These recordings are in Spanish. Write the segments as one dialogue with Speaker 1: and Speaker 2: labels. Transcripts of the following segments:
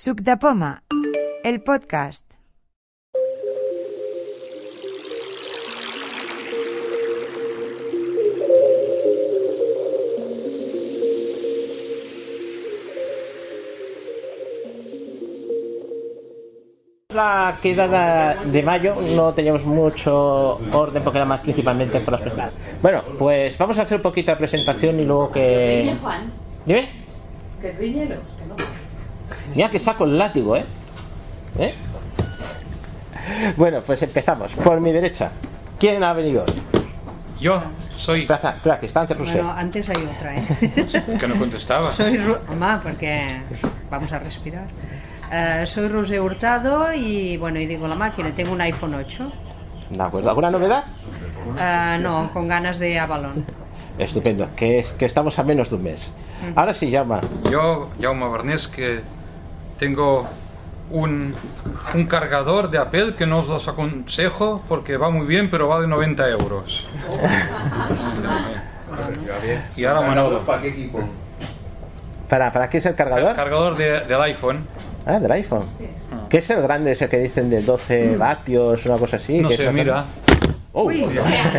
Speaker 1: Suc de poma, el podcast.
Speaker 2: La quedada de mayo no teníamos mucho orden porque era más principalmente por las personas. Bueno, pues vamos a hacer un poquito de presentación y luego que.
Speaker 3: Riñe, Juan,
Speaker 2: Dime,
Speaker 3: que riñe los que no.
Speaker 2: mira que saco el látigo, ¿eh? ¿Eh? Bueno, pues empezamos. Por mi derecha, ¿quién ha venido?
Speaker 4: Yo soy.
Speaker 2: Espera, espera, que está ante Rusel.
Speaker 5: Bueno, antes hay otra, ¿eh?
Speaker 4: Que no contestaba.
Speaker 5: Soy Ru- Home, porque vamos a respirar. Eh, soy Rosé Hurtado y bueno, y digo la máquina, tengo un iPhone 8.
Speaker 2: De acuerdo. ¿Alguna novedad?
Speaker 5: Eh, no, con ganas de Avalon.
Speaker 2: Estupendo, que, es, que estamos a menos de un mes. Ahora sí, llama.
Speaker 4: Yo, Jaume Barnés, que tengo un, un cargador de Apple que no os los aconsejo porque va muy bien, pero vale 90 euros. y ahora Manolo.
Speaker 2: ¿Para, ¿Para qué es el cargador?
Speaker 4: Cargador de- del iPhone.
Speaker 2: Ah, del iPhone.
Speaker 4: Ah.
Speaker 2: ¿Qué es el grande ese que dicen de 12 vatios, una cosa así?
Speaker 4: Mm. No
Speaker 2: que
Speaker 4: sé,
Speaker 2: es-
Speaker 4: mira.
Speaker 2: Oh.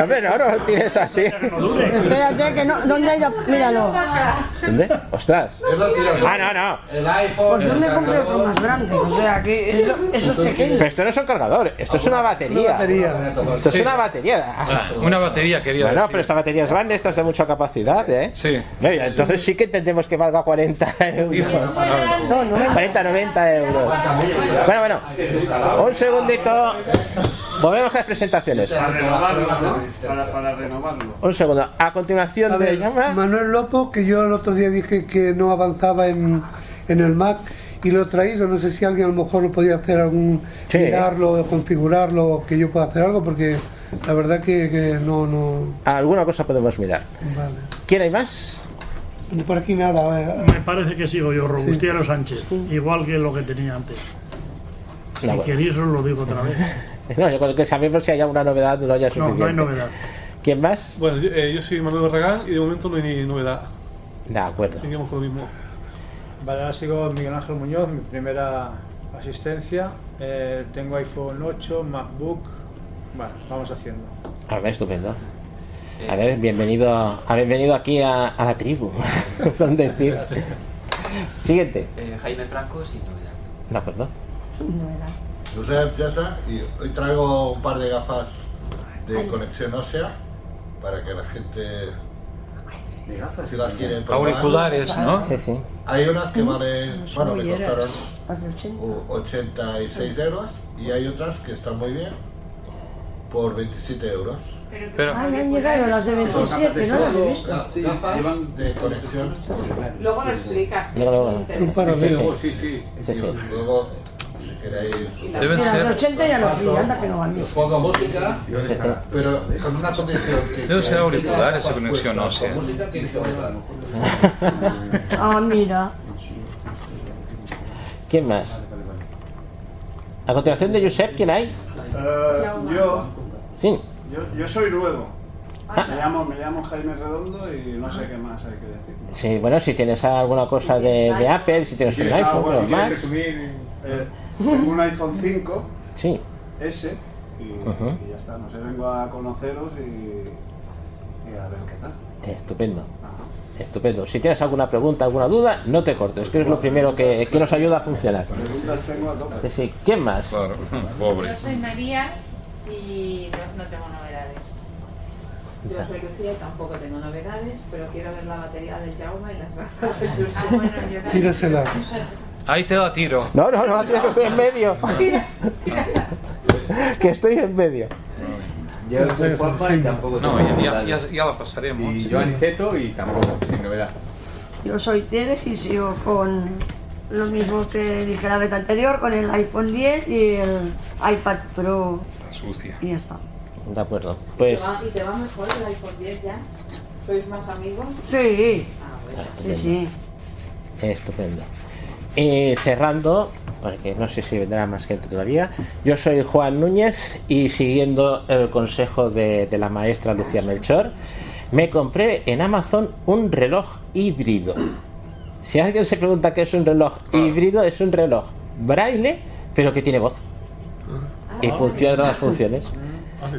Speaker 2: Hombre, no, no, tienes así.
Speaker 6: Espérate, que no. ¿Dónde hay la.? Míralo.
Speaker 2: ¿Dónde? ¡Ostras! Ah, no, no.
Speaker 7: El
Speaker 6: Pues
Speaker 7: iPhone, el cargador,
Speaker 6: grande. O sea, aquí eso es pequeño.
Speaker 2: Pero esto no son cargadores, esto es una batería. Esto es una batería.
Speaker 4: Ah, Una batería quería
Speaker 2: Bueno,
Speaker 4: decir.
Speaker 2: pero esta batería es grande, esta es de mucha capacidad, ¿eh?
Speaker 4: Sí.
Speaker 2: Mira, Entonces sí que entendemos que valga 40 euros.
Speaker 4: Ah,
Speaker 2: No, 40, 90 euros. Bueno, bueno. Un segundito. Volvemos a las presentaciones.
Speaker 8: Para, para renovarlo.
Speaker 2: Un segundo. A continuación
Speaker 9: A
Speaker 2: de
Speaker 9: ver,
Speaker 2: llama.
Speaker 9: Manuel Lopo, que yo el otro día dije que no avanzaba en, en el Mac y lo he traído. No sé si alguien a lo mejor lo podía hacer algún
Speaker 2: Sí.
Speaker 9: mirarlo, o configurarlo, o que yo pueda hacer algo, porque la verdad que, que no, no.
Speaker 2: Alguna cosa podemos mirar.
Speaker 9: Vale.
Speaker 2: ¿Quién hay más?
Speaker 9: Por aquí nada. a ver.
Speaker 8: Me parece que sigo yo, Robustiano Sánchez, igual que lo que tenía antes. Si
Speaker 2: No, Ah, bueno.
Speaker 8: queréis os lo digo otra vez.
Speaker 2: No, yo creo que sabemos si hay alguna novedad, no haya
Speaker 8: No,
Speaker 2: suficiente.
Speaker 8: no hay novedad.
Speaker 2: ¿Quién más?
Speaker 10: Bueno, yo, eh, yo soy Manuel Barragán y de momento no hay ni novedad.
Speaker 2: De acuerdo.
Speaker 10: Seguimos con lo mismo.
Speaker 7: Vale, ahora sigo Miguel Ángel Muñoz, mi primera asistencia. Eh, tengo iPhone 8, MacBook. Bueno, vamos haciendo.
Speaker 2: A ver, estupendo. A ver, bienvenido, a ver, bienvenido aquí a, a la tribu. Por decir. Siguiente.
Speaker 11: Eh, Jaime Franco sin novedad.
Speaker 2: De acuerdo.
Speaker 12: Josep Yasa y hoy traigo un par de gafas de conexión ósea para que la gente si las quieren probar.
Speaker 4: Auriculares, ¿no?
Speaker 2: Sí, sí.
Speaker 12: Hay unas que valen, bueno, me
Speaker 5: oyeras.
Speaker 12: costaron uh, 86 euros y hay otras que están muy bien por 27 euros.
Speaker 4: Pero
Speaker 6: Ah, ya han llegado las de 27, ¿no las he visto?
Speaker 12: Ga- Gafas de conexión.
Speaker 3: Luego lo explicas.
Speaker 2: Luego, luego.
Speaker 3: Es
Speaker 9: Un
Speaker 3: interesante.
Speaker 9: par de
Speaker 2: Sí,
Speaker 9: ellos.
Speaker 2: sí. Sí, sí.
Speaker 12: Luego, si queréis,
Speaker 4: deben
Speaker 6: Mira, las de
Speaker 4: ser,
Speaker 6: 80 ya las vi, anda que no van.
Speaker 12: os pongo música. Pero con una condición que.
Speaker 4: Deben ser auriculares
Speaker 12: de
Speaker 4: de conexión ósea.
Speaker 6: Ah, mira.
Speaker 2: ¿Quién más? A continuación de Josep, ¿quién hay?
Speaker 8: Eh, yo,
Speaker 2: Sí.
Speaker 8: yo, soy nuevo. Me llamo, me llamo Jaime Redondo y no sé qué más hay que decir.
Speaker 2: Sí, bueno, si tienes alguna cosa Eh, de, de Apple, si tienes
Speaker 8: ah,
Speaker 2: un iPhone, pero Mac.
Speaker 8: eh, tengo un iPhone 5
Speaker 2: Sí.
Speaker 8: S y,
Speaker 2: Ujú.
Speaker 8: y ya está. No sé, vengo a conoceros y, y a ver qué tal.
Speaker 2: Estupendo.
Speaker 8: Ajá.
Speaker 2: Estupendo. Si tienes alguna pregunta, alguna duda, no te cortes, que es lo primero que, que nos ayuda a funcionar.
Speaker 8: Preguntas tengo a tope.
Speaker 2: Sí, sí. ¿Quién más?
Speaker 4: Claro, pobre.
Speaker 3: Yo soy María y pues, no tengo novedades.
Speaker 2: Ya.
Speaker 3: Yo soy Lucía y tampoco tengo novedades, pero quiero ver la batería del Jaume y las gafas del Jesús. Ah, bueno, yo
Speaker 9: Tírasela.
Speaker 4: Ahí te la tiro.
Speaker 2: No, no, no, tío, que estoy en medio. que estoy en medio.
Speaker 9: Yo soy Juanma y tampoco.
Speaker 4: No, ya, ya- ya- ya la pasaremos.
Speaker 7: Aniceto y tampoco, sin novedad.
Speaker 6: Yo soy Teres y sigo con lo mismo que dije la vez anterior, con el iPhone 10 y el iPad Pro.
Speaker 4: Sucia.
Speaker 6: Y ya está.
Speaker 2: De acuerdo. Pues.
Speaker 3: ¿Y te va mejor el iPhone 10 ya? ¿Sois más amigos?
Speaker 6: Sí,
Speaker 3: Ah, bueno.
Speaker 6: sí,
Speaker 2: Estupendo.
Speaker 6: sí.
Speaker 2: Estupendo. Eh, cerrando, porque no sé si vendrá más gente todavía. Yo soy Juan Núñez y siguiendo el consejo de, de la maestra Lucía Melchor, me compré en Amazon un reloj híbrido. Si alguien se pregunta qué es un reloj híbrido, es un reloj braille, pero que tiene voz. Y
Speaker 10: Ah.
Speaker 2: funciona todas las funciones.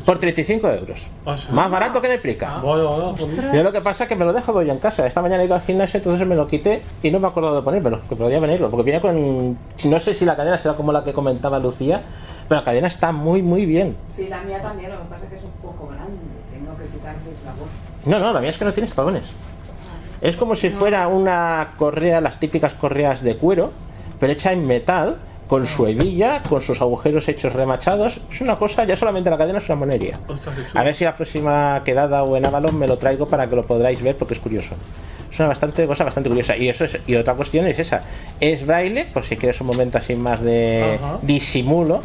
Speaker 2: Por 35 euros. Más barato que en el Prica. Yo lo que pasa es que me lo dejo doy en casa. Esta mañana he ido al gimnasio, entonces me lo quité y no me he acordado de ponérmelo, que podría venirlo. Porque viene con. No sé si la cadena será como la que comentaba Lucía, pero la cadena está muy, muy bien.
Speaker 3: Sí, la mía también, lo que pasa es que es un poco grande. Tengo que quitarles la voz.
Speaker 2: No, no, la mía es que no tiene eslabones. Es como si fuera una correa, las típicas correas de cuero, pero hecha en metal, con su hebilla, con sus agujeros hechos remachados. Es una cosa, ya solamente la cadena es una monería.
Speaker 10: Ostras, qué chulo.
Speaker 2: A ver si la próxima quedada o en Avalon me lo traigo para que lo podáis ver porque es curioso. Es una bastante, cosa bastante curiosa. Y eso es, y otra cuestión es esa. Es braille, por si quieres un momento así más de
Speaker 10: Ajá.
Speaker 2: disimulo.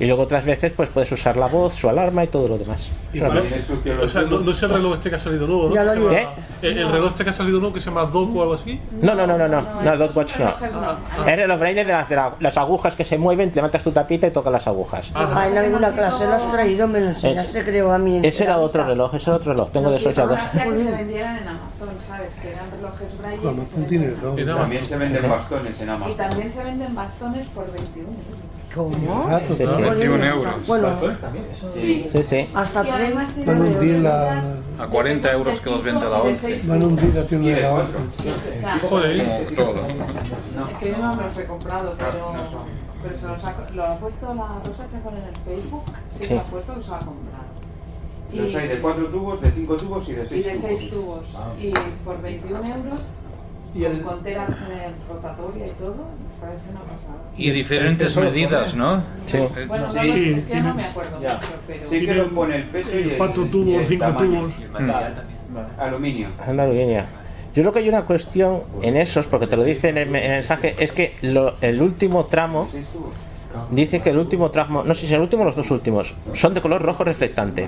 Speaker 2: Y luego otras veces pues puedes usar la voz, su alarma y todo lo demás.
Speaker 10: Y
Speaker 2: Es una
Speaker 10: bueno,
Speaker 2: cosa.
Speaker 10: o sea, no, no es el reloj este que ha salido nuevo, ¿no?
Speaker 2: Ya lo
Speaker 10: Que se
Speaker 2: vi.
Speaker 10: llama- el, el reloj este que ha salido nuevo que se llama Doku o algo así.
Speaker 2: No, no, no, no, no, no, Dot Watch no.
Speaker 6: Ah,
Speaker 2: Eres los braille de las, de la- las agujas que se mueven, te levantas tu tapita y tocas las agujas.
Speaker 6: Ah, en alguna clase lo has traído, me lo enseñaste, creo, a mí.
Speaker 2: Ese era otro reloj, ese era otro reloj, tengo de esos ya dos.
Speaker 3: Hacía que se vendieran en Amazon, ¿sabes? Que eran relojes braille. que se vendían.
Speaker 13: También se venden bastones en
Speaker 3: Y
Speaker 13: Amazon.
Speaker 3: también se venden bastones por 21 euros.
Speaker 5: ¿Cómo?
Speaker 2: Ah, total. 21 euros.
Speaker 6: Bueno,
Speaker 2: Sí, sí.
Speaker 6: hasta
Speaker 3: Y
Speaker 6: tres.
Speaker 3: además tiene
Speaker 9: Van a hundir
Speaker 3: relojes
Speaker 9: la,
Speaker 4: A 40 euros que los vende la ONCE.
Speaker 9: van a hundir la tienda de la ONCE.
Speaker 4: Como todo.
Speaker 3: Es que yo no me los he comprado, pero, pero se los ha, lo ha puesto la Rosa Chacón en el Facebook. Sí,
Speaker 13: Sí.
Speaker 3: lo ha puesto que se lo ha comprado. Y,
Speaker 13: Los hay de cuatro tubos, de cinco tubos y de
Speaker 3: y
Speaker 13: seis
Speaker 3: de
Speaker 13: tubos.
Speaker 3: 6 tubos.
Speaker 13: Ah.
Speaker 3: Y por 21 euros,
Speaker 7: Y el-
Speaker 3: con contera eh, rotatoria y todo, me parece una pasada.
Speaker 4: Y diferentes medidas, ¿no?
Speaker 2: Sí.
Speaker 3: Bueno, no,
Speaker 13: Sí,
Speaker 3: es que no me acuerdo
Speaker 13: Ya.
Speaker 3: mucho, pero...
Speaker 13: Sí que lo pone el peso y el,
Speaker 10: Cuatro tubos,
Speaker 13: y el
Speaker 10: cinco
Speaker 13: tamaño,
Speaker 10: tubos.
Speaker 13: y el material también. Aluminio.
Speaker 2: Anda, Virginia. Yo creo que hay una cuestión en esos, porque te lo dice en el me- en el mensaje, es que lo- el último tramo, dice que el último tramo, no sé si es el último o los dos últimos, son de color rojo reflectante.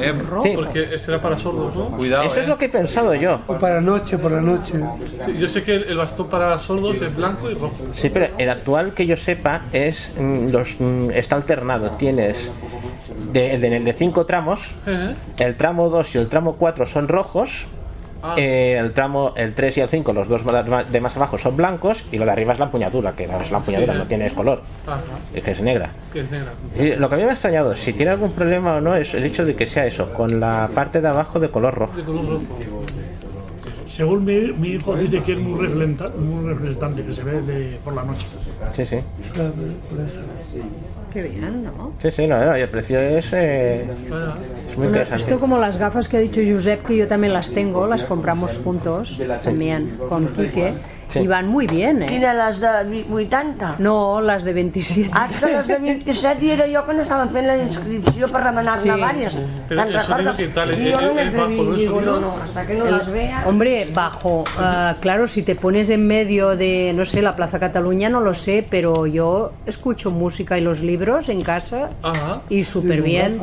Speaker 4: Eh,
Speaker 2: Sí.
Speaker 10: Porque ese era para sordos, ¿no?
Speaker 4: Cuidado,
Speaker 2: Eso es lo que he pensado yo.
Speaker 9: O para noche, por la noche.
Speaker 10: Sí, yo sé que el, el bastón para sordos es blanco y rojo.
Speaker 2: Sí, pero el actual que yo sepa es mm, los mm, está alternado. Tienes de, de- en el de cinco tramos,
Speaker 10: Ajá.
Speaker 2: el tramo 2 y el tramo 4 son rojos.
Speaker 10: Ah.
Speaker 2: eh, el tramo el 3 y el 5, los dos ma- de más abajo son blancos y lo de arriba es la empuñadura, que no es la empuñadura,
Speaker 10: Sí.
Speaker 2: no tiene color,
Speaker 10: Ajá.
Speaker 2: es que es negra.
Speaker 10: Que es negra.
Speaker 2: Y lo que a mí me ha extrañado, si tiene algún problema o no, es el hecho de que sea eso, con la parte de abajo de color rojo.
Speaker 10: De color rojo.
Speaker 14: Según mi, mi hijo dice que es muy reflectante, muy reflectante que se ve de- por la noche.
Speaker 2: Sí, sí.
Speaker 5: Qué bien, ¿no?
Speaker 2: Sí, sí, no, no, y el precio es, eh, es muy
Speaker 5: Bueno,
Speaker 2: interesante.
Speaker 5: esto como las gafas que ha dicho Josep, que yo también las tengo, las compramos juntos también con Quique
Speaker 2: Sí.
Speaker 5: y van muy bien, ¿eh?
Speaker 6: Quina, les de 80?
Speaker 5: No, les de 27.
Speaker 6: Ah, és que les de 27 hi era jo quan estaven fent la inscripció per demanar-ne
Speaker 5: Sí.
Speaker 6: vàries.
Speaker 10: Però
Speaker 6: Te'n
Speaker 10: el sonido
Speaker 6: recordes?
Speaker 10: que tal,
Speaker 6: I jo
Speaker 10: el-
Speaker 6: no
Speaker 10: el- el bajo,
Speaker 6: m'atreví,
Speaker 10: el
Speaker 6: digo,
Speaker 10: sonido.
Speaker 6: no, no, hasta que no
Speaker 5: El-
Speaker 6: las vea.
Speaker 5: Hombre, bajo. Ah, claro, si te pones en medio de, no sé, la Plaza Cataluña, no lo sé, pero yo escucho música y los libros en casa
Speaker 10: Ajá.
Speaker 5: y súper bien.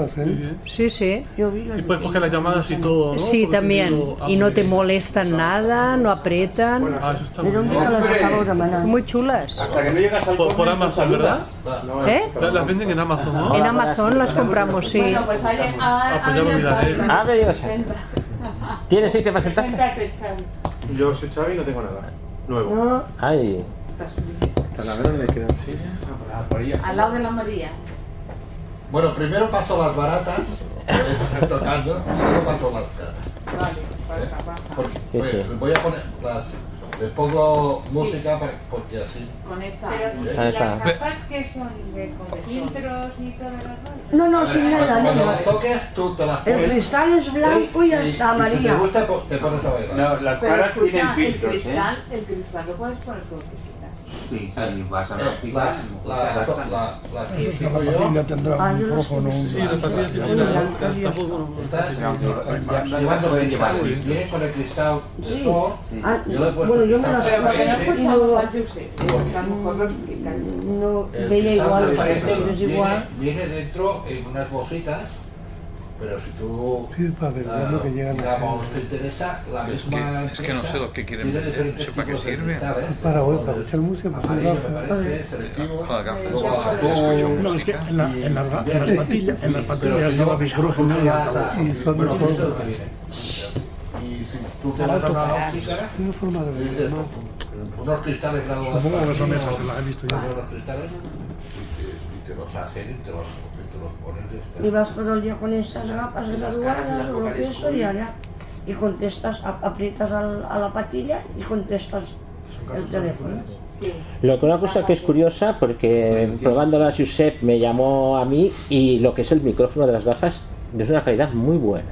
Speaker 5: Sí, sí.
Speaker 10: ah. Y puedes coger las llamadas y todo, ¿no?
Speaker 5: Sí,
Speaker 10: Porque
Speaker 5: también.
Speaker 10: digo, ah,
Speaker 5: Y no te
Speaker 10: mira.
Speaker 5: molestan nada, no aprietan.
Speaker 10: Ah, eso está muy bien.
Speaker 5: Muy chulas.
Speaker 13: Hasta que no llegas al
Speaker 10: Por, por Amazon, ¿verdad?
Speaker 5: ¿Eh?
Speaker 10: La- Las, venden en Amazon,
Speaker 15: Ah,
Speaker 10: ¿no?
Speaker 5: En Amazon las compramos, sí.
Speaker 3: Bueno, pues hay, ha,
Speaker 10: Ah, pues ya lo miraré.
Speaker 2: Ah, me digas. ¿Tienes sitio para sentarte?
Speaker 3: Preséntate, Xavi.
Speaker 15: Yo soy Xavi y no tengo nada. Nuevo.
Speaker 2: Ay.
Speaker 15: Talavera me queda así.
Speaker 3: Al lado de la María.
Speaker 12: Ah, Bueno, primero paso las baratas, es total, ¿no? Y luego paso las caras. ¿Eh?
Speaker 3: Vale, baja, baja.
Speaker 12: Porque,
Speaker 2: Sí,
Speaker 12: oye,
Speaker 2: sí.
Speaker 12: Voy a poner las. Les pongo música para- porque así.
Speaker 3: Conecta.
Speaker 16: Pero, ¿y las
Speaker 12: Ahí está.
Speaker 16: capas que son? ¿De con filtros y todo el rollo?
Speaker 6: No, no,
Speaker 12: A
Speaker 6: sin
Speaker 12: ver,
Speaker 6: nada, no.
Speaker 12: Cuando las toques, tú te las
Speaker 6: El
Speaker 12: pones.
Speaker 6: cristal es blanco y ya está,
Speaker 12: y Si
Speaker 6: María.
Speaker 12: te gusta, po- te pones a bailar. No, las
Speaker 3: Pero escucha,
Speaker 12: ¿eh?
Speaker 3: el cristal, el cristal lo puedes poner tú.
Speaker 13: Sí, sí, vas a
Speaker 12: Eh,
Speaker 13: practicar.
Speaker 12: las, las, las, las que
Speaker 14: Eso sí,
Speaker 12: tengo
Speaker 14: la
Speaker 12: yo.
Speaker 14: patilla tendrá un rojo, no un-
Speaker 12: Sí,
Speaker 14: la
Speaker 12: patilla
Speaker 14: tiene
Speaker 12: Estás
Speaker 14: No, no, no hay más.
Speaker 12: llevando el cristal, viene con el cristal de
Speaker 6: Sí.
Speaker 12: sol.
Speaker 6: Ah,
Speaker 12: Yo le he puesto
Speaker 6: bueno, yo me
Speaker 12: cristal
Speaker 6: las
Speaker 3: Pero que no
Speaker 12: transparente.
Speaker 3: escuchamos a Josep, que a lo mejor lo explican.
Speaker 6: No,
Speaker 12: El
Speaker 6: veía
Speaker 12: cristal
Speaker 6: igual, los
Speaker 12: transparente
Speaker 6: textos
Speaker 12: viene-
Speaker 6: igual.
Speaker 12: Viene dentro en unas bolsitas, pero si tú, ah,
Speaker 9: Sí, para vender lo que llegan a
Speaker 12: digamos, te interesa, la misma
Speaker 4: Es que no sé lo que quieren
Speaker 12: tiene
Speaker 4: vender, no
Speaker 12: diferentes
Speaker 4: sé para qué
Speaker 12: tipos de
Speaker 4: sirve.
Speaker 12: cristales.
Speaker 9: Para hoy, para escuchar música, para hacer
Speaker 12: Amarillo me
Speaker 9: gafas.
Speaker 12: parece, selectivo.
Speaker 4: Ah, gafas.
Speaker 12: Luego azul,
Speaker 14: No, es que en, la- en las, ga- en las patillas, en las
Speaker 12: Pero
Speaker 14: patillas
Speaker 12: si
Speaker 14: lleva
Speaker 12: no,
Speaker 14: bisgrófono y
Speaker 12: tú vas a-
Speaker 14: altavoz.
Speaker 12: bueno, eso es lo que viene. Y si tú te
Speaker 9: Ahora
Speaker 12: vas a una
Speaker 9: tocarás.
Speaker 12: óptica,
Speaker 9: Una forma de
Speaker 12: tú dices,
Speaker 9: ver, ¿no?
Speaker 12: unos cristales graduados.
Speaker 14: Supongo que son
Speaker 12: para ti,
Speaker 14: esas,
Speaker 12: o-
Speaker 14: las he visto yo.
Speaker 12: o Unos cristales y te, y te los hacen y te los, y te los pones. y está.
Speaker 6: Y vas todo el día con esas gafas
Speaker 12: las
Speaker 6: graduadas
Speaker 12: caras,
Speaker 6: o lo que
Speaker 12: las
Speaker 6: eso y allá. Y contestas, ap- aprietas al- a la patilla y contestas el teléfono.
Speaker 2: Lo que una cosa que es curiosa, porque probándola Josep me llamó a mí y lo que es el micrófono de las gafas es una calidad muy buena.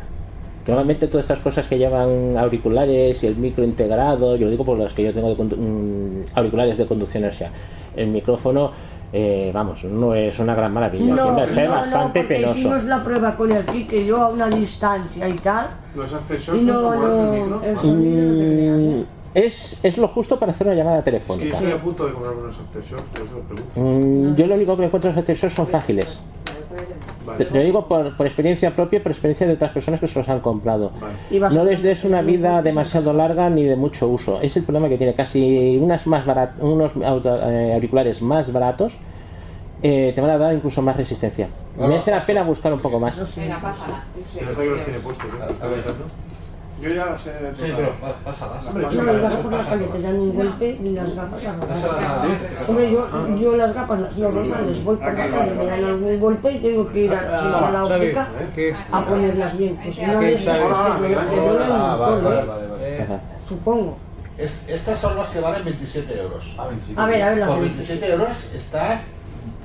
Speaker 2: Que Normalmente todas estas cosas que llevan auriculares y el micro integrado, yo lo digo por las que yo tengo de condu- mm, auriculares de conducción, o sea, el micrófono, eh, vamos, no es una gran maravilla,
Speaker 6: No,
Speaker 2: siempre es
Speaker 6: no, no,
Speaker 2: bastante
Speaker 6: porque
Speaker 2: penoso.
Speaker 6: hicimos la prueba con el Kike, yo a una distancia y tal.
Speaker 8: Los
Speaker 6: Y
Speaker 8: aftershocks
Speaker 6: no, no, el sonido no
Speaker 2: Mm, es, es lo justo para hacer una llamada
Speaker 15: Es que yo
Speaker 2: telefónica.
Speaker 15: estoy a punto de comprarme unos aftershocks, por eso lo pregunto.
Speaker 2: Mm, yo lo único que encuentro en los accesorios son frágiles. Te, te lo digo por, por experiencia propia y por experiencia de otras personas que se los han comprado.
Speaker 6: Y vas-
Speaker 2: No les des una vida demasiado larga ni de mucho uso. Es el problema que tiene casi unas más barat- unos auto- eh, auriculares más baratos. eh, te van a dar incluso más resistencia. Merece la pena buscar un poco más.
Speaker 3: Venga, pásala.
Speaker 15: Se nota que los tiene puestos, ¿eh? Está pensando.
Speaker 8: Yo ya las he tocado.
Speaker 12: Sí, pero pa- pásalas.
Speaker 8: Hombre,
Speaker 6: No le vas
Speaker 8: pásalas.
Speaker 6: por la caletera ni un golpe ni las gafas. las gafas.
Speaker 12: Pásalas a la-
Speaker 6: Hombre, yo, yo las gafas las no las les voy por la caletera en algún golpe y tengo que ir a, si no, a la
Speaker 7: Xavi,
Speaker 6: óptica
Speaker 7: ¿qué?
Speaker 6: a ponerlas bien. Pues si no
Speaker 7: ¿Qué,
Speaker 6: les
Speaker 7: Xavi?
Speaker 6: das, que no- que no le
Speaker 12: Ah, vale,
Speaker 6: importa,
Speaker 12: vale,
Speaker 6: ¿eh?
Speaker 12: vale, vale.
Speaker 6: Supongo.
Speaker 12: Es- estas son las que valen 27 euros.
Speaker 6: A ver, a ver, las
Speaker 12: Por
Speaker 6: 27.
Speaker 12: 27 euros está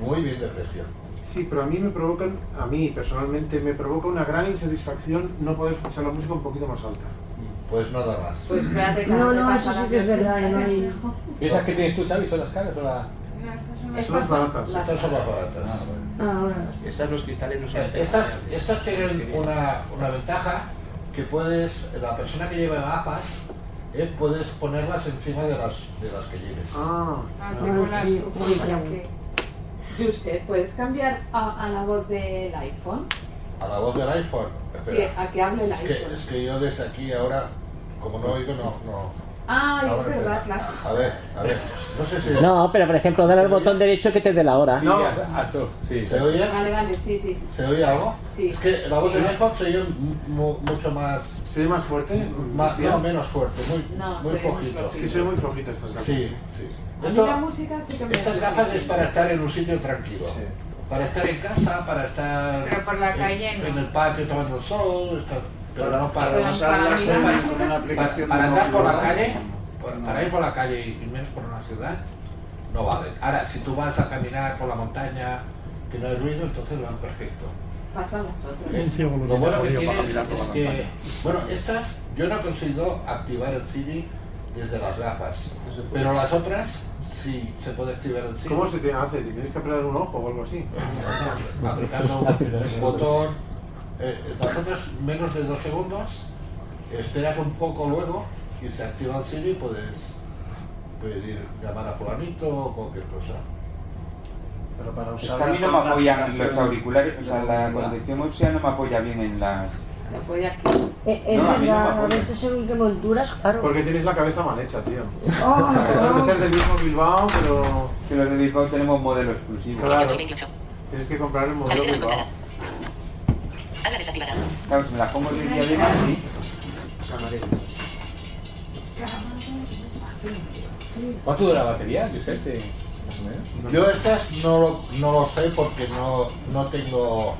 Speaker 12: muy bien de precio.
Speaker 15: Sí, pero a mí me provocan, a mí personalmente, me provoca una gran insatisfacción no poder escuchar la música un poquito más alta.
Speaker 12: Pues nada más.
Speaker 16: Pues espérate, que
Speaker 6: No,
Speaker 16: te
Speaker 6: no,
Speaker 16: pasa
Speaker 6: eso sí
Speaker 16: la
Speaker 6: que es
Speaker 16: fecha.
Speaker 6: verdad. ¿eh? No hay...
Speaker 10: ¿Y esas que tienes tú, Xavi, son las caras o la...?
Speaker 12: Son las baratas. Estas son las baratas. Eh,
Speaker 6: Ah, bueno.
Speaker 13: Estas los cristales no son.
Speaker 12: Estas, estas tienen una, una ventaja que puedes, la persona que lleva gafas, eh, puedes ponerlas encima de las, de las que lleves.
Speaker 15: Ah,
Speaker 3: Josep, ¿puedes cambiar a, a la voz del iPhone?
Speaker 12: A la voz del iPhone.
Speaker 3: Sí,
Speaker 12: Espera.
Speaker 3: a que hable el
Speaker 12: Es que,
Speaker 3: iPhone.
Speaker 12: es que yo desde aquí ahora, como no oigo, no. no.
Speaker 3: Ah, es
Speaker 12: Ahora,
Speaker 3: verdad,
Speaker 12: espera.
Speaker 3: claro.
Speaker 12: A ver, a ver. No sé si.
Speaker 2: No, pero por ejemplo, dale al botón derecho que te dé la hora.
Speaker 12: No. ¿Se oye?
Speaker 3: Vale, vale, sí, sí.
Speaker 12: ¿Se oye algo?
Speaker 3: Sí.
Speaker 12: Es que la voz del iPhone se oye mu- mucho más. ¿Se oye más fuerte? no, menos fuerte, muy,
Speaker 3: No,
Speaker 12: muy
Speaker 3: se oye muy
Speaker 12: flojito.
Speaker 3: flojito. Es que se
Speaker 12: oye muy flojito estas gafas. Sí, sí.
Speaker 3: A mí
Speaker 12: Esto-
Speaker 3: la música sí que me
Speaker 12: estas gafas es para estar en un sitio tranquilo. Para estar en casa, para estar
Speaker 16: Pero por la
Speaker 12: en-
Speaker 16: calle no.
Speaker 12: en el patio tomando el sol, estar- pero no para,
Speaker 16: Pero
Speaker 12: no
Speaker 16: para
Speaker 12: para-
Speaker 16: mirar
Speaker 12: para-
Speaker 16: las cosas.
Speaker 12: para-
Speaker 8: aplicación
Speaker 12: para
Speaker 8: de
Speaker 12: andar por la
Speaker 8: móvil, ¿no?
Speaker 12: calle, por- para ir por la calle y menos por una ciudad, no valen. Ahora, si tú vas a caminar por la montaña que no hay ruido, entonces van perfecto.
Speaker 3: Pasan las otras.
Speaker 12: Eh,
Speaker 14: Un ciego lo
Speaker 12: Lo
Speaker 14: tiene
Speaker 12: bueno que
Speaker 14: jodido para
Speaker 12: tienes
Speaker 14: caminar por
Speaker 12: es
Speaker 14: la
Speaker 12: que,
Speaker 14: montaña.
Speaker 12: bueno, estas yo no he conseguido activar el Siri desde las gafas, pero las otras sí se puede activar el Siri.
Speaker 15: ¿Cómo se te hace? Si tienes que apretar un ojo o algo así.
Speaker 12: Apretando un botón, eh, las otras menos de dos segundos, esperas un poco luego y se activa el Siri y puedes pedir llamar a fulanito o cualquier cosa. Pero para
Speaker 13: Es que a mí no Pues me apoyan los auriculares, o sea, la condición ósea no me apoya bien en la...
Speaker 3: Te voy aquí.
Speaker 6: Eh, Es
Speaker 13: No, a mí no me
Speaker 6: verdad, a
Speaker 13: apoya.
Speaker 6: veces según qué monturas, claro.
Speaker 15: Porque tienes la cabeza mal hecha, tío.
Speaker 6: Oh,
Speaker 15: A pesar de
Speaker 6: oh.
Speaker 15: ser del mismo Bilbao, pero...
Speaker 13: Que los de Bilbao tenemos modelo exclusivo.
Speaker 15: Claro. Tienes que comprar el modelo Bilbao.
Speaker 17: Habla desactivada.
Speaker 13: Claro, si me las pongo de día de Madrid,
Speaker 10: ¿Cuánto dura la batería, Josep? de- Más o menos.
Speaker 12: Yo estas no, lo- no lo sé porque no, no tengo...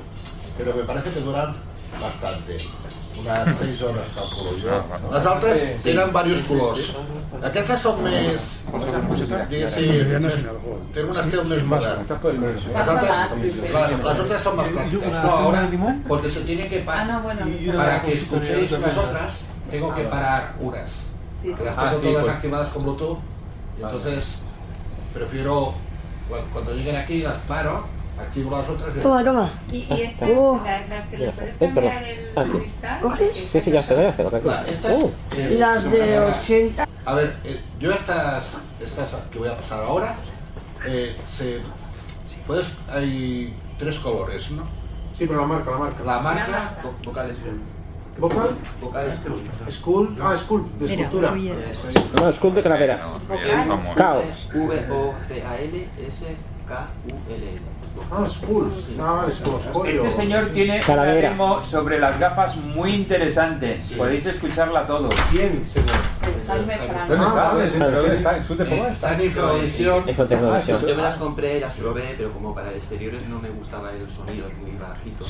Speaker 12: Pero me parece que duran bastante. Unas 6 horas calculo
Speaker 10: Ah,
Speaker 12: yo. Las altres
Speaker 15: Sí.
Speaker 12: tienen varios colors. Aquestes són més... Diguéssim, més- tenen un estil més modern. Les altres, les, les otras son más plásticas. No, ahora, porque se tiene que
Speaker 3: Ah,
Speaker 12: parar.
Speaker 3: no, bueno.
Speaker 12: Para que escuchéis las otras, tengo que parar unas.
Speaker 3: Sí, sí.
Speaker 12: Las
Speaker 3: Ah,
Speaker 12: tengo
Speaker 3: sí,
Speaker 12: todas
Speaker 3: pues.
Speaker 12: activadas con Bluetooth. y Entonces, prefiero, bueno, cuando lleguen aquí, las paro, activo las otras. y- este
Speaker 6: Toma, toma.
Speaker 16: Y, y estas,
Speaker 6: Oh.
Speaker 16: las, las que le puedes
Speaker 12: Eh, perdón.
Speaker 16: cambiar el
Speaker 12: Ah, sí.
Speaker 16: cristal.
Speaker 2: Sí, sí, ya está, ya está, correcto.
Speaker 12: La- estas,
Speaker 2: Oh.
Speaker 12: eh,
Speaker 6: Las de 80.
Speaker 12: A ver, eh, yo estas, estas que voy a pasar ahora, eh, se, puedes, hay tres colores, ¿no?
Speaker 15: Sí, pero la marca, la marca.
Speaker 12: La marca.
Speaker 13: Vocal School.
Speaker 15: ¿Vocal?
Speaker 13: Vocal School.
Speaker 15: School. Ah, School, de
Speaker 13: Mira,
Speaker 15: escultura.
Speaker 13: oye.
Speaker 2: No, es culto de calavera.
Speaker 11: Pues,
Speaker 2: Cao.
Speaker 13: V-O-C-A-L-S-K-U-L-L.
Speaker 15: Ah, School. Ah, vale, School.
Speaker 13: Este señor tiene
Speaker 15: Calavera.
Speaker 13: un demo sobre las gafas muy interesante. Podéis escucharla todos.
Speaker 15: ¿Quién, señor?
Speaker 3: Jaime Franco.
Speaker 11: Eh, Está en
Speaker 12: Provisión.
Speaker 2: Es Fuente Provisión.
Speaker 11: Ah, Yo me las compré, las probé, pero como para exteriores no me gustaba el sonido, es muy bajito.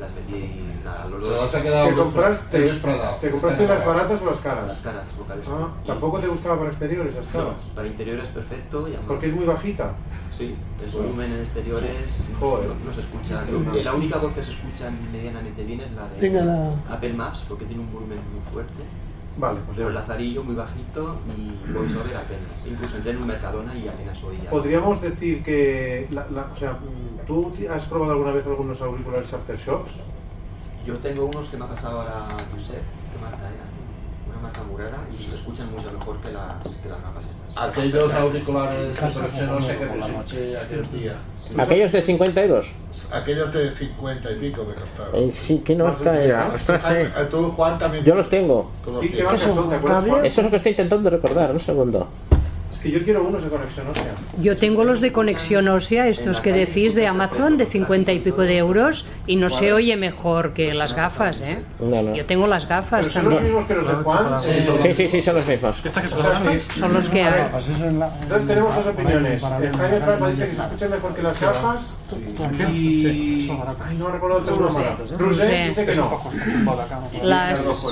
Speaker 11: Las vendí y nada, los dos.
Speaker 15: ¿Te compraste, ¿te compraste las baratas o las caras?
Speaker 11: Las caras, vocales.
Speaker 15: Ah, ¿Tampoco te gustaba para exteriores las
Speaker 11: No,
Speaker 15: caras?
Speaker 11: para interiores perfecto. Y
Speaker 15: Porque es muy bajita.
Speaker 11: Sí, el volumen en exteriores no,
Speaker 15: Joder.
Speaker 11: no se escucha.
Speaker 15: Joder.
Speaker 11: La única voz que se escucha medianamente bien es la de
Speaker 9: Tenga la-
Speaker 11: Apple Maps, porque tiene un volumen muy fuerte.
Speaker 15: Vale, pues
Speaker 11: Pero el lazarillo muy bajito y voiceover apenas. Incluso entré en un Mercadona y apenas oía.
Speaker 15: Podríamos decir que, la- la- o sea, mm, ¿tú has probado alguna vez algunos auriculares aftershocks?
Speaker 11: Yo tengo unos que me ha pasado ahora Josep, ¿qué marca era? Una marca murera y se escuchan mucho mejor que las, que las gafas estas.
Speaker 12: Aquellos auriculares supercheros que presenté aquel día.
Speaker 2: Aquellos de 50 euros.
Speaker 12: Aquellos de 50 y pico me costaron.
Speaker 2: Eh, sí, ¿qué marca era? Ostras,
Speaker 12: Ah,
Speaker 2: eh.
Speaker 12: ah, Tú, Juan, también.
Speaker 2: Yo los tengo.
Speaker 12: Tú
Speaker 15: Sí, qué
Speaker 12: tienes.
Speaker 15: marcas son, ¿te acuerdas,
Speaker 2: Eso
Speaker 15: Juan?
Speaker 2: es lo que estoy intentando recordar, un segundo.
Speaker 15: Es que yo quiero unos de conexión ósea.
Speaker 5: Yo tengo los de conexión ósea, estos que decís de Amazon, de 50 y pico de euros, y no se oye mejor que las gafas, ¿eh?
Speaker 2: No, no.
Speaker 5: Yo tengo las gafas también.
Speaker 15: que los de Juan?
Speaker 2: Sí, sí, sí, son los mismos.
Speaker 5: Son los que hay.
Speaker 15: Entonces tenemos dos opiniones. El Jaime Franco dice que se escuchan mejor que las gafas y... Ay, no recuerdo el término malo.
Speaker 2: ¿eh?
Speaker 15: Rousset ¿eh? dice que no.
Speaker 5: Las...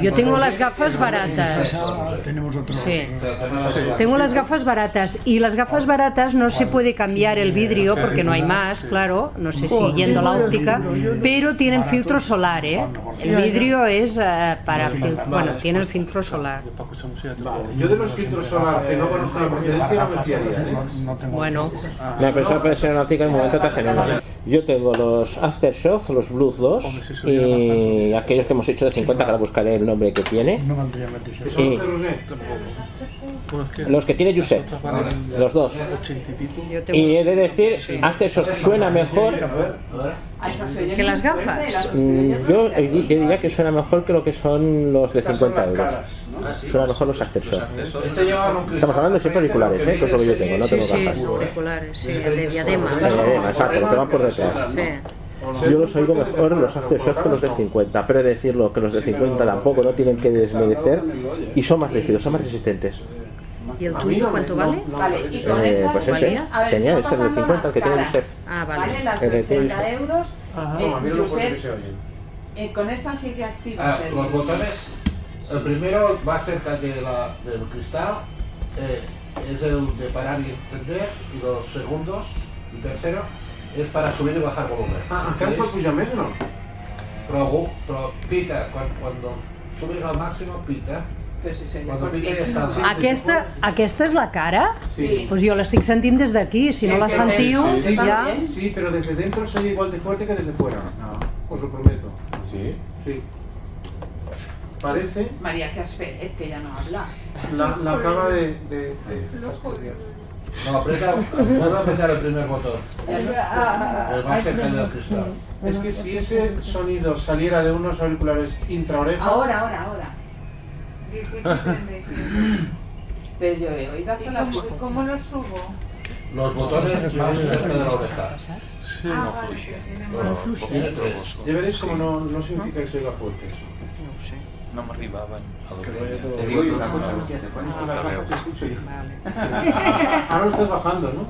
Speaker 5: Yo tengo las gafas baratas.
Speaker 14: Tenemos otro.
Speaker 5: Sí. Tengo las gafas baratas y las gafas baratas no se puede cambiar el vidrio porque no hay más, claro, no sé si yendo a la óptica, pero tienen filtro solar, ¿eh? El vidrio es eh, para fil- bueno, tiene el filtro solar.
Speaker 15: Yo de los filtros solar que no conozco la procedencia no me fiaría. ¿eh?
Speaker 5: Bueno,
Speaker 2: La persona puede ser una tica en un momento te hacen una. Yo tengo los Aftershocks, los Blues 2 y aquellos que hemos hecho de 50, que ahora buscaré el nombre que tiene.
Speaker 14: No valdría más de
Speaker 15: ¿Que son
Speaker 2: Sí.
Speaker 15: los de Rousset?
Speaker 2: Los que tiene Josep, los dos. Y he de decir, Aftershock suena mejor.
Speaker 5: que las gafas.
Speaker 2: mm, Yo eh, di- yo diría que suena mejor que lo que son los de 50 euros. Suena mejor los Aftershocks.
Speaker 12: Este llevaban un
Speaker 2: Estamos hablando siempre de auriculares, ¿eh? que es lo que yo tengo, no tengo
Speaker 5: Sí,
Speaker 2: gafas.
Speaker 5: sí, auriculares, sí, el de diadema.
Speaker 2: Sí, exacto, lo que van por detrás. Yo los oigo mejor los accesorios que los de 50, pero he de decirlo que los de 50 tampoco no tienen que desmerecer y son más rígidos, son más resistentes.
Speaker 5: ¿Y el tuyo cuánto vale?
Speaker 3: Vale, y con
Speaker 2: Eh,
Speaker 3: estas
Speaker 2: pues ese
Speaker 3: valía- a ver,
Speaker 2: tenía
Speaker 3: están
Speaker 2: ese de
Speaker 3: pasando
Speaker 2: 50 el que
Speaker 3: las
Speaker 2: tiene
Speaker 3: caras.
Speaker 2: usted.
Speaker 5: Ah,
Speaker 3: Vale, las
Speaker 2: Es
Speaker 3: de
Speaker 2: decir,
Speaker 3: 80 euros. eh,
Speaker 12: Toma, mira lo fuerte que
Speaker 3: Josep,
Speaker 12: se oyen.
Speaker 3: eh, con estas sí que activas
Speaker 12: Ah,
Speaker 3: el-
Speaker 12: los botones, el primero va cerca de la- del cristal, eh, es el de parar y encender, y los segundos, el tercero, es para subir y bajar volumen.
Speaker 15: Ah,
Speaker 12: ¿Qué
Speaker 15: encara es per pujar més o no?
Speaker 12: Però, algú- però pita, quan, cuando subes al máximo pita, cuando pita ya está.
Speaker 5: Aquesta, aquesta és la cara?
Speaker 15: Sí.
Speaker 5: Pues jo l'estic sentint des d'aquí, si no la sentiu
Speaker 15: sí,
Speaker 5: ja...
Speaker 15: Sí, pero desde dentro se oye igual de fuerte que desde fuera. Os lo prometo. Sí. Sí. Parece
Speaker 3: María, que has fe, eh, que ya no habla.
Speaker 15: la, la cama de, de, de fastidiar.
Speaker 12: No, aprieta, vuelve a apretar el primer botón.
Speaker 15: Ah,
Speaker 12: El más cerca del cristal.
Speaker 15: Es que si ese sonido saliera de unos auriculares intraoreja...
Speaker 3: Ahora, ahora, ahora. Pero yo he oído hasta las
Speaker 16: ¿Cómo, cómo lo subo?
Speaker 12: Los botones más cerca de la oreja.
Speaker 15: Ah,
Speaker 16: Sí, no fluye.
Speaker 12: Los-
Speaker 15: pues
Speaker 12: tiene tres.
Speaker 15: Ya veréis como no, no significa que se oiga fuerte eso. No sé.
Speaker 11: No me arribaban.
Speaker 15: Te digo yo una cosa, te pones con la caja que escucho yo. Ahora lo estás bajando, ¿no?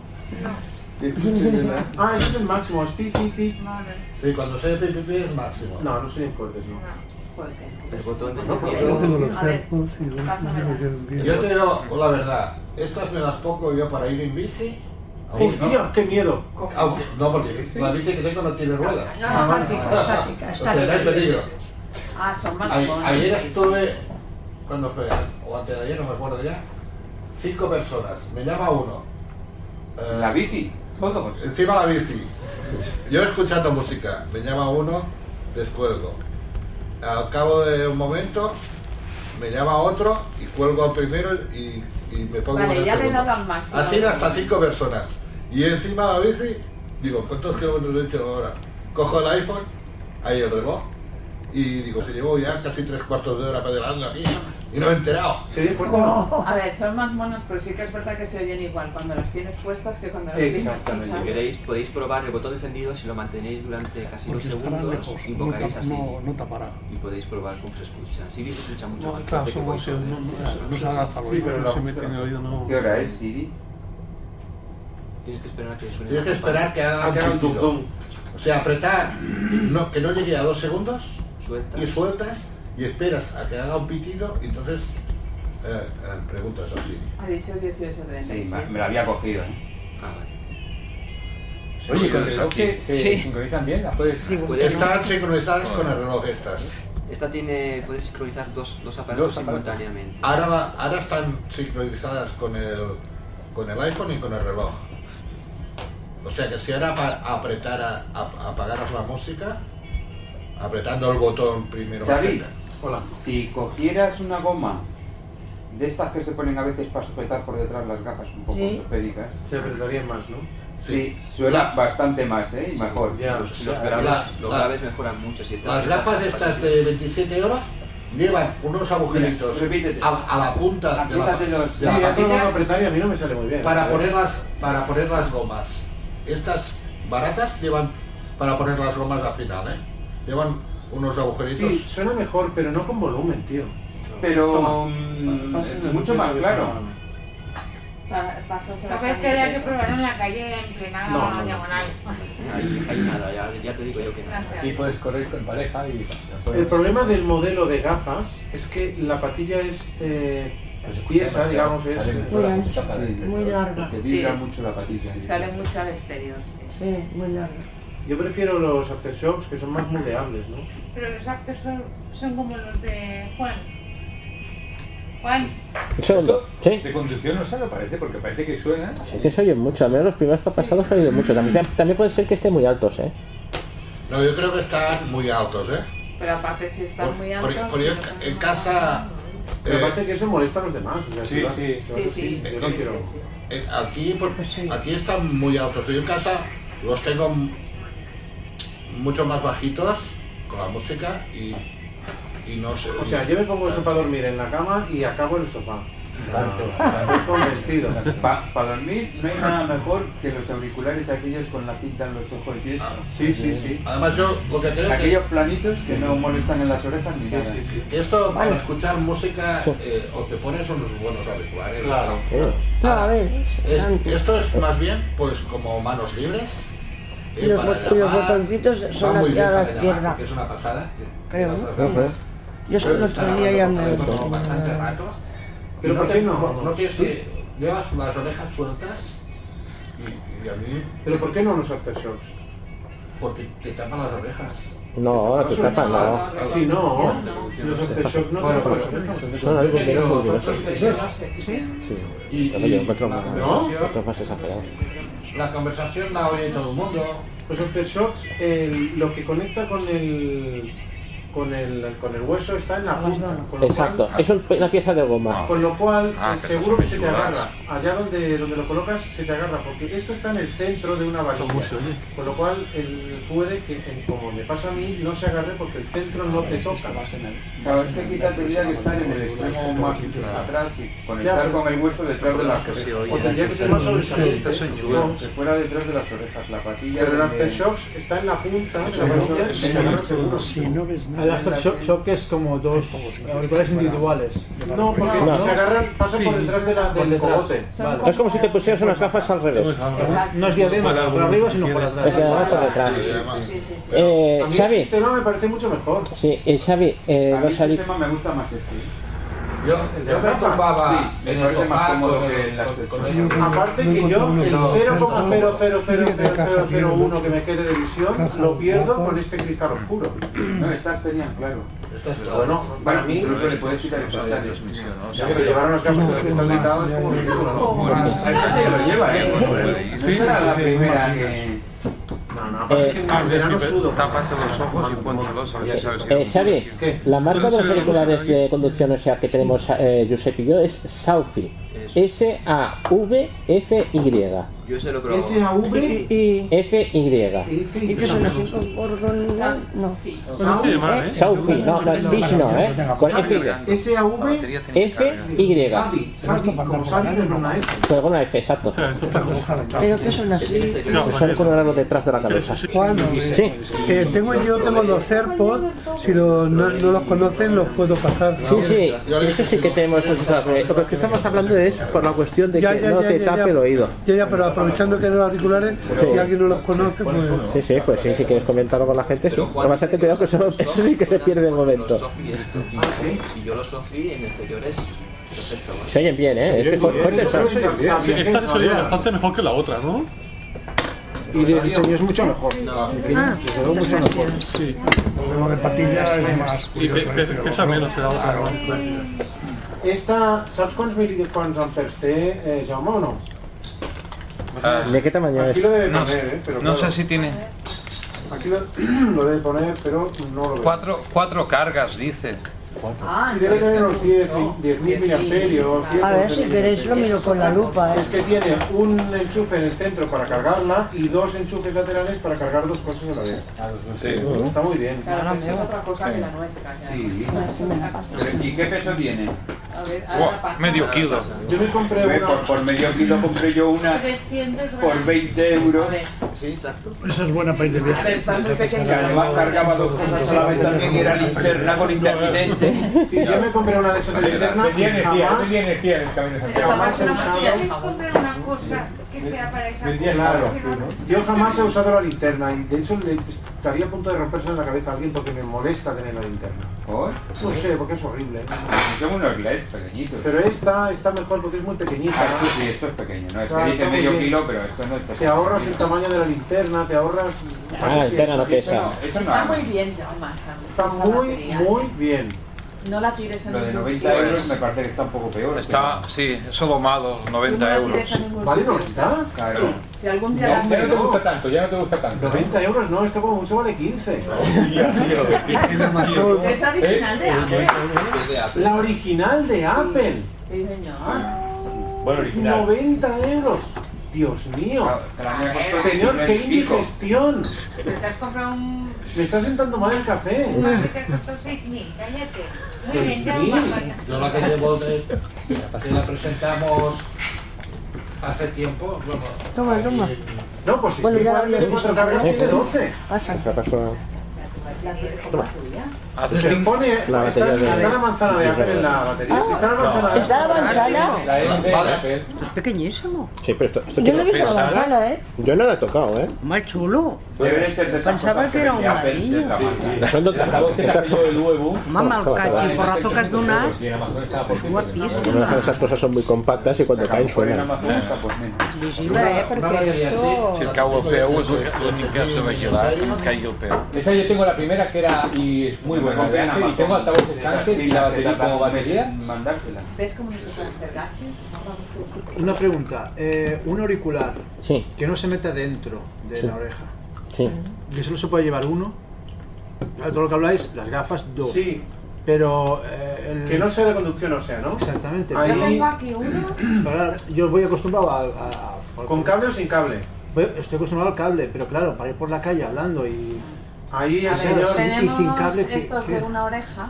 Speaker 15: Ah, eso es el máximo, es pi, pi, pi.
Speaker 12: Sí, cuando se oye pi, pi, pi es máximo.
Speaker 15: No, no soy fuertes, no.
Speaker 11: El botón de
Speaker 12: Yo tengo los
Speaker 9: AirPods y los-
Speaker 12: Yo te digo la verdad, estas me las pongo yo para ir en bici.
Speaker 15: ¡Hostia, qué miedo!
Speaker 12: Aunque, no, porque la bici que tengo no tiene ruedas.
Speaker 3: No, no, estática, estática,
Speaker 12: O sea, no hay
Speaker 3: estática.
Speaker 12: peligro.
Speaker 3: Ah, son más
Speaker 12: Ay- Ayer estuve, cuando fue, o antes de ayer, no me acuerdo ya, cinco personas. Me llama uno. Eh,
Speaker 13: La bici, todos.
Speaker 12: Encima la bici. Yo escuchando música, me llama uno, descuelgo. Al cabo de un momento, me llama otro y cuelgo al primero y, y me pongo
Speaker 3: Vale,
Speaker 12: con el
Speaker 3: ya le he
Speaker 12: segundo.
Speaker 3: dado al máximo.
Speaker 12: Así hasta cinco personas. Y encima la bici, digo, ¿cuántos kilómetros he hecho ahora? Cojo el iPhone, ahí el reloj, y digo, se llevo ya casi tres cuartos de hora pedalando aquí. Y no me he enterado.
Speaker 15: Sí,
Speaker 13: Pues
Speaker 15: fuerte no.
Speaker 3: A ver, son más monos, pero sí que es verdad que se oyen igual cuando las tienes puestas que cuando las
Speaker 11: Exactamente.
Speaker 3: tienes
Speaker 11: Si
Speaker 3: quitadas.
Speaker 11: queréis, podéis probar el botón defendido si lo mantenéis durante casi dos
Speaker 18: Porque estará
Speaker 11: segundos,
Speaker 18: lejos, no,
Speaker 11: invocaréis
Speaker 18: tap-
Speaker 11: así
Speaker 18: no, no tapará.
Speaker 11: y podéis probar cómo se escucha. Si bien se escucha mucho
Speaker 18: No,
Speaker 11: más
Speaker 18: claro,
Speaker 11: fuerte que
Speaker 18: solo
Speaker 11: voy
Speaker 18: se-
Speaker 11: con-
Speaker 18: no- no- no se haga favor,
Speaker 13: Sí, pero
Speaker 18: no
Speaker 13: la-
Speaker 18: se mete en el oído, no.
Speaker 13: ¿Qué hora es, Siri?
Speaker 11: Tienes que esperar a que suene.
Speaker 12: Tienes que
Speaker 11: la campana.
Speaker 12: esperar que
Speaker 13: Ah,
Speaker 12: haga un tum-tum. O sea, apretar, no, que no llegue a dos segundos y sueltas y esperas a que haga un pitido y entonces eh, eh, preguntas a Siri.
Speaker 3: Ha dicho 18.30.
Speaker 13: Sí, me me lo había cogido, ¿eh?
Speaker 11: Ah, vale.
Speaker 13: Oye, con el reloj se- se
Speaker 11: Sí.
Speaker 13: sincronizan bien, las puedes...
Speaker 11: Puedes-
Speaker 12: Están sincronizadas con el reloj estas.
Speaker 11: Esta tiene, puedes sincronizar dos, dos aparatos simultáneamente.
Speaker 12: Ahora, va- ahora están sincronizadas con el, con el iPhone y con el reloj. O sea que si ahora apa- apretara, ap- apagaras la música, apretando el botón primero.
Speaker 13: Xavi,
Speaker 12: aprieta.
Speaker 13: si cogieras una goma de estas que se ponen a veces para sujetar por detrás las gafas un poco
Speaker 15: Sí.
Speaker 13: ortopédicas...
Speaker 15: Se apretarían más, ¿no?
Speaker 13: Sí, suena bastante más, ¿eh? Y mejor.
Speaker 15: Ya.
Speaker 11: Los, los graves,
Speaker 12: La-
Speaker 11: los
Speaker 12: la-
Speaker 11: graves mejoran mucho. Si te
Speaker 12: Las gafas estas de 27 horas llevan unos agujeritos a, a la punta de la, pa-
Speaker 15: Apriétatelos.
Speaker 12: de la
Speaker 15: Sí, ya te lo van a
Speaker 12: patilla
Speaker 15: apretar y a mí no me sale muy bien.
Speaker 12: para poner, las, para poner las gomas. Estas baratas llevan para poner las gomas al final, ¿eh? Llevan unos agujeritos.
Speaker 15: Sí, suena mejor, pero no con volumen, tío.
Speaker 13: Pero,
Speaker 15: Toma.
Speaker 13: mm,
Speaker 15: Pasa que
Speaker 13: es
Speaker 15: no
Speaker 13: mucho
Speaker 15: escucho
Speaker 13: más
Speaker 15: bien.
Speaker 13: claro.
Speaker 3: Pa- pasas a la
Speaker 16: Capaz que
Speaker 3: sanidad.
Speaker 16: había que probarlo en la calle en plena
Speaker 13: No, no, no.
Speaker 16: diagonal.
Speaker 11: Ahí, ahí nada, ya, ya te digo yo que nada.
Speaker 16: No sé. Aquí
Speaker 13: puedes correr con pareja y...
Speaker 15: El problema del modelo de gafas es que la patilla es eh, tiesa, digamos, es... eh,
Speaker 6: muy larga.
Speaker 13: Que vibra
Speaker 3: Sí.
Speaker 13: mucho la patilla.
Speaker 3: Sale mucho al exterior, sí.
Speaker 6: Sí, muy larga.
Speaker 15: Yo prefiero los aftershocks que son más moldeables, ¿no?
Speaker 16: Pero los actos son, son como los de Juan. Juan,
Speaker 2: Un segundo. Sí.
Speaker 10: De conducción no se lo parece, porque parece que suena.
Speaker 2: Es que se oyen mucho, al menos los primeros que ha pasado se oyen mucho. También, también puede ser que estén muy altos, ¿eh?
Speaker 12: No, yo creo que están muy altos, ¿eh?
Speaker 3: Pero aparte si están muy altos...
Speaker 12: Porque, porque yo
Speaker 3: si no-
Speaker 12: en casa... eh,
Speaker 15: Pero aparte que eso molesta a los demás, o sea, si
Speaker 12: Sí,
Speaker 15: vas,
Speaker 12: sí.
Speaker 15: si vas
Speaker 12: Sí,
Speaker 15: así,
Speaker 12: sí.
Speaker 15: yo no
Speaker 12: Sí,
Speaker 15: quiero...
Speaker 12: sí, eh, aquí, por- aquí están muy altos. Yo en casa los tengo m- mucho más bajitos con la música y, y no sé.
Speaker 15: O sea, yo me pongo eso para dormir en la cama y acabo en el sofá.
Speaker 13: Tanto.
Speaker 15: Estoy convencido.
Speaker 13: Para dormir no hay nada mejor que los auriculares aquellos con la cinta en los ojos y eso.
Speaker 15: Sí, sí, sí.
Speaker 12: Además yo lo que creo que-
Speaker 13: Aquellos planitos que no molestan en las orejas ni
Speaker 12: Sí,
Speaker 13: nada.
Speaker 12: sí, sí. Esto para escuchar música eh, o te pones unos buenos auriculares. Claro.
Speaker 6: A ver,
Speaker 12: esto es más bien pues como manos libres. eh,
Speaker 6: Y los,
Speaker 12: para
Speaker 6: bot- y los
Speaker 12: llamar.
Speaker 6: botoncitos
Speaker 12: Va
Speaker 6: son
Speaker 12: muy
Speaker 6: hacia
Speaker 12: bien
Speaker 6: la
Speaker 12: para llamar,
Speaker 6: izquierda.
Speaker 12: porque Es una pasada. eh.
Speaker 6: Creo,
Speaker 12: Las
Speaker 6: ¿no? Pues,
Speaker 12: dos gafas.
Speaker 6: Yo es que
Speaker 12: Puedes
Speaker 6: los
Speaker 12: estar
Speaker 6: tenía
Speaker 12: hablando
Speaker 6: ya
Speaker 12: por
Speaker 6: en el-
Speaker 12: teléfono bastante rato.
Speaker 15: Pero
Speaker 12: Pero no,
Speaker 15: ¿por
Speaker 12: te-
Speaker 15: qué no?
Speaker 12: no- no tienes que... Llevas las orejas sueltas y, y a mí...
Speaker 15: Pero ¿por qué no los aftershocks?
Speaker 12: Porque te tapan las orejas. Ah,
Speaker 2: No, te tapan, no.
Speaker 15: Sí, no. Los aftershocks no
Speaker 12: Bueno, pues,
Speaker 15: tapan las
Speaker 12: pero-
Speaker 15: orejas.
Speaker 2: Son algo que no
Speaker 12: Nosotros
Speaker 2: son
Speaker 12: pensamos-
Speaker 2: Sí.
Speaker 12: Y-
Speaker 2: Pero yo
Speaker 12: y-
Speaker 2: encuentro
Speaker 12: ¿no?
Speaker 2: más, encuentro más exagerado.
Speaker 12: La conversación la oye todo el mundo.
Speaker 15: Los aftershocks, Pues el- lo que conecta con el, con el con el hueso está en la punta. Con lo
Speaker 2: Exacto,
Speaker 15: cual-
Speaker 2: es un- una pieza de goma.
Speaker 15: Con lo cual,
Speaker 2: Ah,
Speaker 15: eh,
Speaker 2: que
Speaker 15: seguro
Speaker 2: eso
Speaker 15: que
Speaker 2: es
Speaker 15: se te
Speaker 2: chulada.
Speaker 15: agarra. Allá donde, donde lo colocas, se te agarra, porque esto está en el centro de una varilla. Con lo cual, el, puede que, en- como me pasa a mí, no se agarre porque el centro no te toca.
Speaker 13: Claro, es que quizá tendría que estar en el extremo más atrás y conectar con el hueso detrás de las orejas.
Speaker 15: O tendría que ser más sobresaliente.
Speaker 13: No, Que fuera detrás de las orejas, la patilla.
Speaker 15: Pero el
Speaker 13: donde-
Speaker 15: aftershocks está en la punta de la
Speaker 13: Pero eso-
Speaker 15: varilla y
Speaker 13: eso
Speaker 15: se agarra
Speaker 13: no-
Speaker 15: seguro.
Speaker 14: Si no ves
Speaker 7: El
Speaker 14: nada.
Speaker 7: aftershock es como dos auriculares individuales.
Speaker 15: No, porque
Speaker 2: No.
Speaker 15: se agarran, pasan por detrás de la, del cogote.
Speaker 2: No Es como si te pusieras unas gafas al revés.
Speaker 7: No es diadema por arriba, sino por atrás.
Speaker 2: Es diadema por detrás. Eh,
Speaker 15: A mí este- el
Speaker 2: Xavi,
Speaker 15: sistema me parece mucho mejor.
Speaker 2: sí, eh, Xavi, eh,
Speaker 13: A mí
Speaker 2: los
Speaker 13: el
Speaker 2: auric-
Speaker 13: sistema me gusta más este.
Speaker 12: Yo,
Speaker 13: ¿El de
Speaker 12: yo me
Speaker 13: gafas?
Speaker 12: tumbaba
Speaker 13: Sí, me
Speaker 12: en el
Speaker 13: parece más
Speaker 12: sofá
Speaker 13: cómodo
Speaker 12: con
Speaker 13: que
Speaker 12: el-
Speaker 13: las
Speaker 12: con- con
Speaker 13: personas.
Speaker 12: eso.
Speaker 15: Aparte que yo el
Speaker 12: No.
Speaker 15: 0,0000001 que me quede de visión lo pierdo con este cristal oscuro.
Speaker 13: No, estas tenían claro.
Speaker 12: Estas
Speaker 15: Pero bueno, para mí
Speaker 13: incluso le puedes quitar el cristal.
Speaker 15: Ya, pero llevar unas gafas con los cristales dentados es como ridículo, ¿no?
Speaker 13: Hay gente que lo lleva, ¿eh? No será la primera que...
Speaker 15: No, no, aparte que en verano sudo.
Speaker 19: los ojos y póntelos, a ver si sabes
Speaker 2: eh, Xavi, la marca de los
Speaker 19: Entonces,
Speaker 2: auriculares de conducción, o sea, que tenemos eh, Josep y yo es Saufi. S-A-V-F-Y.
Speaker 11: Yo ese lo probé.
Speaker 6: y,
Speaker 2: F-Y.
Speaker 6: y que son así con gorgon... No.
Speaker 2: ¿Eh? Saufi, no, no, el fish no, ¿eh? Con F-Y.
Speaker 15: S-A-V,
Speaker 2: F-Y.
Speaker 15: Sabi, Sabi, como Sabi, pero una F.
Speaker 2: Pero con una F, exacto.
Speaker 6: Pero que son así.
Speaker 2: Son con un aro detrás de la cabeza.
Speaker 9: Juan,
Speaker 2: Sí.
Speaker 9: eh, tengo, yo tengo los AirPods, si los- no, no los conocen los puedo pasar.
Speaker 2: Sí, sí, eso sí que tenemos pues, que usar. Lo que estamos hablando es por la cuestión de
Speaker 9: Ya,
Speaker 2: que
Speaker 9: ya,
Speaker 2: no
Speaker 9: ya,
Speaker 2: te
Speaker 9: ya, ya.
Speaker 2: tape el oído.
Speaker 9: Ya, ya, pero aprovechando que los auriculares,
Speaker 2: Sí.
Speaker 9: si alguien no los conoce, pues...
Speaker 2: Sí, sí, pues sí, si quieres comentarlo con la gente, sí. Lo que pasa es que cuidado que eso, eso sí que se pierde el
Speaker 11: Los
Speaker 2: momento.
Speaker 11: Sofi estos.
Speaker 18: Ah,
Speaker 11: Y yo los Sofi en exteriores, perfecto. bueno.
Speaker 2: Se oyen bien, ¿eh? Este fue- fue interesante.
Speaker 10: Sí, esta se oye bastante mejor que la otra, ¿no?
Speaker 20: Y de diseño es mucho mejor.
Speaker 10: Ah,
Speaker 20: Desde luego mucho mejor. Sí. Lo de patillas es más.
Speaker 10: Y pe- pe- pesa menos que la otra, ¿no?
Speaker 15: Esta, saps quants, mil, quants ampers té, eh, Jaume, o no?
Speaker 2: ¿De qué tamaño es?
Speaker 15: Aquí lo debe poner, eh, pero
Speaker 4: Ah. No
Speaker 15: claro,
Speaker 4: sé si tiene
Speaker 15: Aquí lo, lo debe poner, pero no lo veo.
Speaker 4: cuatro, cuatro cargas, dice.
Speaker 15: Ah, sí, debe tener unos 10 10.000 miliamperios. 10,
Speaker 6: A ver, si queréis lo miro con la lupa, ¿eh?
Speaker 15: Es que tiene un enchufe en el centro para cargarla y dos enchufes laterales para cargar dos cosas a la vez.
Speaker 13: Ah, Sí.
Speaker 15: Está muy bien.
Speaker 3: Claro, pero es otra cosa que la nuestra. que
Speaker 13: Sí.
Speaker 3: la nuestra es otra cosa.
Speaker 13: Pero, ¿Y qué peso tiene?
Speaker 3: A ver, ahora la pasa.
Speaker 13: kilo.
Speaker 15: Yo me compré
Speaker 13: una. Por, por medio kilo compré yo una
Speaker 3: 300
Speaker 13: por
Speaker 3: gramos.
Speaker 13: 20 euros.
Speaker 11: Sí, exacto.
Speaker 14: Esa es buena para ir de
Speaker 13: A
Speaker 14: viaje.
Speaker 13: ver, está muy pequeña. Además cargaba dos cosas a la vez también era linterna con intermitente.
Speaker 15: Sí, yo me compré una de esas de linterna y jamás... Jamás he usado...
Speaker 16: Podéis comprar una cosa que sea para esa cosa.
Speaker 15: Claro.
Speaker 16: que no-
Speaker 15: Yo jamás he usado la linterna y de hecho le estaría a punto de romperse en la cabeza a alguien porque me molesta tener la linterna.
Speaker 13: ¿Por?
Speaker 15: No sé, porque es horrible. ¿eh?
Speaker 13: Son unos LEDs pequeñitos.
Speaker 15: Pero esta está mejor porque es muy pequeñita.
Speaker 13: Ah,
Speaker 15: ¿no?
Speaker 13: esto sí, esto es pequeño. No, este
Speaker 15: Claro,
Speaker 13: dice
Speaker 15: está muy
Speaker 13: medio
Speaker 15: bien.
Speaker 13: kilo, pero esto no es
Speaker 15: Te ahorras el tamaño de la linterna, te ahorras...
Speaker 2: Ah, la linterna no
Speaker 15: Eso
Speaker 2: pesa.
Speaker 13: eso
Speaker 3: Está muy bien, Jaume.
Speaker 15: Está muy, muy bien.
Speaker 3: No la tires en
Speaker 13: Lo de
Speaker 3: ningún
Speaker 13: 90
Speaker 3: sitio.
Speaker 13: euros me parece que está un poco peor.
Speaker 4: Está, sí, eso lo malo, 90
Speaker 3: No la
Speaker 4: euros.
Speaker 3: tires a ningún sitio.
Speaker 13: Claro.
Speaker 3: Sí, si algún día la
Speaker 13: te gusta tanto, ya no te gusta tanto.
Speaker 15: 90 euros no, esto como mucho vale 15.
Speaker 3: Es la original
Speaker 13: ¿Eh?
Speaker 3: de Apple.
Speaker 15: La original de Apple.
Speaker 3: Sí, señor.
Speaker 13: Bueno,
Speaker 15: 90 euros. Dios mío. Señor, qué indigestión.
Speaker 16: Pero te has comprado un...
Speaker 15: Me está sentando mal el café.
Speaker 3: Ah.
Speaker 16: Una que te costó 6.000, cállate. Muy bien, ya un
Speaker 12: 6.000.
Speaker 16: bajón.
Speaker 12: Yo la que llevo de, que la presentamos hace tiempo, bueno,
Speaker 6: Toma, toma.
Speaker 15: No, pues
Speaker 12: si
Speaker 6: Bueno,
Speaker 12: estoy
Speaker 6: ya
Speaker 12: igual,
Speaker 6: lo
Speaker 12: tiene cuatro cargas,
Speaker 5: Este.
Speaker 12: tiene doce.
Speaker 6: Pasa.
Speaker 4: Ah,
Speaker 15: Se pone,
Speaker 2: La
Speaker 15: está,
Speaker 2: batería de-
Speaker 15: está la manzana de Apple en la batería. Si está la manzana de
Speaker 6: ¿Está la manzana?
Speaker 2: Vale.
Speaker 5: Es pequeñísimo.
Speaker 2: Sí, pero esto, esto
Speaker 5: Yo
Speaker 2: tiene-
Speaker 5: no he visto la
Speaker 2: Pensaba-
Speaker 5: manzana, ¿eh?
Speaker 2: Yo no la he tocado, ¿eh?
Speaker 5: Mal chulo.
Speaker 13: Debe de ser de esas
Speaker 5: Pensaba
Speaker 13: cosas
Speaker 5: que era un
Speaker 13: vendía Apple de
Speaker 5: ladrillo.
Speaker 13: tamaño.
Speaker 2: Son de- exacto.
Speaker 5: Mamá, el
Speaker 2: Estaba- estaba-
Speaker 5: cachi, porrazo que has de una. pues, Es
Speaker 2: Algunas
Speaker 5: guapísima.
Speaker 2: de esas cosas son muy compactas y cuando caen suenan.
Speaker 13: eh,
Speaker 5: eh,
Speaker 12: Una batería así,
Speaker 4: Si Eh. el cabo PU es l'únic que te va ajudar, que hi el PU.
Speaker 21: Esa yo tengo la primera que era y es muy buena.
Speaker 13: compré en
Speaker 21: Y
Speaker 13: Amazon.
Speaker 21: tengo altavoces
Speaker 13: Esa
Speaker 21: Sánchez
Speaker 13: sí,
Speaker 21: y la
Speaker 13: la
Speaker 21: batería
Speaker 13: que tarda
Speaker 21: como
Speaker 13: un mes
Speaker 21: batería.
Speaker 13: Mandársela.
Speaker 3: ¿Ves cómo no se puede hacer gachi?
Speaker 7: Una pregunta, eh, un auricular
Speaker 2: Sí.
Speaker 7: que no se meta dentro de
Speaker 2: Sí.
Speaker 7: la oreja,
Speaker 2: Sí.
Speaker 7: que solo se puede llevar uno, claro, todo lo que habláis, las gafas dos.
Speaker 15: Sí.
Speaker 7: Pero eh, el-
Speaker 15: Que no sea de conducción, o sea, ¿no?
Speaker 7: Exactamente.
Speaker 15: Ahí-
Speaker 7: Pero-
Speaker 15: Yo tengo
Speaker 3: aquí uno.
Speaker 7: pero ahora yo voy acostumbrado a... a- a-
Speaker 15: ¿Con cable o sin cable?
Speaker 7: Voy- estoy acostumbrado al cable, pero claro, para ir por la calle hablando y...
Speaker 15: Ahí
Speaker 7: y,
Speaker 15: el
Speaker 7: sin- y sin
Speaker 3: Tenemos
Speaker 7: cable... ¿qué-
Speaker 3: estos
Speaker 7: qué?
Speaker 3: de una oreja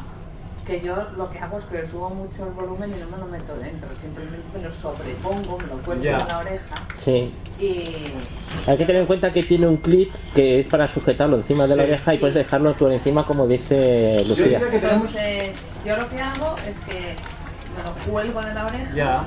Speaker 3: que yo lo que hago es que le subo mucho el volumen y no me lo meto dentro, simplemente me lo sobrepongo, me lo cuelgo
Speaker 2: Ya.
Speaker 3: en la oreja
Speaker 2: Sí.
Speaker 3: y
Speaker 2: Hay que tener en cuenta que tiene un clip que es para sujetarlo encima de la
Speaker 3: Sí.
Speaker 2: oreja y puedes dejarlo por encima como dice Lucía.
Speaker 3: entonces yo lo que hago es que me lo cuelgo de la oreja,
Speaker 7: Ya.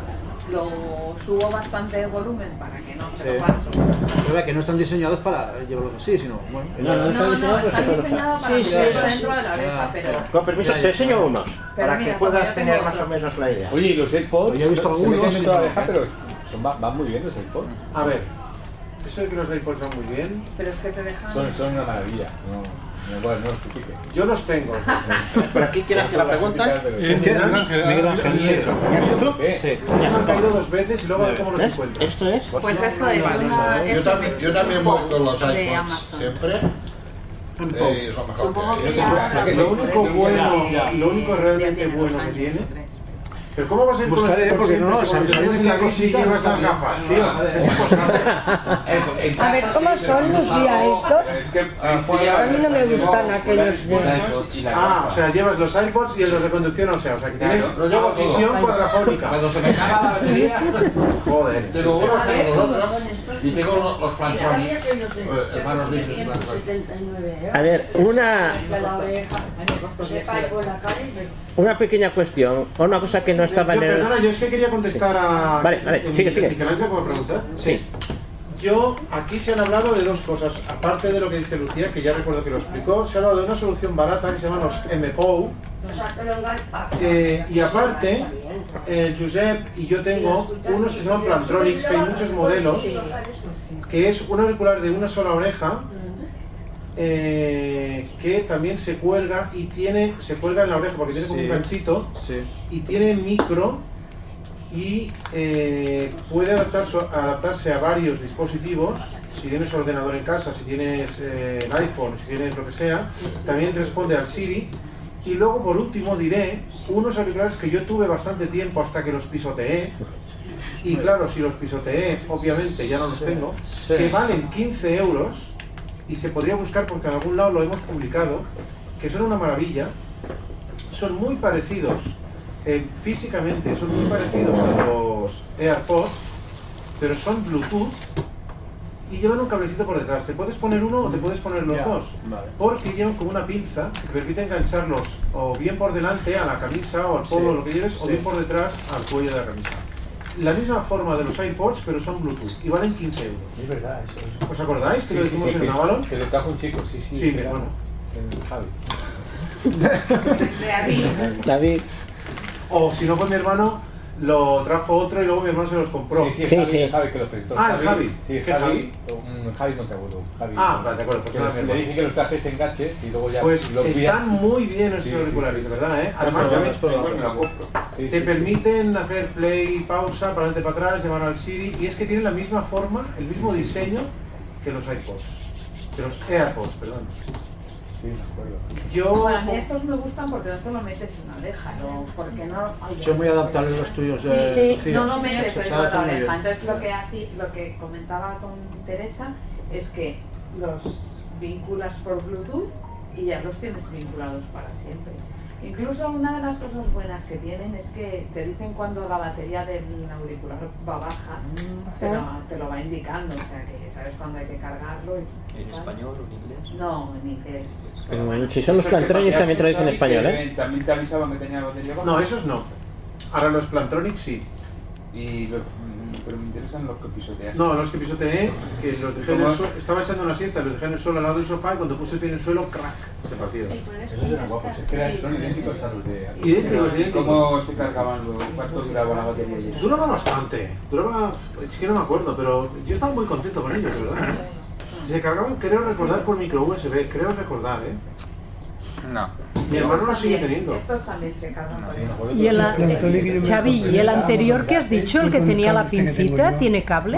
Speaker 3: lo subo bastante de volumen para que no se
Speaker 7: Sí.
Speaker 3: lo paso.
Speaker 7: Pero vea que no están diseñados para llevarlos así, sino... Bueno,
Speaker 2: No, no están diseñados, pero se puede
Speaker 3: diseñado
Speaker 2: usar.
Speaker 3: para meterlo dentro de la
Speaker 7: Ah,
Speaker 3: oreja, pero...
Speaker 2: Con permiso, te enseño unos
Speaker 3: Pero
Speaker 2: para
Speaker 3: mira,
Speaker 21: pues
Speaker 2: que
Speaker 3: como
Speaker 2: puedas
Speaker 3: yo tengo
Speaker 2: tener
Speaker 3: otro.
Speaker 2: más o menos la idea.
Speaker 21: Oye, y los AirPods.
Speaker 7: Yo he
Speaker 21: se
Speaker 7: visto algunos,
Speaker 21: meten dentro de la
Speaker 7: sí,
Speaker 21: oreja,
Speaker 7: no.
Speaker 21: pero son- van, van muy bien los AirPods.
Speaker 15: A ver, eso de que los AirPods van muy bien.
Speaker 3: Pero es que te dejan...
Speaker 21: Son, son una maravilla. No, no, bueno, no, sí, sí que-
Speaker 15: Yo los tengo.
Speaker 2: ¿Por aquí quieres que la pregunta?
Speaker 15: Me han caído dos veces y luego a ver cómo los encuentro.
Speaker 2: ¿Esto es?
Speaker 3: Pues esto es una...
Speaker 21: ¿eh?
Speaker 12: Yo
Speaker 3: es
Speaker 12: también,
Speaker 3: un
Speaker 12: yo también voy con los
Speaker 3: de
Speaker 12: iPods
Speaker 3: Amazon.
Speaker 12: siempre. Eh, y son mejor
Speaker 3: Supongo
Speaker 12: que- yo
Speaker 3: que
Speaker 12: tengo-
Speaker 3: ya-
Speaker 12: o sea, que
Speaker 15: Lo único
Speaker 12: ya-
Speaker 15: bueno,
Speaker 12: ya-
Speaker 15: lo único realmente bueno que tiene, Pero ¿cómo vas a ir
Speaker 13: Buscaré, porque no,
Speaker 15: con
Speaker 13: sabes-
Speaker 15: los
Speaker 13: sabes
Speaker 15: en la
Speaker 13: que
Speaker 15: bici y
Speaker 13: cosita
Speaker 15: llevas
Speaker 13: no
Speaker 15: las
Speaker 13: está-
Speaker 15: gafas, tío? Es imposible.
Speaker 1: A ver, ¿cómo son los días estos?
Speaker 12: Ah,
Speaker 1: A mí no me gustan aquellos días.
Speaker 15: Ah, o sea, llevas los AirPods y los de conducción, o sea, o sea que tienes
Speaker 12: Claro, lo llevo todo.
Speaker 15: audición cuadrafónica.
Speaker 12: Cuando se me acaba la batería,
Speaker 15: Joder.
Speaker 12: tengo unos,
Speaker 15: A ver,
Speaker 12: tengo los
Speaker 15: todos
Speaker 12: otros y tengo los, los planchones.
Speaker 1: Mira, había que los de-
Speaker 12: Eh, hermanos Vinci, planchones.
Speaker 1: ¿eh?
Speaker 2: A ver, una, una pequeña cuestión, o una cosa que no estaba
Speaker 15: Yo,
Speaker 2: en el...
Speaker 15: perdona, yo es que quería contestar a.
Speaker 2: Vale, vale,
Speaker 15: en-
Speaker 2: sigue,
Speaker 15: en
Speaker 2: sigue.
Speaker 15: Michelangelo, ¿puedo preguntar?
Speaker 2: Sí.
Speaker 15: Yo, aquí se han hablado de dos cosas, aparte de lo que dice Lucía, que ya recuerdo que lo explicó, se ha hablado de una solución barata que se llama los MPOU, eh, y aparte, eh, Josep y yo tengo unos que se llaman Plantronics, que hay muchos modelos, que es un auricular de una sola oreja, eh, que también se cuelga y tiene, se cuelga en la oreja porque tiene como
Speaker 13: Sí.
Speaker 15: un ganchito,
Speaker 13: Sí.
Speaker 15: y tiene micro y eh, puede adaptarse, adaptarse a varios dispositivos. Si tienes ordenador en casa, si tienes eh, el iPhone, si tienes lo que sea, también responde al Siri. Y luego, por último, diré unos auriculares que yo tuve bastante tiempo hasta que los pisoteé. Y claro, si los pisoteé, obviamente ya no los tengo,
Speaker 13: Sí.
Speaker 15: que valen 15 euros y se podría buscar porque en algún lado lo hemos publicado, que son una maravilla. Son muy parecidos eh, físicamente son muy parecidos a los AirPods, pero son Bluetooth y llevan un cablecito por detrás. Te puedes poner uno o te puedes poner los
Speaker 13: Ya,
Speaker 15: dos,
Speaker 13: vale.
Speaker 15: porque llevan como una pinza que te permite engancharlos o bien por delante a la camisa o al polo,
Speaker 13: Sí,
Speaker 15: lo que lleves, o
Speaker 13: sí.
Speaker 15: bien por detrás al cuello de la camisa. La misma forma de los iPods, pero son Bluetooth y valen 15 euros.
Speaker 21: Es verdad, eso es.
Speaker 15: ¿Os acordáis que lo
Speaker 21: Sí, sí,
Speaker 15: dijimos
Speaker 21: sí,
Speaker 15: en
Speaker 21: que-
Speaker 15: Navalon?
Speaker 21: Que lo trajo un chico, sí, sí.
Speaker 15: Sí, mi
Speaker 21: era
Speaker 15: hermano.
Speaker 21: El Javi.
Speaker 2: David.
Speaker 15: O si no fue mi hermano, lo trajo otro y luego mi hermano se los compró.
Speaker 21: Sí, sí, el Javi, el Javi que lo prestó.
Speaker 15: Ah, el Javi.
Speaker 21: Sí, el
Speaker 15: ¿Qué
Speaker 21: Javi. Un Javi no te acuerdo. Javi.
Speaker 15: Ah, vale, de acuerdo, pues
Speaker 21: Que
Speaker 15: nada, mi
Speaker 21: le
Speaker 15: hermano.
Speaker 21: dije que los trajes en enganches y luego ya
Speaker 15: Pues
Speaker 21: los vi a-
Speaker 15: están muy bien esos
Speaker 21: Sí, sí,
Speaker 15: auriculares,
Speaker 21: sí.
Speaker 15: de verdad, ¿eh?
Speaker 21: Los
Speaker 15: Además,
Speaker 21: probamos,
Speaker 15: también
Speaker 21: probamos, los
Speaker 15: te permiten hacer play y pausa, para adelante para atrás, llamar al Siri, y es que tienen la misma forma, el mismo diseño que los iPods. Que los AirPods, perdón.
Speaker 21: Sí, me acuerdo.
Speaker 15: Yo.
Speaker 3: Bueno, a mí estos me gustan porque no te lo metes en la oreja, ¿no? Porque no... ay,
Speaker 7: Son muy adaptables los tuyos.
Speaker 3: Sí,
Speaker 7: eh,
Speaker 3: sí,
Speaker 7: Lucía.
Speaker 3: no lo metes
Speaker 7: Se
Speaker 3: dentro de la
Speaker 7: adaptan muy bien.
Speaker 3: oreja. Entonces lo que, haci- lo que comentaba con Teresa es que los vinculas por Bluetooth y ya los tienes vinculados para siempre. Incluso una de las cosas buenas que tienen es que te dicen cuando la batería del auricular va baja, te lo, te lo va indicando, o sea que sabes cuándo hay que cargarlo. Y,
Speaker 11: ¿En español o en inglés?
Speaker 3: No, en inglés.
Speaker 2: Mm, Si son los plantrones también te lo dicen en español, ¿eh?
Speaker 13: También te avisaban que tenía la batería baja.
Speaker 15: No, esos no. Ahora los Plantronics sí.
Speaker 13: Y los, mm, pero me interesan los que pisoteas.
Speaker 15: No, los que pisoteé, que los dejé en el suelo, estaba echando una siesta, los dejé en el suelo al lado del sofá y cuando puse el pie en el suelo, crack, se partieron.
Speaker 21: Esos eran guapos, es que eran- son idénticos a los de.
Speaker 15: Idénticos,
Speaker 13: Pero,
Speaker 15: idénticos.
Speaker 13: ¿Cómo se cargaban los cuánto duraba la batería? y eso?
Speaker 15: Duraba bastante, duraba, es que no me acuerdo, pero yo estaba muy contento con ellos, ¿verdad? Se cargaban, creo recordar, por micro USB, creo recordar, ¿eh?
Speaker 4: No.
Speaker 15: Mi hermano lo sigue
Speaker 3: También,
Speaker 15: teniendo.
Speaker 3: Estos también se cargan por ahí.
Speaker 5: Y el, a- Xavi, ¿y el anterior que has dicho, el que tenía la pincita, tiene cable?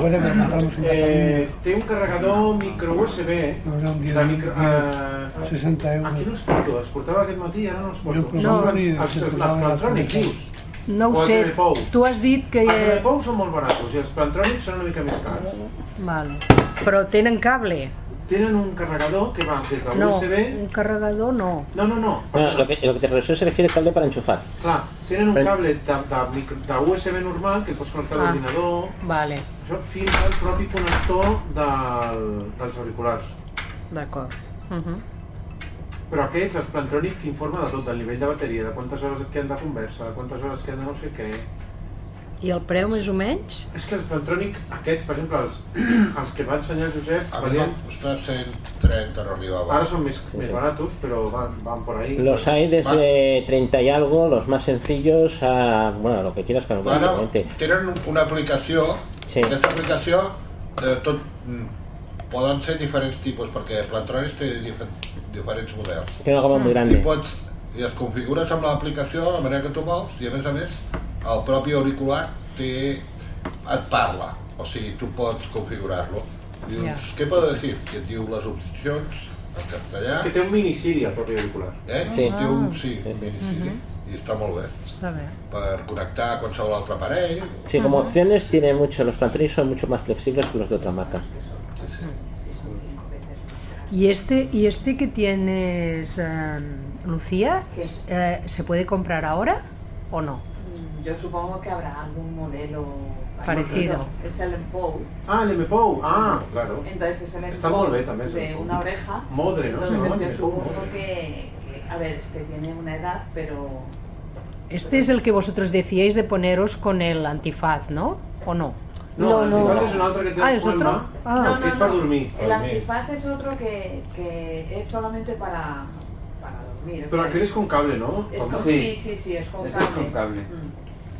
Speaker 15: Eh, tengo un cargador micro USB, que da micro- ah,
Speaker 9: 60 euros.
Speaker 15: aquí no exporto, exportaba aquel matí, ara no exporto.
Speaker 9: Jo
Speaker 15: Són
Speaker 9: probava i
Speaker 15: les, les,
Speaker 9: exportava les
Speaker 15: Plantronics, dius?
Speaker 5: No ho
Speaker 15: O els
Speaker 5: sé,
Speaker 15: de Pou. Ah,
Speaker 5: tu has dit que...
Speaker 15: Els de Pou són molt barats i els Plantronics són una mica més cars.
Speaker 5: Vale. Però tenen cable?
Speaker 15: Tenen un carregador que va des de
Speaker 5: No,
Speaker 15: l'USB...
Speaker 5: un carregador no.
Speaker 15: No, no, no.
Speaker 2: Bueno, lo, que, lo que te refiero se refiere al cable para enchufar.
Speaker 15: Clar, tenen un cable de, de, micro, de USB normal que el pots connectar a
Speaker 5: Ah.
Speaker 15: l'ordinador...
Speaker 5: Vale,
Speaker 15: Això fins al propi connector del, dels auriculars.
Speaker 5: d'acord. Mhm.
Speaker 15: Però aquests, els Plantronic, t'informa de tot, del nivell de bateria, de quantes hores et queden de conversa, de quantes hores et queden de no sé què...
Speaker 5: I el preu més o menys?
Speaker 15: És que els Plantronic, aquests, per exemple, els, els que va ensenyar el Josep, valien...
Speaker 12: Está 130 no arribaba.
Speaker 15: Ara són més, més baratos, però van, van por ahí.
Speaker 2: Los hay desde 30 y algo, los más sencillos a. Bueno, lo que quieras, pero
Speaker 12: Bueno,
Speaker 2: obviamente.
Speaker 12: Tenen una aplicació,
Speaker 2: Sí.
Speaker 12: aquesta aplicació eh, tot, mm, poden ser diferents tipus, perquè Plantronics té dife- diferents models.
Speaker 2: Té una gama molt gran.
Speaker 12: I pots, i es configures amb l'aplicació de la manera que tu vols i a més a més el propi auricular té, et parla, o sigui, tu pots configurar-lo. Dius,
Speaker 15: Ja.
Speaker 12: què puedo decir? I et diu les opcions en castellà.
Speaker 15: És que té un mini Siri al propi auricular.
Speaker 12: Eh?
Speaker 15: Sí.
Speaker 12: Té un, sí, un mini Siri. i està molt bé
Speaker 5: Està bé.
Speaker 12: per connectar a qualsevol altre aparell.
Speaker 2: Sí, como opciones tiene mucho, los plantillos son mucho más flexibles que los de otra marca.
Speaker 5: Y este, y este que tienes, eh, Lucía, eh, ¿se puede comprar ahora o no?
Speaker 3: Mm, Yo supongo que habrá algún modelo
Speaker 5: Parecido.
Speaker 3: Es el MPOW.
Speaker 15: Ah, el MPOW, ah, claro.
Speaker 3: Entonces es el
Speaker 15: Está
Speaker 3: MPOW
Speaker 15: molt bé, també, és el
Speaker 3: de
Speaker 15: MPOW.
Speaker 3: una oreja.
Speaker 15: Modre, no? Se
Speaker 3: Entonces
Speaker 15: llama
Speaker 3: yo supongo
Speaker 15: MPOW.
Speaker 3: que, que, a ver, este tiene una edad, pero
Speaker 5: Este es el que vosotros decíais de poneros con el antifaz, ¿no? ¿O no?
Speaker 15: No, No, no. antifaz es un altre que té
Speaker 5: ah,
Speaker 15: un
Speaker 5: ¿es otro?
Speaker 15: colma,
Speaker 5: Ah.
Speaker 15: que es para dormir.
Speaker 3: el antifaz es otro que, que es solamente para, para dormir.
Speaker 15: Pero aquel es con cable, ¿no?
Speaker 3: Es con- sí.
Speaker 15: Sí.
Speaker 3: sí, sí, es con
Speaker 15: Ese es
Speaker 3: cable.
Speaker 15: con cable.
Speaker 3: Mm.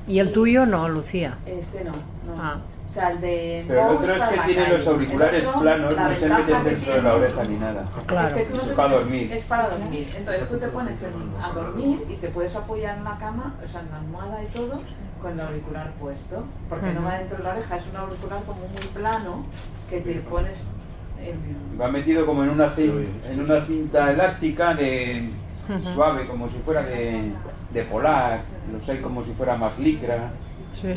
Speaker 5: ¿Y el tuyo no, Lucía?
Speaker 3: Este no, no. O sea, el de
Speaker 13: Pero el
Speaker 3: Bose
Speaker 13: otro es
Speaker 3: para
Speaker 13: que
Speaker 3: la
Speaker 13: tiene
Speaker 3: calle.
Speaker 13: los auriculares
Speaker 3: El otro,
Speaker 13: planos,
Speaker 3: la
Speaker 13: no se
Speaker 3: ventaja
Speaker 13: meten
Speaker 3: que
Speaker 13: dentro de
Speaker 3: tiene-
Speaker 13: la oreja ni nada.
Speaker 3: Es que tú no te
Speaker 13: Es para
Speaker 3: puedes-
Speaker 13: dormir.
Speaker 3: Es para dormir. Entonces tú te pones en- a dormir y te puedes apoyar en la cama, o sea, en la almohada y todo, con el auricular puesto. Porque no
Speaker 13: Ujú.
Speaker 3: va dentro de la oreja, es un auricular como muy plano que te pones en-
Speaker 13: Va metido como en una cinta, en una cinta elástica de
Speaker 5: Ujú.
Speaker 13: suave, como si fuera de, de polar, los hay como si fuera más licra,
Speaker 5: Sí, sí.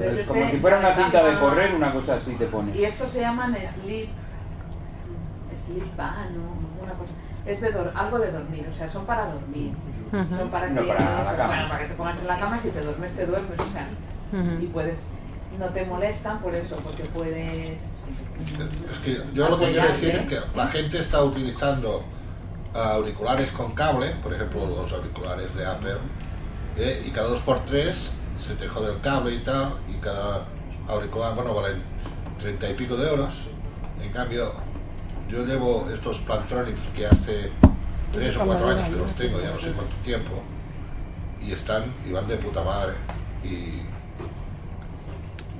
Speaker 13: es como
Speaker 5: este
Speaker 13: si fuera una cinta de correr, una cosa así te pone.
Speaker 3: Y estos se llaman sleep. Sleep band, ¿no? Una cosa. Es de dor- algo de dormir, o sea, son para dormir.
Speaker 5: Ujú.
Speaker 3: Son para que,
Speaker 13: No, para la
Speaker 3: son
Speaker 13: cama.
Speaker 3: para- para que te pongas en la cama, si te duermes, te duermes, o sea.
Speaker 5: Ujú.
Speaker 3: Y puedes. No te molestan por eso, porque puedes.
Speaker 12: Es que yo lo que quiero decir es que la gente está utilizando auriculares con eh, cable, por ejemplo los auriculares de Apple, ¿eh? y cada dos por tres se te jode el cable y tal, y cada auricular, bueno, valen treinta y pico de euros. En cambio, yo llevo estos Plantronics que hace tres o cuatro años que los tengo, ya no sé cuánto tiempo, y están y van de puta madre. Y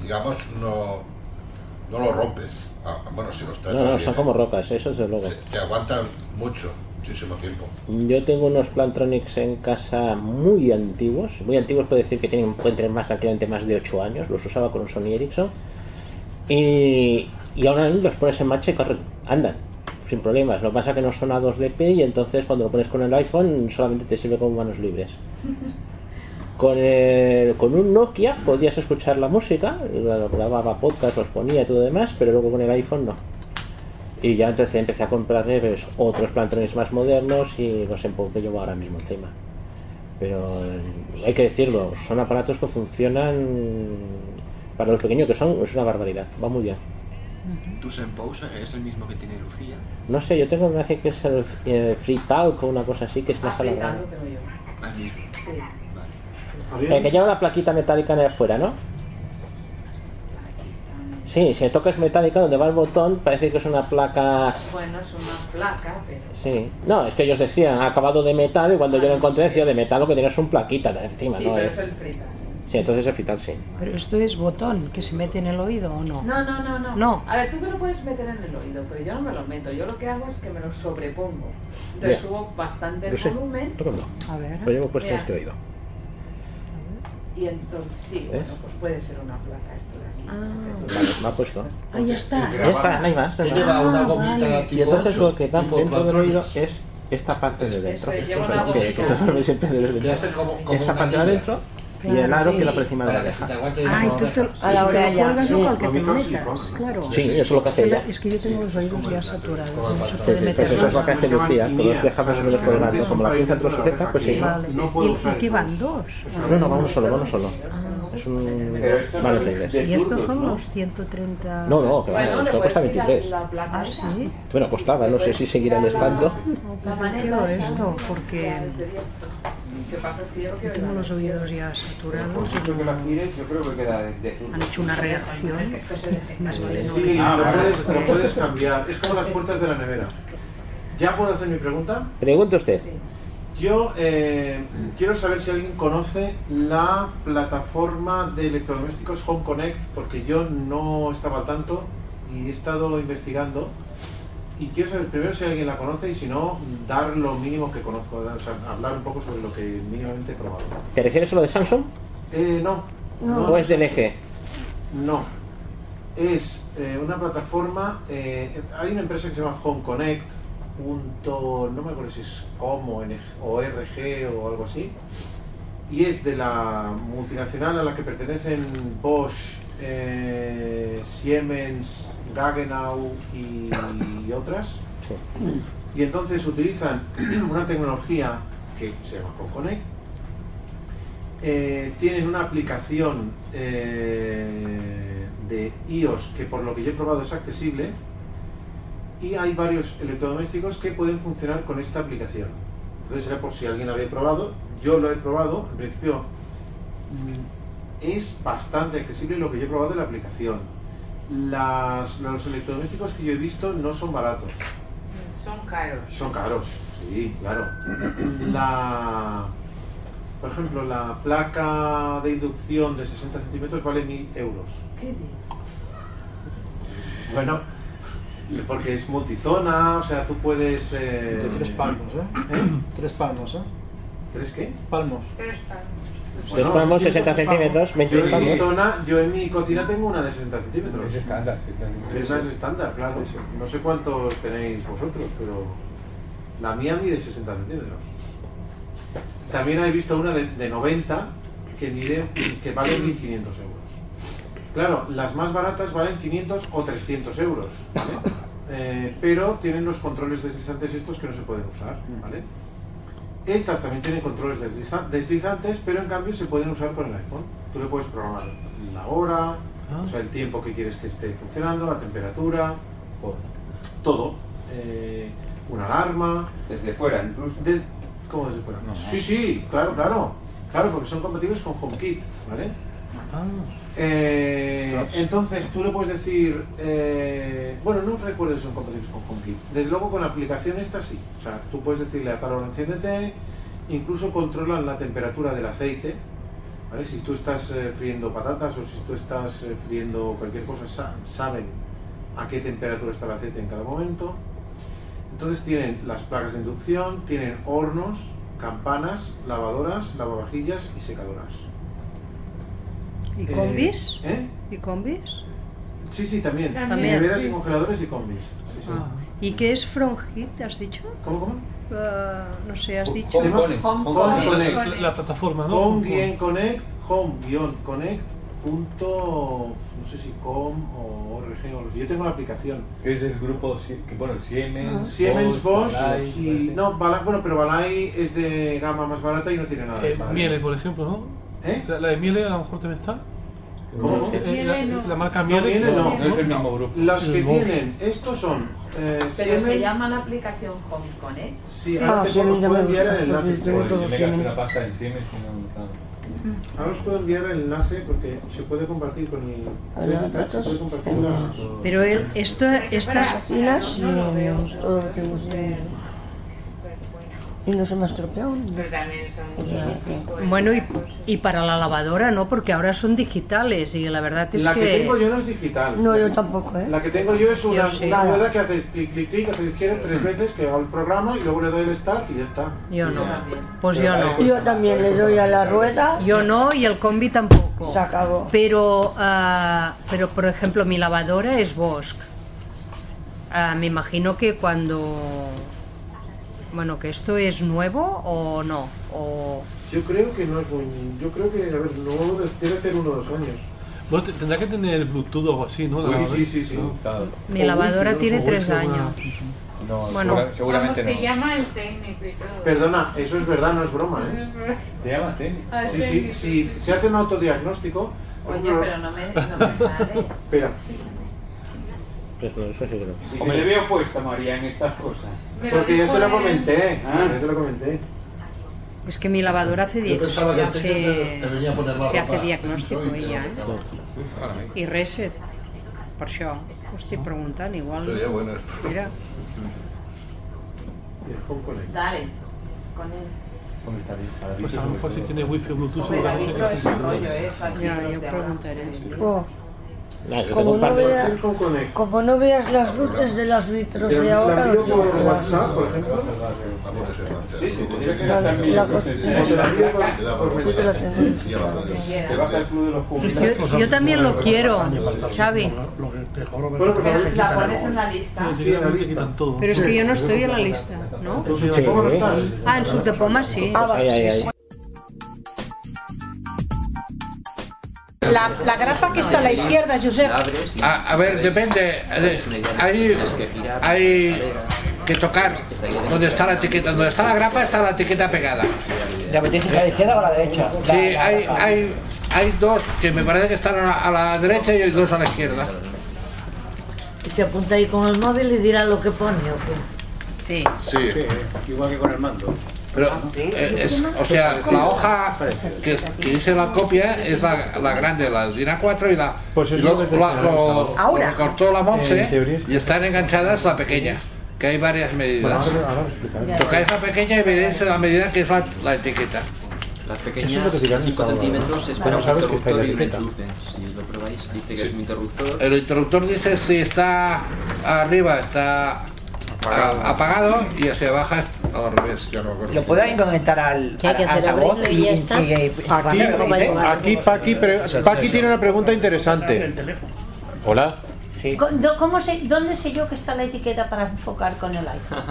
Speaker 12: digamos, no, no lo rompes. Ah, bueno, si los tratas
Speaker 2: No, no,
Speaker 12: bien,
Speaker 2: son como rocas, eso desde luego.
Speaker 12: que aguantan mucho, eh, muchísimo tiempo.
Speaker 2: Yo tengo unos Plantronics en casa muy antiguos, muy antiguos puedo decir que tienen, pueden tener más tranquilamente más de 8 años, los usaba con un Sony Ericsson y, y ahora los pones en marcha y corren, andan, sin problemas. Lo que pasa es que no son a 2DP y entonces cuando lo pones con el iPhone solamente te sirve como manos libres. Con, el- con un Nokia podías escuchar la música, lo grababa podcast, los ponía y todo demás, pero luego con el iPhone no. Y ya entonces empecé a comprar pues, otros plantones más modernos y los empo- que llevo ahora mismo encima. Pero eh, hay que decirlo, son aparatos que funcionan para los pequeños que son, es una barbaridad, va muy bien.
Speaker 11: ¿Tus empose es el mismo que tiene Lucía?
Speaker 2: No sé, yo tengo, me hace que es el eh, Free Talk o una cosa así, que es una
Speaker 3: Ah,
Speaker 2: sala
Speaker 3: sí,
Speaker 2: grande.
Speaker 3: tal, lo tengo yo.
Speaker 11: El mismo.
Speaker 3: Sí.
Speaker 2: El Eh, que lleva la plaquita metálica en el afuera, ¿no? Sí, si tocas metálica donde va el botón parece que es una placa...
Speaker 3: Bueno, es una placa, pero.
Speaker 2: Sí. No, es que ellos decían acabado de metal y cuando yo lo encontré decía de metal lo que tenías un plaquita de encima,
Speaker 3: Sí,
Speaker 2: ¿no?
Speaker 3: pero
Speaker 2: Eh,
Speaker 3: es el frita.
Speaker 2: Sí, entonces es frital, sí.
Speaker 5: Pero esto es botón que se mete en el oído o no.
Speaker 3: No, no, no, no.
Speaker 5: No.
Speaker 3: A ver, tú te lo puedes meter en el oído, pero yo no me lo meto. Yo lo que hago es que me lo sobrepongo. Entonces
Speaker 2: Ya.
Speaker 3: subo bastante
Speaker 2: Lo
Speaker 3: el
Speaker 2: sé.
Speaker 3: volumen.
Speaker 2: Tócalo.
Speaker 5: A ver.
Speaker 2: Lo llevo puesto en
Speaker 3: Mira,
Speaker 2: este oído.
Speaker 3: Y entonces, sí, bueno,
Speaker 2: ¿Ves?
Speaker 3: pues puede ser una placa esto de aquí.
Speaker 16: Ah.
Speaker 2: Vale, me ha puesto.
Speaker 5: Ah, ya está.
Speaker 2: Ya está, no hay más. no hay
Speaker 12: Que
Speaker 2: más.
Speaker 12: lleva una gomita tipo
Speaker 2: Y entonces
Speaker 12: ocho,
Speaker 2: lo que va
Speaker 12: tipo
Speaker 2: dentro del
Speaker 12: Plantronics.
Speaker 2: oído es esta parte de dentro.
Speaker 12: Eso,
Speaker 2: Esto
Speaker 12: lleva
Speaker 2: es
Speaker 12: una
Speaker 2: lo que- que
Speaker 12: gomita.
Speaker 2: duerme siempre desde
Speaker 12: Que hace como-
Speaker 2: dentro.
Speaker 12: como
Speaker 2: Esa
Speaker 12: una
Speaker 2: parte de
Speaker 12: anilla.
Speaker 2: adentro y el aro que la por encima de la
Speaker 12: Para que se te
Speaker 2: oreja.
Speaker 12: aguante
Speaker 5: Ah, Ay,
Speaker 12: la
Speaker 5: tú te-
Speaker 12: oreja.
Speaker 5: a la orella. cuelgas
Speaker 2: Sí,
Speaker 5: o al que te
Speaker 2: vomito
Speaker 5: metas, claro.
Speaker 2: Sí, eso es lo que hace
Speaker 5: Sí,
Speaker 2: ella.
Speaker 5: Es que yo tengo los oídos ya saturados. Eso te
Speaker 2: Pues
Speaker 5: de meter
Speaker 2: eso es lo
Speaker 5: más.
Speaker 2: que hace Lucía, que los dejamos en los colgados, como la pinza entre los sujetas, pues sí.
Speaker 5: Vale. ¿Y aquí van dos? Ah,
Speaker 2: No, no, vamos solo, vamos solo. Es un...
Speaker 13: Pero estos
Speaker 2: Vale,
Speaker 13: son
Speaker 2: Reyes.
Speaker 13: de
Speaker 5: Y estos son los 130...
Speaker 2: No, no, que va,
Speaker 5: Bueno,
Speaker 2: esto
Speaker 5: le
Speaker 2: cuesta
Speaker 5: puedes ir a
Speaker 2: 23.
Speaker 5: la placa Ah, sí.
Speaker 2: Bueno, costaba, no sé si seguirán estando.
Speaker 5: Pues yo quiero esto porque
Speaker 3: ¿Qué pasa? Es que yo lo
Speaker 5: yo
Speaker 3: quiero
Speaker 5: tengo los oídos
Speaker 2: Eh,
Speaker 5: ya saturados.
Speaker 13: Por mucho que la gires, yo creo que queda de, de zurdo.
Speaker 5: Han hecho una reacción. Más vale no.
Speaker 15: Sí,
Speaker 13: Ah,
Speaker 15: lo,
Speaker 13: vale.
Speaker 15: puedes, lo puedes cambiar. Es como las puertas de la nevera. ¿Ya puedo hacer mi pregunta?
Speaker 2: Pregunte usted.
Speaker 15: Yo eh, quiero saber si alguien conoce la plataforma de electrodomésticos Home Connect, porque yo no estaba al tanto y he estado investigando. Y quiero saber primero si alguien la conoce y si no, dar lo mínimo que conozco, o sea, hablar un poco sobre lo que mínimamente he probado.
Speaker 2: ¿Te refieres a lo de Samsung?
Speaker 15: Eh, no. No.
Speaker 2: ¿O es del eje?
Speaker 15: No. Es eh, una plataforma. eh, hay una empresa que se llama Home Connect. punto- no me acuerdo si es como NG o RG o algo así. y es de la multinacional a la que pertenecen Bosch, eh, Siemens, Gaggenau y, y otras. Y entonces utilizan una tecnología que se llama ConConnect. Eh, tienen una aplicación eh, de iOS que por lo que yo he probado es accesible y hay varios electrodomésticos que pueden funcionar con esta aplicación. Entonces era por si alguien la había probado, yo lo he probado, en principio mm, es bastante accesible lo que yo he probado en la aplicación. Las- los electrodomésticos que yo he visto no son baratos,
Speaker 3: Son caros.
Speaker 15: son caros, sí, claro. La, por ejemplo, la placa de inducción de 60 centímetros vale 1000 euros.
Speaker 3: ¿Qué dices?
Speaker 15: Bueno, porque es multizona, o sea, tú puedes... eh,
Speaker 8: De tres palmos, ¿eh? Tres palmos, ¿eh?
Speaker 15: ¿Tres qué?
Speaker 8: Palmos.
Speaker 16: Tres palmos.
Speaker 2: Tres palmos, 60 centímetros, 20
Speaker 15: yo en, mi
Speaker 2: palmos.
Speaker 15: zona, yo en mi cocina tengo una de 60 centímetros. Es estándar, Esa es estándar, claro. No sé cuántos tenéis vosotros, pero la mía mide 60 centímetros. También he visto una de, de 90 que mide, que vale 1.500 euros. Claro, las más baratas valen 500 o 300 euros, ¿vale? Eh, pero tienen los controles deslizantes estos que no se pueden usar, ¿vale? Estas también tienen controles desliza- deslizantes, pero en cambio se pueden usar con el iPhone. Tú le puedes programar la hora, o sea, el tiempo que quieres que esté funcionando, la temperatura, todo. Eh, una alarma. Desde fuera, incluso. ¿Cómo desde fuera? Sí, sí, claro, claro. Claro, porque son compatibles con HomeKit, ¿vale? Eh, entonces tú le puedes decir, eh, bueno, no recuerdo si son compatibles con HomeKit. Desde luego con la aplicación esta sí. O sea, tú puedes decirle a tal hora enciéndete, incluso controlan la temperatura del aceite. ¿vale? Si tú estás eh, friendo patatas o si tú estás eh, friendo cualquier cosa, sa- saben a qué temperatura está el aceite en cada momento. Entonces tienen las placas de inducción, tienen hornos, campanas, lavadoras, lavavajillas y secadoras.
Speaker 5: ¿Y
Speaker 15: Eh,
Speaker 5: combis?
Speaker 15: ¿eh?
Speaker 5: ¿Y combis?
Speaker 15: Sí, sí, también.
Speaker 5: También,
Speaker 15: Neveras
Speaker 5: sí.
Speaker 15: y congeladores y combis. Sí, sí.
Speaker 5: Ah, ¿Y qué es From Hit, has dicho?
Speaker 15: ¿Cómo, cómo?
Speaker 5: Ah, no sé, has dicho.
Speaker 15: Se llama Home Connect.
Speaker 10: La- la plataforma, ¿no?
Speaker 15: Home Connect, home connect punto, no sé si com o org o lo- yo tengo la aplicación
Speaker 21: Es del grupo, Sie- que, bueno, Siemens,
Speaker 15: Siemens Bosch
Speaker 21: Palay,
Speaker 15: y no Balay, bueno pero Balay es de gama más barata y no tiene nada de
Speaker 10: Eh,
Speaker 15: esta, ¿eh?
Speaker 10: Miele, por ejemplo, ¿no? La, la de Miele a lo mejor también está.
Speaker 15: ¿Cómo?
Speaker 10: Eh,
Speaker 15: Miele
Speaker 10: la,
Speaker 15: no.
Speaker 10: la marca
Speaker 15: No,
Speaker 10: Miele.
Speaker 15: Miele no. No es el
Speaker 21: mismo grupo.
Speaker 15: las que
Speaker 10: El Bosch.
Speaker 15: tienen estos son eh,
Speaker 3: Pero se
Speaker 15: Siemens-
Speaker 3: llama la aplicación Home Connect.
Speaker 15: Sí, ahora te os puedo enviar el enlace. pues,
Speaker 21: Joder, yo me gasté una pasta en Siemens y no- no.
Speaker 15: Ahora os puedo enviar el enlace porque se puede compartir con el.
Speaker 9: Ahora,
Speaker 15: se puede compartir las-
Speaker 5: Pero él, esto, estas Ah,
Speaker 9: filas no, todo lo que hemos leído. Y no se me ha estropeado.
Speaker 16: Pero también son
Speaker 9: O sea,
Speaker 5: Bueno, y, y para la lavadora, ¿no? Porque ahora son digitales y la verdad es
Speaker 15: La
Speaker 5: que...
Speaker 15: que tengo yo no es digital. No, yo
Speaker 5: tampoco, ¿eh?
Speaker 15: La que tengo yo es una,
Speaker 5: Yo sí.
Speaker 15: una rueda que hace clic, clic, clic, hacia la izquierda tres veces, que va al programa y luego le doy el start y ya está.
Speaker 5: Yo
Speaker 15: Sí,
Speaker 5: no.
Speaker 15: ya.
Speaker 5: Pues yo no.
Speaker 6: Yo también le doy a la rueda.
Speaker 5: Yo no y el combi tampoco. Se acabó. Pero, ah, pero por ejemplo, mi lavadora es Bosch. Ah, me imagino que cuando... Bueno, que esto es nuevo o no. O...
Speaker 15: Yo creo que no es muy. Yo creo que, a ver, no debe ser uno o dos años.
Speaker 10: Bueno, te- tendrá que tener Bluetooth o algo así, ¿no?
Speaker 15: Sí,
Speaker 10: La-
Speaker 15: sí, sí, sí.
Speaker 10: ¿no?
Speaker 5: Mi lavadora tiene
Speaker 10: Seguro,
Speaker 5: tres
Speaker 10: seguro.
Speaker 5: años.
Speaker 21: No,
Speaker 5: Bueno.
Speaker 21: segura- seguramente
Speaker 16: Vamos, que
Speaker 21: no.
Speaker 16: llama el técnico y todo.
Speaker 15: Perdona, eso es verdad, no es broma, ¿eh?
Speaker 21: ¿Te llamas Teni?
Speaker 16: Ah,
Speaker 15: Sí, sí,
Speaker 16: técnico.
Speaker 15: si se hace un autodiagnóstico. por
Speaker 3: Oye,
Speaker 15: ejemplo-
Speaker 3: pero no me, no me sale.
Speaker 15: Espera.
Speaker 13: Sí, que te veo puesta, María, en estas cosas. Ah.
Speaker 3: Pero Porque yo se lo dijo él.
Speaker 15: comenté, yo se lo comenté.
Speaker 5: Es que mi lavadora hace...
Speaker 12: Yo
Speaker 5: die-
Speaker 12: pensaba que el
Speaker 5: hace-
Speaker 12: técnico
Speaker 3: Eh,
Speaker 12: te, te venía a poner la
Speaker 5: se
Speaker 12: ropa.
Speaker 5: hace diagnóstico ella, ¿eh? I reset. Per això ho estic preguntant, igual...
Speaker 12: Seria bueno esto.
Speaker 5: Mira,
Speaker 3: Dale, con él.
Speaker 10: Pues a lo mejor si tiene wifi o Bluetooth
Speaker 3: Hombre,
Speaker 10: o
Speaker 3: David,
Speaker 10: algo
Speaker 3: no
Speaker 10: así.
Speaker 3: es el rollo, ¿eh? Aquí
Speaker 5: Ja,
Speaker 3: los
Speaker 5: jo
Speaker 3: de ahora.
Speaker 5: preguntaré.
Speaker 6: Oh,
Speaker 2: Nah, yo
Speaker 6: como,
Speaker 2: tengo
Speaker 6: no
Speaker 2: palmos.
Speaker 6: veas, como no veas las luces de las vitros de ahora, no te vas a dar.
Speaker 15: por ejemplo.
Speaker 13: Sí, sí, tendría que
Speaker 12: La-
Speaker 13: gastar mil
Speaker 12: la-
Speaker 13: euros.
Speaker 12: la-
Speaker 13: Sí,
Speaker 12: Le da por
Speaker 13: sí,
Speaker 12: pensar.
Speaker 13: sí.
Speaker 12: Y a la madre.
Speaker 13: Te vas al club de los jubilados.
Speaker 5: Jo, jo també lo quiero, Xavi.
Speaker 15: Bueno, pues
Speaker 3: Pero la pones en la lista.
Speaker 15: Sí, en la lista.
Speaker 5: Pero es que yo no estoy en la lista, ¿no?
Speaker 15: ¿En su- ¿Cómo no estás?
Speaker 5: Ah, en Sud de Poma sí.
Speaker 2: Ay, ay, ay.
Speaker 5: La, la grapa que está a la izquierda, Josep.
Speaker 12: Ah, A, a ver, depende. de- Hay, hay que tocar donde está la etiqueta. Donde está la grapa está la etiqueta pegada.
Speaker 22: ¿Le apetece que a la izquierda o a la derecha?
Speaker 12: Sí, hay, hay, hay dos que me parece que están a la, a la derecha y hay dos a la izquierda.
Speaker 6: Y se apunta ahí con el móvil y dirá lo que pone o qué. Sí.
Speaker 12: Sí.
Speaker 15: Igual que con el mando.
Speaker 12: Pero, eh, es, o sea, la hoja que, que dice la copia es la, la grande, la del DIN A4 y la.
Speaker 15: Pues
Speaker 12: y
Speaker 15: eso
Speaker 12: lo,
Speaker 15: es lo que
Speaker 12: la-
Speaker 15: pensaba.
Speaker 12: lo-
Speaker 15: Ahora.
Speaker 12: lo cortó la
Speaker 15: En teoría
Speaker 12: Monse
Speaker 15: sí.
Speaker 12: y están enganchadas la pequeña, que hay varias medidas. Tocáis la pequeña y veréis la medida que es la, la etiqueta.
Speaker 11: Las
Speaker 12: Eso es
Speaker 11: pequeñas
Speaker 12: lo que dirán
Speaker 11: 5
Speaker 12: los
Speaker 11: centímetros
Speaker 12: abogados.
Speaker 11: es para
Speaker 12: No
Speaker 11: un
Speaker 12: sabes que está
Speaker 11: interruptor
Speaker 12: ahí
Speaker 11: y
Speaker 12: la
Speaker 11: un
Speaker 12: etiqueta.
Speaker 11: enchufe. Si lo probáis, dice que es un interruptor.
Speaker 12: El interruptor dice si está arriba, está a- apagado y hacia abajo es al revés, yo no me acuerdo.
Speaker 22: ¿Lo puedo alguien conectar al,
Speaker 6: Que hay que
Speaker 22: al
Speaker 6: hacer
Speaker 22: altavoz?
Speaker 6: abrirlo y ya está.
Speaker 22: Aquí,
Speaker 15: Aquí Paqui, pero Paqui tiene una pregunta interesante.
Speaker 2: Hola.
Speaker 6: Con- do- ¿Cómo sé, ¿Dónde sé yo que está la etiqueta para enfocar con el iPhone?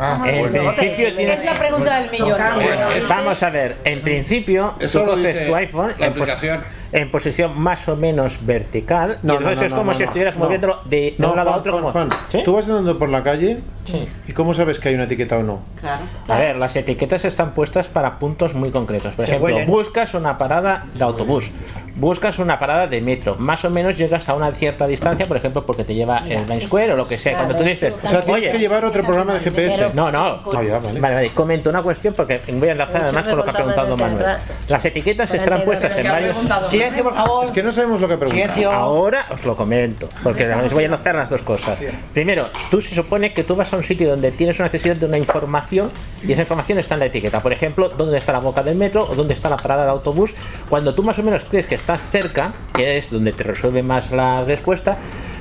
Speaker 2: Ah, en principio tiene-
Speaker 6: Es la pregunta del millón.
Speaker 2: Eh, Vamos a ver, en principio
Speaker 12: Eso
Speaker 2: tú
Speaker 12: lo
Speaker 2: coges
Speaker 12: dice
Speaker 2: tu iPhone
Speaker 12: la
Speaker 2: en, pos-
Speaker 12: aplicación.
Speaker 2: en posición más o menos vertical y entonces es como si estuvieras moviéndolo de, de un lado a otro como...
Speaker 15: ¿Tú vas andando por la calle? ¿Y cómo sabes que hay una etiqueta o no?
Speaker 6: Claro.
Speaker 2: A ver, las etiquetas están puestas para puntos muy concretos. Por
Speaker 15: Se
Speaker 2: ejemplo,
Speaker 15: huelen.
Speaker 2: buscas una parada de autobús, buscas una parada de metro, más o menos llegas a una cierta distancia, por ejemplo, porque te lleva el Main Square o lo que sea.
Speaker 15: claro,
Speaker 2: Cuando tú dices,
Speaker 15: O sea, tienes
Speaker 2: oye,
Speaker 15: que llevar otro programa de GPS.
Speaker 2: No, no.
Speaker 15: Ah, ya,
Speaker 2: vale. vale, comento una cuestión porque voy a enlazar además con lo que ha preguntado Manuel. Las etiquetas estarán puestas en varios.
Speaker 22: Silencio, por favor.
Speaker 15: Es que no sabemos lo que pregunta.
Speaker 22: Silencio.
Speaker 2: Ahora os lo comento, porque además voy a enlazar las dos cosas. Primero, tú se supone que tú vas a un sitio donde tienes una necesidad de una información y esa información está en la etiqueta. Por ejemplo, dónde está la boca del metro o dónde está la parada de autobús. Cuando tú más o menos crees que estás cerca, que es donde te resuelve más la respuesta,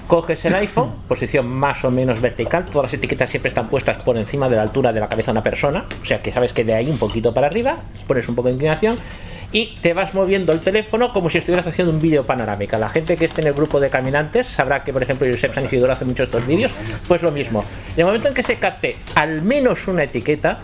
Speaker 2: coges el iPhone, posición más o menos vertical, todas las etiquetas siempre están puestas por encima de la altura de la cabeza de una persona, o sea que sabes que de ahí un poquito para arriba, pones un poco de inclinación y te vas moviendo el teléfono como si estuvieras haciendo un vídeo panorámica. La gente que esté en el grupo de caminantes sabrá que, por ejemplo, Josep San Isidoro hace muchos estos vídeos, pues lo mismo. En el momento en que se capte al menos una etiqueta,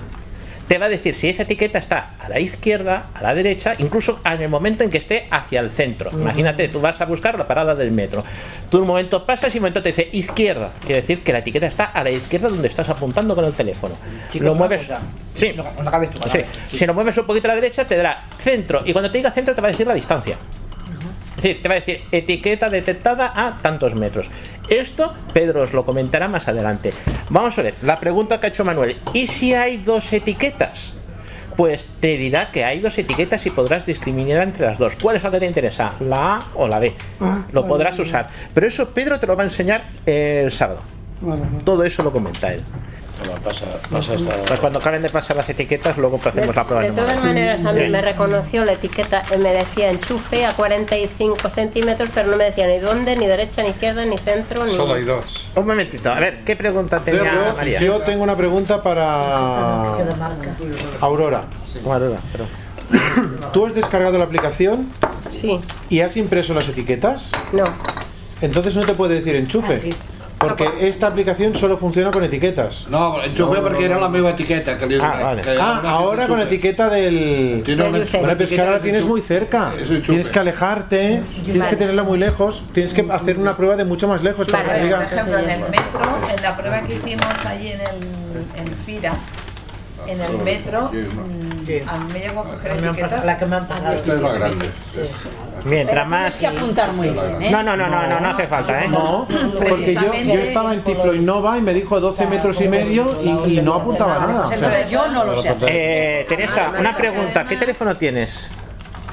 Speaker 2: te va a decir si esa etiqueta está a la izquierda, a la derecha, incluso en el momento en que esté hacia el centro.
Speaker 22: Ujú.
Speaker 2: Imagínate, tú vas a buscar la parada del metro. Tú un momento pasas y un momento te dice izquierda. Quiere decir que la etiqueta está a la izquierda donde estás apuntando con el teléfono.
Speaker 22: Chicos,
Speaker 2: lo
Speaker 22: una
Speaker 2: mueves.
Speaker 22: cosa.
Speaker 2: Sí.
Speaker 22: Con la cabeza, con la
Speaker 2: Sí.
Speaker 22: cabeza.
Speaker 2: Si lo mueves un poquito a la derecha te dará centro. Y cuando te diga centro te va a decir la distancia. Es decir, te va a decir etiqueta detectada a tantos metros. Esto Pedro os lo comentará más adelante. Vamos a ver, la pregunta que ha hecho Manuel. ¿Y si hay dos etiquetas? Pues te dirá que hay dos etiquetas y podrás discriminar entre las dos. ¿Cuál es la que te interesa? ¿La A o la B? Lo podrás usar. Pero eso Pedro te lo va a enseñar eh, el sábado. Todo eso lo comenta él.
Speaker 23: pasa,
Speaker 2: pasa Pues cuando acaben de pasar las etiquetas, luego hacemos la prueba
Speaker 24: De todas
Speaker 2: numérica.
Speaker 24: maneras, a mí
Speaker 2: Sí.
Speaker 24: me reconoció la etiqueta, eh, me decía enchufe a 45 centímetros, pero no me decía ni dónde, ni derecha, ni izquierda, ni centro, ni...
Speaker 2: dos. Un momentito, a ver, ¿qué pregunta tenía
Speaker 15: Yo-
Speaker 2: María?
Speaker 15: Yo tengo una pregunta para Aurora.
Speaker 2: Aurora,
Speaker 15: ¿Tú has descargado la aplicación
Speaker 24: Sí,
Speaker 15: y has impreso las etiquetas?
Speaker 24: no.
Speaker 15: Entonces no te puede decir
Speaker 3: Ah,
Speaker 15: enchufe. Porque esta aplicación solo funciona con etiquetas.
Speaker 12: No, enchufé porque era la misma etiqueta que le
Speaker 15: Ah, vale. Ah, ahora con etiqueta del.
Speaker 12: Tiene una- una
Speaker 15: Vale, pues que
Speaker 12: etiqueta
Speaker 15: ahora
Speaker 12: que
Speaker 15: tienes
Speaker 12: enchufe.
Speaker 15: muy cerca.
Speaker 12: Es un enchufe.
Speaker 15: Tienes que alejarte, tienes que tenerla muy lejos, tienes que hacer una prueba de mucho más lejos para que
Speaker 3: Vale,
Speaker 15: diga-
Speaker 3: por ejemplo, en el metro, en la prueba que hicimos allí en el en Fira, en el
Speaker 6: Ah,
Speaker 3: metro, mm, a mí me llegó a coger
Speaker 6: Me han
Speaker 3: etiquetas.
Speaker 6: pasado- la que me han pasado. Esta es la grande.
Speaker 2: Mientras
Speaker 6: Tienes
Speaker 2: más.
Speaker 6: que apuntar muy bien, ¿eh?
Speaker 2: No, no, no, no, no, no hace falta, ¿eh?
Speaker 15: No, porque yo, yo estaba en Tifloinova y me dijo 12 metros y medio y, y no apuntaba nada. o sea.
Speaker 6: yo no lo sé hacer.
Speaker 2: Eh, Teresa, una pregunta. ¿Qué teléfono tienes?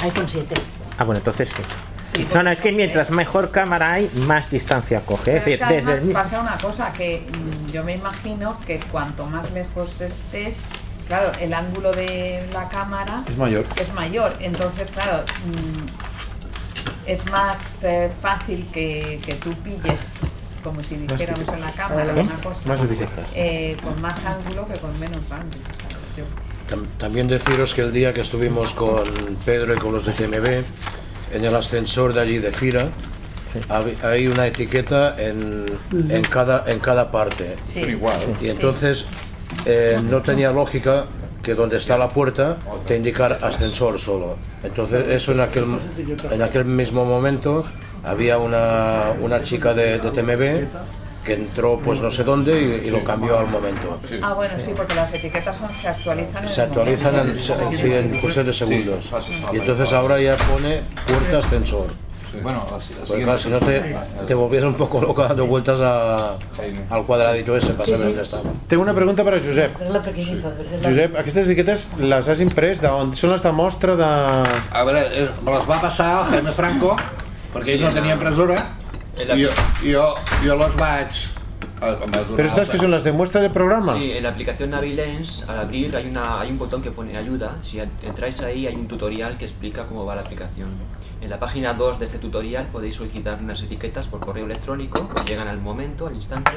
Speaker 6: iPhone 7.
Speaker 2: Ah, bueno, entonces sí. No, no, es que mientras mejor cámara hay, más distancia coge. Es
Speaker 3: Pero es
Speaker 2: decir,
Speaker 3: que
Speaker 2: desde
Speaker 3: además
Speaker 2: el mi-
Speaker 3: pasa una cosa que mm, yo me imagino que cuanto más lejos estés, claro, el ángulo de la cámara
Speaker 15: Es mayor.
Speaker 3: es mayor. Entonces, claro, mm, es más eh, fácil que, que tú pilles, como si dijéramos en la cámara,
Speaker 23: ¿Eh?
Speaker 3: una cosa,
Speaker 23: Más etiquetas.
Speaker 3: eh, con más ángulo que con menos ángulo. ¿sabes? Yo-
Speaker 23: Tam- También deciros que el día que estuvimos con Pedro y con los de TMB en el ascensor de allí de Fira, hab- hay una etiqueta en, en, cada, en cada parte.
Speaker 25: Sí. Pero igual.
Speaker 23: Y entonces eh, no tenía lógica
Speaker 12: que donde está la puerta te indicar ascensor solo. Entonces eso en aquel, en aquel mismo momento había una, una chica de, de TMB que entró pues no sé dónde y, y lo cambió al momento.
Speaker 3: Ah, bueno, sí, porque las etiquetas son- se actualizan en
Speaker 12: Se
Speaker 3: el
Speaker 12: actualizan en,
Speaker 3: momento.
Speaker 12: sí, en cuestión de segundos. Y entonces ahora ya pone puerta ascensor.
Speaker 26: Bueno, así,
Speaker 12: Pues claro, si no te, te volvías un poco loca dando vueltas a- al cuadradito ese para saber dónde estaba.
Speaker 15: Tengo una pregunta per a Josep.
Speaker 27: La pequeñita, pues es la-
Speaker 15: Josep, aquestes etiquetes les has imprès d'on? Són les de mostra de...
Speaker 28: A ver, eh, me los va a pasar el Jaime Franco, porque ellos no tenían impresora, y yo, yo, yo los Ah, vaig a, em va donar
Speaker 15: Però aquestes
Speaker 28: el-
Speaker 15: que són les de mostra del programa?
Speaker 11: Sí, en la aplicación Navilens, al abrir, hay, una, hay un botón que pone ayuda. Si entráis ahí, hay un tutorial que explica cómo va la aplicación. En la página 2 de este tutorial podéis solicitar unas etiquetas por correo electrónico, que llegan al momento, al instante,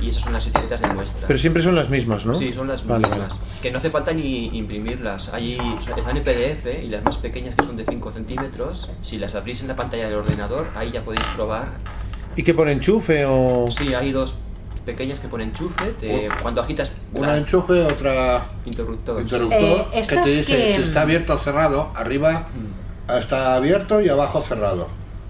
Speaker 11: y esas son las etiquetas de muestra.
Speaker 15: Però sempre són les mismes, no?
Speaker 11: Sí, son las
Speaker 15: Vale,
Speaker 11: mismas. Que no hace falta ni imprimirlas. Allí están en PDF y las más pequeñas que son de 5 centímetros, si las abrís en la pantalla del ordenador, ahí ya podéis probar.
Speaker 15: vale. I què pon enxufe o...?
Speaker 11: Sí, hay dos pequeñas que ponen enchufe. te- cuando agitas
Speaker 28: Una
Speaker 11: la-
Speaker 28: enchufe, otra
Speaker 11: interruptor,
Speaker 28: interruptor,
Speaker 11: Eh,
Speaker 28: que te
Speaker 11: estas
Speaker 28: dice
Speaker 11: que-
Speaker 28: si está abierto o cerrado, arriba está abierto y abajo cerrado,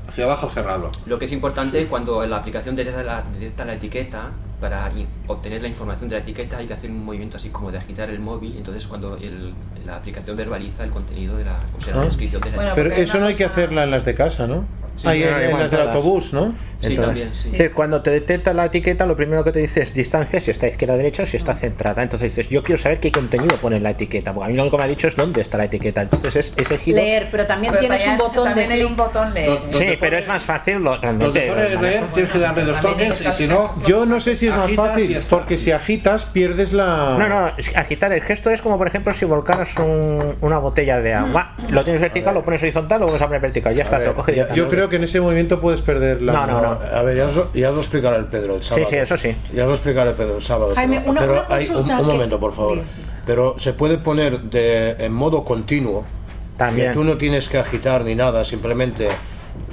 Speaker 28: hacia abajo cerrado.
Speaker 11: Lo que es importante cuando la aplicación detecta la, detecta la etiqueta, para i- obtener la información de la etiqueta hay que hacer un movimiento así como de agitar el móvil, entonces cuando el- la aplicación verbaliza el contenido de la, o sea, la
Speaker 15: Ah.
Speaker 11: descripción de la etiqueta.
Speaker 15: Pero eso no hay que hacerla en las de casa, ¿no?
Speaker 11: Sí,
Speaker 15: Ahí en,
Speaker 11: claro,
Speaker 15: en
Speaker 11: igual
Speaker 15: las del
Speaker 11: todas.
Speaker 15: autobús, ¿no?
Speaker 11: Sí, también, sí.
Speaker 2: Es decir, cuando te detecta la etiqueta, lo primero que te dice es distancia, si está izquierda derecha o si está centrada. Entonces dices, yo quiero saber qué contenido pone en la etiqueta, porque a mí lo único que me ha dicho es dónde está la etiqueta. Entonces es ese giro.
Speaker 24: Leer, pero también
Speaker 3: Pero
Speaker 24: tienes
Speaker 3: también-
Speaker 24: un botón
Speaker 3: también
Speaker 24: de
Speaker 3: hay
Speaker 24: clic.
Speaker 3: un botón
Speaker 22: Eh,
Speaker 3: leer.
Speaker 2: Sí, pero es más fácil lo, realmente.
Speaker 28: pone leer, tienes que darle dos toques y si no,
Speaker 15: Yo no sé si es más
Speaker 2: Agitas y
Speaker 15: fácil,
Speaker 2: está.
Speaker 15: porque si agitas pierdes la...
Speaker 2: No, no, es- agitar el gesto es como, por ejemplo, si volcaras un- una botella de agua.
Speaker 22: Mm.
Speaker 2: Lo tienes vertical, lo pones horizontal, luego se abre vertical. Ya está, te lo coge
Speaker 15: Yo creo que en ese movimiento puedes perder la...
Speaker 2: No, no, no.
Speaker 12: A ver, ya os, lo- ya os lo explicará el Pedro el sábado.
Speaker 2: sí, eso
Speaker 12: sí. Ya os lo explicará el Pedro el sábado.
Speaker 24: Jaime,
Speaker 12: pero-
Speaker 24: una-
Speaker 12: pero
Speaker 24: una
Speaker 12: hay un- un,
Speaker 24: consulta que-
Speaker 12: momento, por favor. Pero se puede poner de, en modo continuo,
Speaker 2: También.
Speaker 12: que tú no tienes que agitar ni nada, simplemente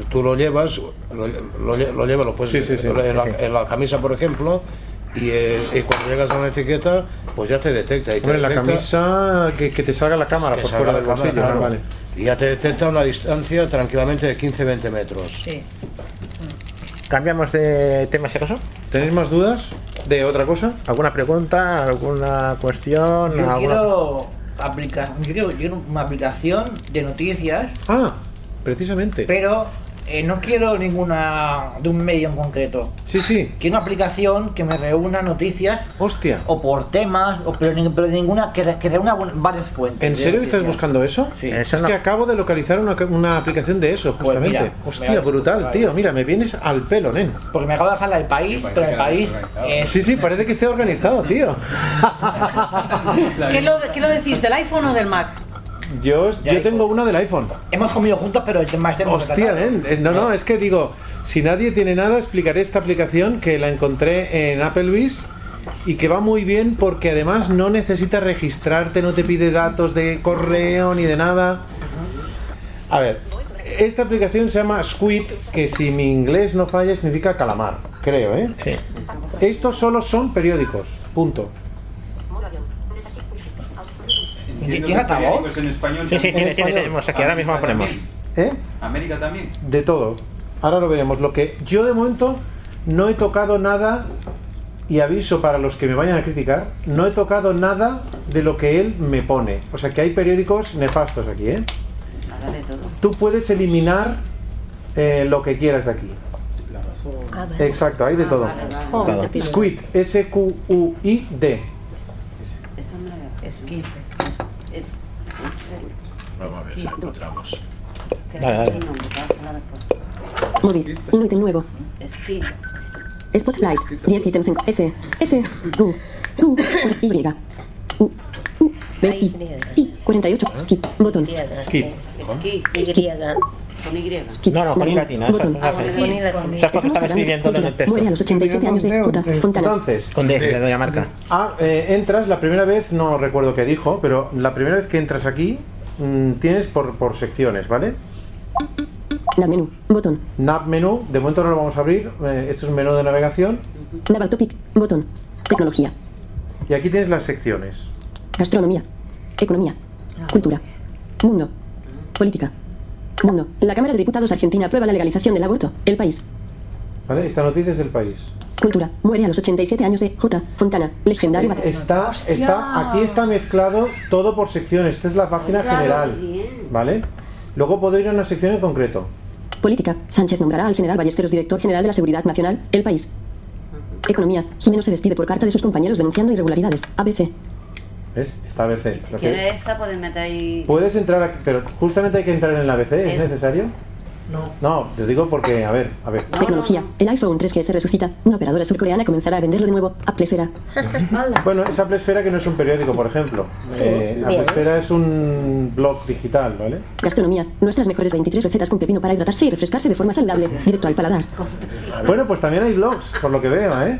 Speaker 12: tú lo llevas, lo, lo lle- lo llevas, lo puedes
Speaker 15: Sí, sí, sí.
Speaker 12: En, la, en la camisa, por ejemplo, y, eh, y cuando llegas a una etiqueta, pues ya te detecta. Y te
Speaker 15: Hombre, la
Speaker 12: detecta-
Speaker 15: camisa, que, que te salga la cámara
Speaker 12: que
Speaker 15: por
Speaker 12: salga
Speaker 15: fuera del
Speaker 12: la cámara,
Speaker 15: bolsillo, ¿no?
Speaker 12: claro.
Speaker 15: Vale.
Speaker 12: Y ya te detecta una distancia tranquilamente de 15-20 metros.
Speaker 24: Sí.
Speaker 2: ¿Cambiamos de tema si acaso?
Speaker 15: ¿Tenéis más dudas de otra cosa?
Speaker 2: ¿Alguna pregunta? ¿Alguna cuestión?
Speaker 22: Yo
Speaker 2: ¿Alguna-
Speaker 22: quiero, aplica yo quiero, yo quiero una aplicación de noticias.
Speaker 15: Ah, precisamente.
Speaker 22: Pero eh, no quiero ninguna de un medio en concreto.
Speaker 15: Sí, sí.
Speaker 22: Quiero una aplicación que me reúna noticias.
Speaker 15: Hostia.
Speaker 22: O por temas, o, pero, ni- pero ninguna, que, re- que reúna bu- varias fuentes.
Speaker 15: ¿En
Speaker 22: de
Speaker 15: serio que estás
Speaker 22: noticias.
Speaker 15: buscando eso?
Speaker 22: Eso
Speaker 15: es
Speaker 22: no.
Speaker 15: que acabo de localizar una, una aplicación de eso,
Speaker 22: Pues
Speaker 15: justamente.
Speaker 22: mira,
Speaker 15: Hostia,
Speaker 22: mira,
Speaker 15: brutal,
Speaker 22: vale.
Speaker 15: tío. Mira, me vienes al pelo, nen.
Speaker 22: Porque me acabo de dejar la del país, pero el país. es-
Speaker 15: Sí, sí, parece que esté organizado, tío.
Speaker 22: ¿Qué
Speaker 24: ¿Qué lo, qué lo decís, del iPhone o del Mac?
Speaker 15: Yo, yo tengo una del iPhone.
Speaker 22: Hemos comido juntos, pero el tema este
Speaker 15: Hostia, nen. Eh, No, no, es que digo, si nadie tiene nada, explicaré esta aplicación que la encontré en Applebee's y que va muy bien porque además no necesitas registrarte, no te pide datos de correo ni de nada. A ver, esta aplicación se llama Squid, que si mi inglés no falla significa calamar, creo, ¿eh? Sí. Estos solo son periódicos, punto.
Speaker 22: ¿Tiene altavoz?
Speaker 13: Pues en
Speaker 15: Sí,
Speaker 13: español
Speaker 15: sí,
Speaker 13: también.
Speaker 15: tiene- tiene- tenemos aquí, ahora mismo la ponemos. ¿Eh?
Speaker 13: América también.
Speaker 15: de todo. Ahora lo veremos. Lo que yo de momento no he tocado nada y aviso para los que me vayan a criticar, no he tocado nada de lo que él me pone. O sea que hay periódicos nefastos aquí, ¿eh?
Speaker 24: Nada de todo.
Speaker 15: Tú puedes eliminar eh, lo que quieras de aquí.
Speaker 24: Ah,
Speaker 15: Exacto, hay de todo.
Speaker 24: vale, vale.
Speaker 15: Squid, S-Q-U-I-D.
Speaker 24: pues, Eso no es que es,
Speaker 12: Vamos a ver si encontramos.
Speaker 15: Dale, dale.
Speaker 7: Móvil, 1 ítem nuevo. Spotlight, 10 ítems en S, S, U, U, Y, U, U, B, I, I, 48, skip, botón.
Speaker 2: Skip.
Speaker 24: Skip. Con Y.
Speaker 2: No, no, con I latina. Eso,
Speaker 7: Botón.
Speaker 2: eso es así.
Speaker 24: Con I
Speaker 2: O sea, es porque estaba escribiéndolo en el texto.
Speaker 7: Muere a los 87 años de J. Fontana.
Speaker 15: Entonces,
Speaker 2: Con D, de Dinamarca.
Speaker 15: Eh, Ah, eh, entras, la primera vez, no recuerdo qué dijo, pero la primera vez que entras aquí, mm, tienes por, por secciones, ¿vale?
Speaker 7: Nav menú, botón.
Speaker 15: Nav menú, de momento no lo vamos a abrir, eh, esto es un menú de navegación,
Speaker 7: Nav topic, botón. Tecnología.
Speaker 15: y aquí tienes las secciones.
Speaker 7: Gastronomía. Economía. Cultura. Mundo. Política. Mundo. La Cámara de Diputados Argentina aprueba la legalización del aborto. El país.
Speaker 15: ¿Vale? Esta noticia es del país.
Speaker 7: Cultura. Muere a los 87 años de J. Fontana, legendario
Speaker 15: Eh, Está, está, aquí está mezclado todo por secciones. Esta es la página
Speaker 7: Claro,
Speaker 15: general.
Speaker 7: muy bien.
Speaker 15: ¿Vale? Luego puedo ir a una sección en concreto.
Speaker 7: Política. Sánchez nombrará al general Ballesteros director general de la Seguridad Nacional. El país. Economía. Jimeno se despide por carta de sus compañeros denunciando irregularidades. ABC.
Speaker 15: ¿Ves? Está ABC. ¿Lo que-
Speaker 6: ¿Quieres esa? Puedes meter ahí.
Speaker 15: Puedes entrar aquí, pero justamente hay que entrar en la ABC. ¿Es
Speaker 6: El-
Speaker 15: necesario?
Speaker 6: No.
Speaker 15: No, te digo porque, a ver, a ver.
Speaker 7: Tecnología. El iPhone 3G se resucita. Una operadora surcoreana comenzará a venderlo de nuevo. Apple será.
Speaker 15: Bueno, es Apple Esfera que no es un periódico, por ejemplo.
Speaker 7: Sí,
Speaker 15: Eh,
Speaker 7: bien.
Speaker 15: Apple Esfera es un blog digital, ¿vale?
Speaker 7: Gastronomía. Nuestras mejores 23 recetas con pepino para hidratarse y refrescarse de forma saludable. Directo al paladar.
Speaker 15: Bueno, pues también hay blogs, por lo que veo, ¿eh?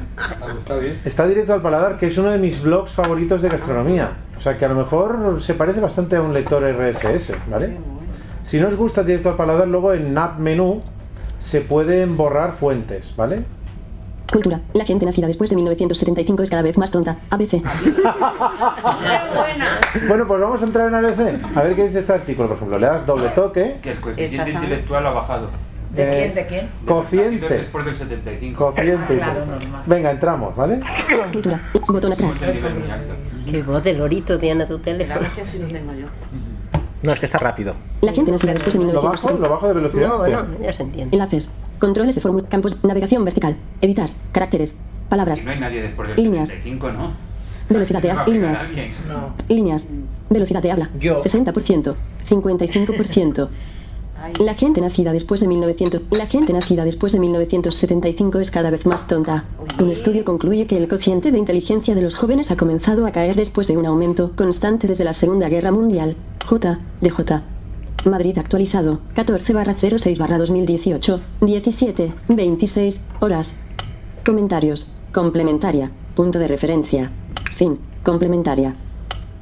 Speaker 29: Está bien.
Speaker 15: Está directo al paladar, que es uno de mis blogs favoritos de gastronomía. O sea que a lo mejor se parece bastante a un lector RSS, ¿vale? Si no os gusta directo al paladar, luego en App Menú se pueden borrar fuentes, ¿vale?
Speaker 7: Cultura. La gente nacida después de 1975 es cada vez más tonta. ABC.
Speaker 15: Bueno, pues vamos a entrar en ABC. A ver qué dice este artículo, por ejemplo. Le das doble toque.
Speaker 13: Que el coeficiente
Speaker 15: Exactamente.
Speaker 13: intelectual ha bajado.
Speaker 15: ¿De Eh, quién,
Speaker 13: ¿De quién?
Speaker 15: Cociente.
Speaker 13: Después del 75.
Speaker 3: Ah,
Speaker 15: Cociente. Venga, entramos, ¿vale?
Speaker 7: Cultura. Botón atrás.
Speaker 24: Qué voz de lorito tiene tu teléfono.
Speaker 2: No, es que está rápido.
Speaker 7: La gente nacida después de
Speaker 2: ¿Lo bajo?
Speaker 7: 1975.
Speaker 2: ¿Lo bajo de velocidad?
Speaker 24: No, bueno, ya se entiende.
Speaker 7: Enlaces. Controles de fórmula. Campos. Navegación vertical. Editar. Caracteres. Palabras.
Speaker 13: No hay nadie después del
Speaker 7: Líneas.
Speaker 13: 75, ¿no?
Speaker 7: Velocidad de
Speaker 13: Va a
Speaker 7: habla.
Speaker 13: pegar
Speaker 7: Líneas.
Speaker 13: alguien.
Speaker 7: Líneas. Velocidad de habla. 60%. 55%. La gente nacida después de 1900, la gente nacida después de 1975 es cada vez más tonta. Un estudio concluye que el cociente de inteligencia de los jóvenes ha comenzado a caer después de un aumento constante desde la Segunda Guerra Mundial. J. DJ. Madrid actualizado. 14-06-2018. 17. 26 horas. Comentarios. Complementaria. Punto de referencia. Fin. Complementaria.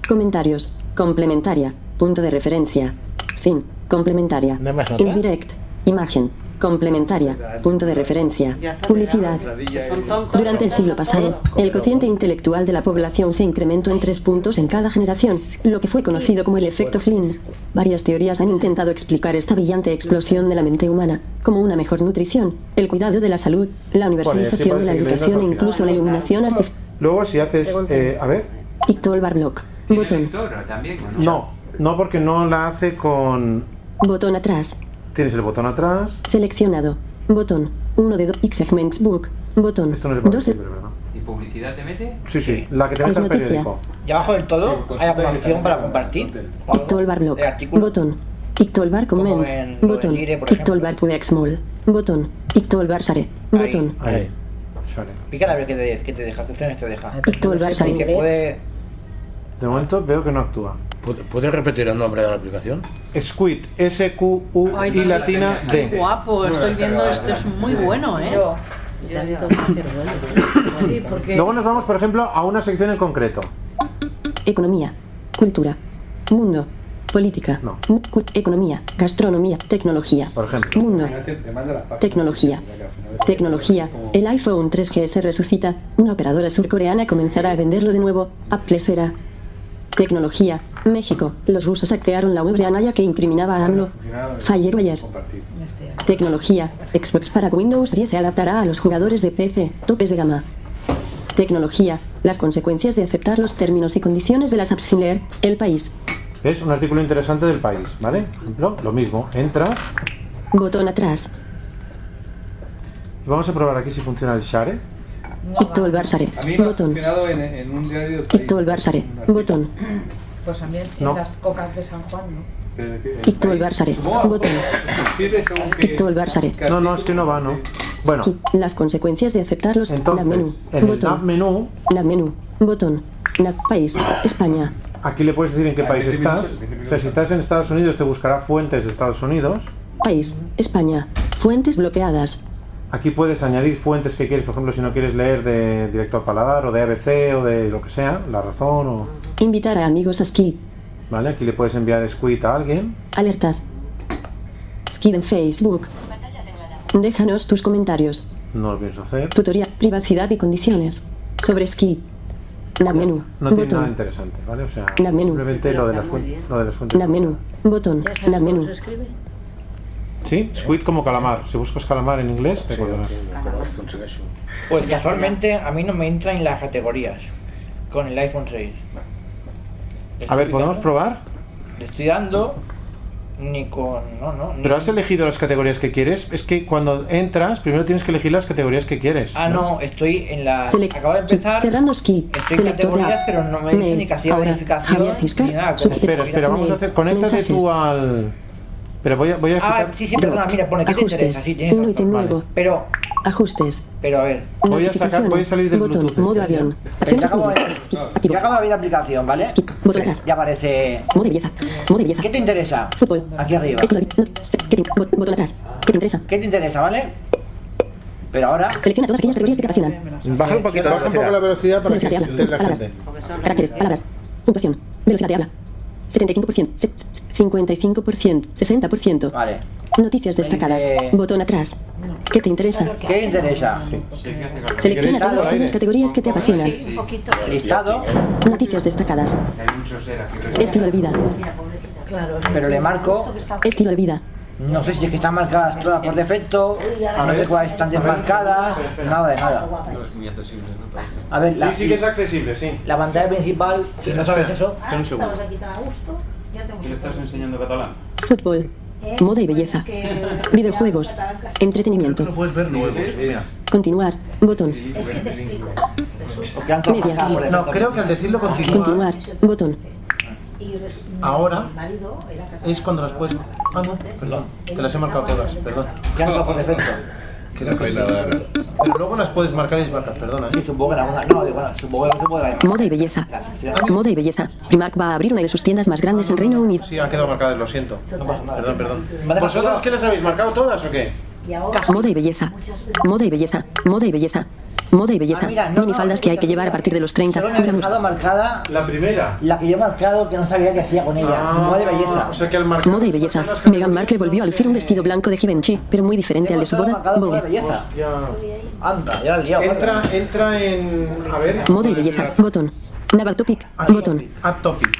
Speaker 7: Comentarios. Complementaria. Punto de referencia. Fin. Complementaria.
Speaker 2: nota?
Speaker 7: Indirect. Imagen. Complementaria. Punto de referencia. Publicidad. Durante el siglo pasado, el cociente intelectual de la población se incrementó en tres puntos en cada generación, lo que fue conocido como el efecto Flynn. Varias teorías han intentado explicar esta brillante explosión de la mente humana, como una mejor nutrición, el cuidado de la salud, la universalización de la educación e incluso la iluminación artificial.
Speaker 15: Luego si haces... eh, a ver.
Speaker 7: Pictol Bar Block. Botón.
Speaker 15: No, no porque no la hace con...
Speaker 7: Botón atrás.
Speaker 15: Tienes el botón atrás.
Speaker 7: Seleccionado. Botón. 1 de 2 X segments book. Botón.
Speaker 15: Esto no es para
Speaker 7: 12.
Speaker 15: siempre, ¿verdad?
Speaker 13: ¿Y publicidad te mete?
Speaker 15: Sí, sí, la que te
Speaker 7: Las
Speaker 15: mete al
Speaker 7: noticias.
Speaker 15: periódico.
Speaker 22: Y abajo del todo hay alguna opción para compartir.
Speaker 7: Pictolbar Block. Botón. Pictolbar Comment. Botón. Pictolbar Puex Mall. Botón. Pictolbar Sare. Botón.
Speaker 22: Ahí. Pícale a ver qué te, qué te deja, qué opciones te deja.
Speaker 7: Pictol Bar Sare.
Speaker 22: Que puede...
Speaker 15: De momento veo que no actúa.
Speaker 30: ¿Puedes repetir el nombre de la aplicación?
Speaker 15: Squid, S-Q-U
Speaker 30: Ay,
Speaker 15: y
Speaker 30: no,
Speaker 15: latina
Speaker 30: la
Speaker 15: D.
Speaker 30: tenía.
Speaker 3: Guapo, estoy viendo esto, es muy bueno, ¿eh? Yo.
Speaker 15: Luego nos vamos, por ejemplo, a una sección en concreto.
Speaker 7: Economía. Cultura. Mundo. Política. Mu- cu- Economía. Gastronomía. Tecnología.
Speaker 15: Por ejemplo.
Speaker 7: Mundo.
Speaker 29: Te, te manda las páginas.
Speaker 7: Tecnología. Tecnología. El iPhone 3G se resucita. Una operadora surcoreana comenzará a venderlo de nuevo. Apple será. Tecnología. México. Los rusos hackearon la web de Anaya que incriminaba a AMLO.
Speaker 29: pues
Speaker 7: Fallero ayer. Tecnología. Xbox para Windows 10 se adaptará a los jugadores de PC. Topes de gama. Tecnología. Las consecuencias de aceptar los términos y condiciones de las apps sin leer. El país.
Speaker 15: Es un artículo interesante del país, ¿vale? Por ejemplo, lo mismo. Entras
Speaker 7: Botón atrás.
Speaker 15: y vamos a probar aquí si funciona el share.
Speaker 7: Pictol Barsare.
Speaker 29: A mí me ha
Speaker 7: Botón.
Speaker 29: funcionado en, en un diario del país.
Speaker 7: Pictol Barsare. Botón.
Speaker 3: Pues también en
Speaker 29: No.
Speaker 3: las cocas de San Juan, ¿no?
Speaker 29: Pero que-
Speaker 7: Pictol Barsare. Botón.
Speaker 29: Sirve según que-
Speaker 7: Pictol Barsare.
Speaker 15: No, no, es que no va, ¿no? Bueno,
Speaker 7: Las consecuencias de aceptar los
Speaker 15: Entonces,
Speaker 7: menú.
Speaker 15: en el
Speaker 7: Botón.
Speaker 15: nav menú-
Speaker 7: Nav menú. Botón. Nav país. España.
Speaker 15: aquí le puedes decir
Speaker 29: Ah,
Speaker 15: en qué país estás. O sea, si estás en Estados Unidos, te buscará fuentes de Estados Unidos.
Speaker 7: País. España. Fuentes bloqueadas.
Speaker 15: Aquí puedes añadir fuentes que quieres, por ejemplo, si no quieres leer de Directo al Paladar o de ABC o de lo que sea, La Razón o...
Speaker 7: Invitar a amigos a Skid.
Speaker 15: ¿Vale? Aquí le puedes enviar squid a alguien.
Speaker 7: Alertas. Skid en Facebook. Déjanos tus comentarios.
Speaker 15: No lo pienso hacer.
Speaker 7: Tutorial. Privacidad y condiciones. Sobre Skid. Nav menú.
Speaker 1: No tiene
Speaker 7: Botón.
Speaker 1: nada interesante, ¿vale? O sea,
Speaker 7: Nav menú.
Speaker 1: simplemente lo de las fuentes. Lo de las fuentes.
Speaker 7: Nav menú. Botón. Nav menú.
Speaker 1: Sí, squid como calamar. Si buscas calamar en inglés, te acordarás.
Speaker 22: Pues casualmente a mí no me entra en las categorías con el iPhone 6.
Speaker 1: A ver, ¿podemos probar?
Speaker 22: Le estoy dando ni con. No, no. ni-
Speaker 1: Pero has elegido las categorías que quieres. Es que cuando entras, primero tienes que elegir las categorías que quieres.
Speaker 22: Ah, no, estoy en la.
Speaker 7: Select.
Speaker 22: Acabo de empezar.
Speaker 7: Cerrando ski.
Speaker 22: Estoy en categorías,
Speaker 7: Selectora.
Speaker 22: pero no me dice
Speaker 7: Mail.
Speaker 22: ni que hacía
Speaker 7: Ahora,
Speaker 22: verificación
Speaker 7: Javier Ciscar,
Speaker 22: ni nada.
Speaker 7: subjetivo.
Speaker 1: Espera, espera, vamos a hacer. Conéctate tú al. Pero voy a, voy a
Speaker 22: Ah,
Speaker 1: explicar-
Speaker 22: sí, sí, perdona, mira, pone que te
Speaker 7: Ajustes.
Speaker 22: interesa, sí, tienes
Speaker 7: Un
Speaker 22: razón.
Speaker 7: ítem nuevo.
Speaker 22: Pero,
Speaker 7: Ajustes.
Speaker 22: pero a ver.
Speaker 1: Voy a sacar, voy a salir del
Speaker 7: Botón.
Speaker 1: Bluetooth. este,
Speaker 7: Modo avión.
Speaker 22: Ya
Speaker 7: Acciones
Speaker 22: acabo de.
Speaker 7: menú.
Speaker 22: Ya acabo de abrir la aplicación, ¿vale?
Speaker 7: Botón atrás.
Speaker 22: Ya aparece.
Speaker 7: Modo belleza. Modo belleza.
Speaker 22: ¿Qué te interesa?
Speaker 7: Fútbol.
Speaker 22: Aquí arriba.
Speaker 7: Esto, no, ¿Qué te, bot- botón atrás. ¿Qué te interesa?
Speaker 22: ¿Qué te interesa, vale? Pero ahora.
Speaker 7: Selecciona todas aquellas categorías que te apasionan.
Speaker 1: Baja un poquito, baja un poco la velocidad para que
Speaker 7: Velocidad.
Speaker 1: esté la
Speaker 7: Palabras.
Speaker 1: gente.
Speaker 7: Caracteres, palabras, puntuación, velocidad de habla, 75%, se- 55%, 60%.
Speaker 22: Vale.
Speaker 7: Noticias destacadas,
Speaker 22: Dice-
Speaker 7: botón atrás. ¿Qué te interesa?
Speaker 22: ¿Qué te interesa?
Speaker 7: Selecciona todas aquellas categorías que te apasionan.
Speaker 22: Un poquito. Listado.
Speaker 7: Noticias destacadas,
Speaker 22: eh,
Speaker 7: estilo de vida,
Speaker 22: Pero le marco.
Speaker 7: estilo de vida,
Speaker 22: No sé si es que están marcadas todas por defecto. No sé cuáles están desmarcadas. Nada de nada. A ver, la,
Speaker 15: Sí, sí que es accesible, sí.
Speaker 22: la pantalla principal, si no sabes eso.
Speaker 6: Ah,
Speaker 15: Espera un segundo.
Speaker 13: le estás enseñando catalán?
Speaker 7: fútbol, moda y belleza, videojuegos, entretenimiento,
Speaker 15: Puedes ver nuevos,
Speaker 7: continuar, botón, media,
Speaker 15: No, creo que al decirlo continúa,
Speaker 7: continuar, botón,
Speaker 15: ahora es cuando las puedes... Ah, no, perdón, te las he marcado todas, perdón.
Speaker 22: Ya no por defecto.
Speaker 15: Creo que sí. Pero luego las puedes marcar y desmarcar, perdona. ¿eh?
Speaker 22: Sí, supongo que la una. No, digo, bueno, supongo que supongo que la
Speaker 7: moda y belleza. Moda y belleza. Primark va a abrir una de sus tiendas más grandes en Reino Unido.
Speaker 15: Sí, han quedado marcadas, lo siento. Perdón, perdón. ¿Vosotros qué las habéis marcado todas o qué?
Speaker 7: Moda y belleza. Moda y belleza. Moda y belleza. Moda y belleza. Minifaldas que hay que llevar a partir de los 30.
Speaker 22: Solo me ha dejado marcada
Speaker 15: La primera. Ah,
Speaker 22: la que yo he marcado que no sabía qué hacía con ella. Moda de belleza.
Speaker 15: O sea que al marcar...
Speaker 7: Moda y belleza. Meghan Markle volvió a lucir un vestido blanco de Givenchy, pero muy diferente al de su boda,
Speaker 22: Moda de
Speaker 7: Vogue.
Speaker 22: belleza. Anda, ya la he liado.
Speaker 15: Entra,
Speaker 22: Marta.
Speaker 15: entra en... A ver...
Speaker 7: Moda y belleza. Botón. Naval Topic. Botón.
Speaker 15: App Ah, Topic.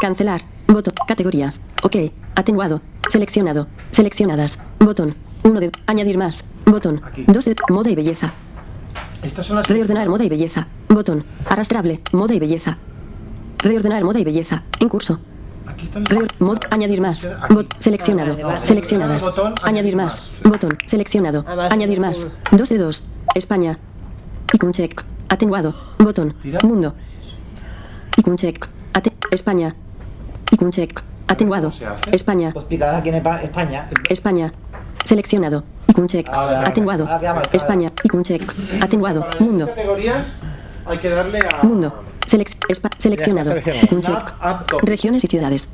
Speaker 7: Cancelar. Botón. Categorías. Ok. Atenuado. Seleccionado. Seleccionadas. Botón. Uno de. Añadir más. Botón. Dos de. Moda y belleza.
Speaker 15: Estas son las...
Speaker 7: Reordenar moda y belleza. Botón. Arrastrable. Moda y belleza. Reordenar moda y belleza. En curso. Reor- mod- añadir más. Bot- seleccionado. Seleccionadas.
Speaker 15: Este, Botón,
Speaker 7: añadir más. Botón. Seleccionado. Añadir más. Dos de dos. España. Icon check. Atenuado. Botón. Mundo. Icon check. Ate- España. Icon check. Atenuado. España.
Speaker 22: Pues picarás aquí en Espa- España. Ah,
Speaker 7: España. Seleccionado. Icon check.
Speaker 22: Ahora, ahora,
Speaker 7: Atenuado.
Speaker 22: ahora queda marcada.
Speaker 7: España. Icon check. Atenuado.
Speaker 15: Para
Speaker 7: Mundo.
Speaker 15: las categorías hay que darle a...
Speaker 7: Mundo. Selec- espa- seleccionado.
Speaker 15: Ya está seleccionado.
Speaker 7: Un check.
Speaker 15: App, app, top.
Speaker 7: Regiones y ciudades.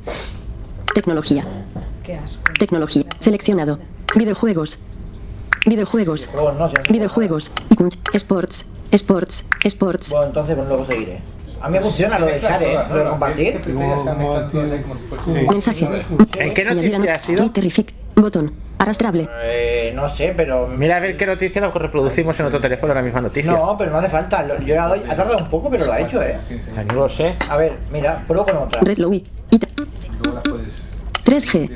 Speaker 7: Tecnología.
Speaker 8: Qué asco.
Speaker 7: Tecnología. Seleccionado. Videojuegos. Videojuegos.
Speaker 22: Luego no, si no-
Speaker 7: Videojuegos. Un check. Sports. Sports. Sports.
Speaker 22: Bueno, entonces pues luego seguiré. A mí me funciona lo de dejar, ¿eh? Lo de compartir.
Speaker 7: Mensaje.
Speaker 2: ¿En qué
Speaker 7: Añadir a
Speaker 2: noticia ha sido?
Speaker 7: Twitterific. Botón. Arrastrable.
Speaker 22: Eh, no sé, pero...
Speaker 2: Mira a ver qué noticia lo reproducimos en otro teléfono, la misma noticia.
Speaker 22: No, pero no hace falta. Lo- Yo la doy... Ha tardado un poco, pero lo ha hecho, ¿eh?
Speaker 2: Ah, No lo sé.
Speaker 22: A ver, mira, pruebo con otra.
Speaker 7: Red Lowy. 3G.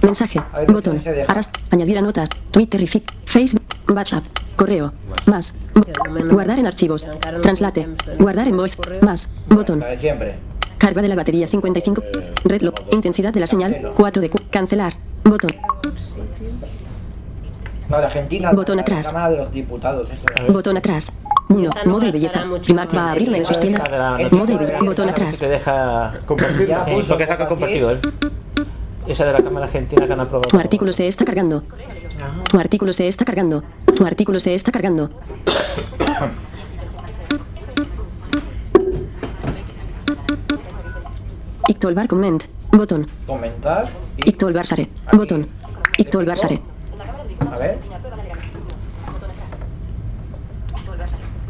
Speaker 7: Mensaje. Botón. Arrast. Añadir a notas. Twitterific. Facebook. WhatsApp. Correo. Más. Guardar en archivos. Translate. Guardar en voz. Más. Botón.
Speaker 22: La de siempre.
Speaker 7: Carga de la batería 55. Red lock. Intensidad de la señal 4 de Q. Cancelar. Botón.
Speaker 22: No, de Argentina.
Speaker 7: Botón
Speaker 22: la-
Speaker 7: atrás.
Speaker 22: La Cámara de los Diputados. eso.
Speaker 7: Botón atrás. 1. Modo y belleza. Primark va a abrirla en sus tiendas. Modo y belleza. Botón atrás.
Speaker 2: Te deja compartir.
Speaker 22: Ya,
Speaker 2: Sí,
Speaker 22: pulso,
Speaker 2: porque saca compartido, ¿eh? Esa de la cámara argentina que han aprobado.
Speaker 7: Tu artículo se está cargando. Tu artículo se está cargando. Tu artículo se está cargando. Ictolbar comment. Botón.
Speaker 22: Comentar.
Speaker 7: Ictolbar sare. Botón. Ictolbar sare.
Speaker 22: A ver.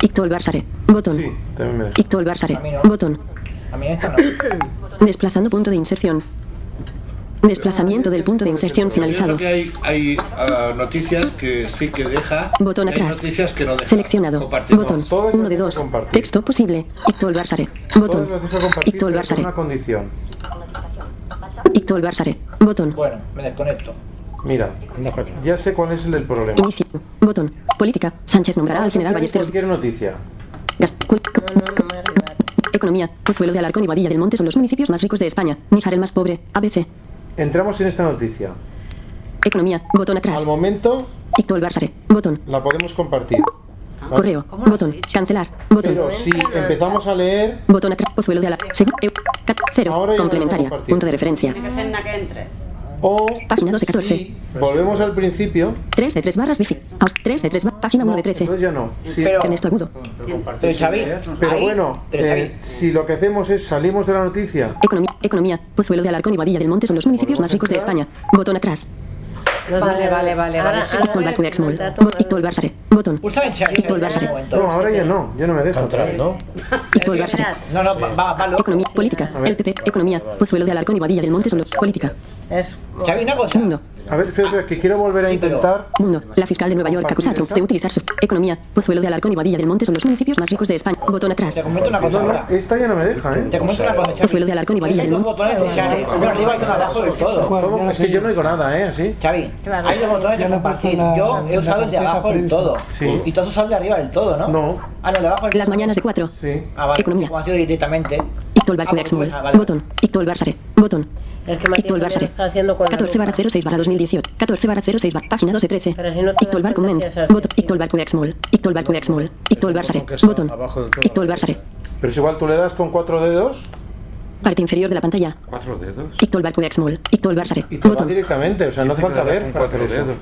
Speaker 7: Ictolbar sare. Botón. Ictolbar sare. Botón.
Speaker 22: A mí esta no.
Speaker 7: Desplazando punto de inserción. Desplazamiento del punto de inserción finalizado.
Speaker 12: que hay, hay ah, noticias que sí que deja.
Speaker 7: Botón
Speaker 12: y hay
Speaker 7: atrás.
Speaker 12: noticias que no deja.
Speaker 7: Seleccionado.
Speaker 12: Compartimos.
Speaker 7: Botón. Uno de dos. Texto posible. Ictol Barsare. Botón.
Speaker 15: Todas las dejo compartir
Speaker 7: Ictol
Speaker 15: pero con
Speaker 7: Barsare.
Speaker 15: una condición.
Speaker 7: Ictol Barsare. Botón.
Speaker 15: Bueno, me desconecto. Mira, ya sé cuál es el problema.
Speaker 7: Inicio. Botón. Política. Sánchez nombrará al general Ballesteros.
Speaker 15: Cualquier noticia.
Speaker 7: Gas- cul- Economía. Pozuelo de Alarcón y Badilla del Monte son los municipios más ricos de España. Níjar el más pobre. ABC.
Speaker 15: Entramos en esta noticia.
Speaker 7: Economía. Botón atrás.
Speaker 15: Al momento
Speaker 7: Ictol Barsare. Botón. Ah.
Speaker 15: la podemos compartir. ¿vale?
Speaker 7: Correo. Botón. Cancelar. Botón.
Speaker 15: Pero si empezamos a leer,
Speaker 7: Botón atrás. Pozuelo de Alarcón. Segu- eu- cat- Cero.
Speaker 15: ya no
Speaker 7: Complementaria.
Speaker 15: compartir.
Speaker 7: Punto de referencia.
Speaker 31: Tiene que ser una que entres.
Speaker 15: O
Speaker 7: Página 2 de 14.
Speaker 15: Pues volvemos al principio.
Speaker 7: 3 de 3 barras wifi. Aus- 3 de 3 página 1 de 13.
Speaker 15: Entonces ya no. Sí.
Speaker 7: Ernesto Agudo.
Speaker 15: Pero,
Speaker 7: Xavi, ahí-
Speaker 15: bueno,
Speaker 7: pero, Xavi.
Speaker 15: eh, si lo que hacemos es salimos de la noticia,
Speaker 7: Economía. Economía. Pozuelo de Alarcón y Badilla del Monte son los municipios más ricos de España. Botón atrás.
Speaker 31: Vale, vale, vale, vale.
Speaker 7: Ahora- Ictol Bacu Exmol. Bot- Ictol Barsare. Botón. Ictol Barsare.
Speaker 15: no, ahora ya no, yo no me dejo atrás, ¿no?
Speaker 7: Ictol Barsare.
Speaker 22: No, no, va, va, va, lo-
Speaker 7: Economía. Política. El PP. Economía. Pozuelo de Alarcón y Badilla del Monte son los. Política.
Speaker 22: Es.
Speaker 7: Mundo.
Speaker 15: A ver, espera, espera, que quiero volver a intentar.
Speaker 7: Mundo. La fiscal de Nueva York acusa a Trump de utilizar su economía. Pozuelo de Alarcón y Badilla del Monte son los municipios más ricos de España. Botón atrás.
Speaker 15: No, no, esta ya no me deja, ¿eh? Te
Speaker 22: comento una cosa,
Speaker 7: Pozuelo de Alarcón y Badilla del Monte.
Speaker 22: uno arriba y uno abajo del todo.
Speaker 15: Todo- Es que yo no oigo nada, ¿eh? Así.
Speaker 22: Xavi, hay dos botones de compartir. Yo he usado el de abajo del todo.
Speaker 15: Sí.
Speaker 22: Y tú has usado el de arriba del todo, ¿no?
Speaker 15: No.
Speaker 22: Ah, no, el de abajo del
Speaker 7: Las mañanas de 4.
Speaker 15: Sí.
Speaker 22: Ah, vale.
Speaker 7: Economía.
Speaker 22: Como ha sido directamente.
Speaker 7: Ictol Bacu Exmol. Botón. Ictol Barsare. Botón.
Speaker 24: Es que
Speaker 7: Ictol
Speaker 24: Martín también lo
Speaker 7: Barsare.
Speaker 24: está haciendo con la
Speaker 7: 14 barra
Speaker 24: lupa.
Speaker 7: 06 barra 2018. 14 barra 06 barra página 12 13.
Speaker 24: no te
Speaker 7: Ictol bar
Speaker 24: das cuenta
Speaker 7: comment.
Speaker 24: si es
Speaker 7: Botón. Ictol bar Exmol. Ictol bar Exmol. Ictol Barsare. Botón. Ictol Barsare.
Speaker 15: Pero es igual, tú le das con cuatro dedos.
Speaker 7: Parte inferior de la pantalla.
Speaker 15: ¿Cuatro dedos?
Speaker 7: Ictol bar Exmol. Ictol Barsare.
Speaker 15: Y te va directamente, o sea, no hace
Speaker 7: Dice que
Speaker 15: falta
Speaker 7: le da
Speaker 15: ver.
Speaker 7: con
Speaker 15: para
Speaker 7: cuatro
Speaker 15: hacer eso.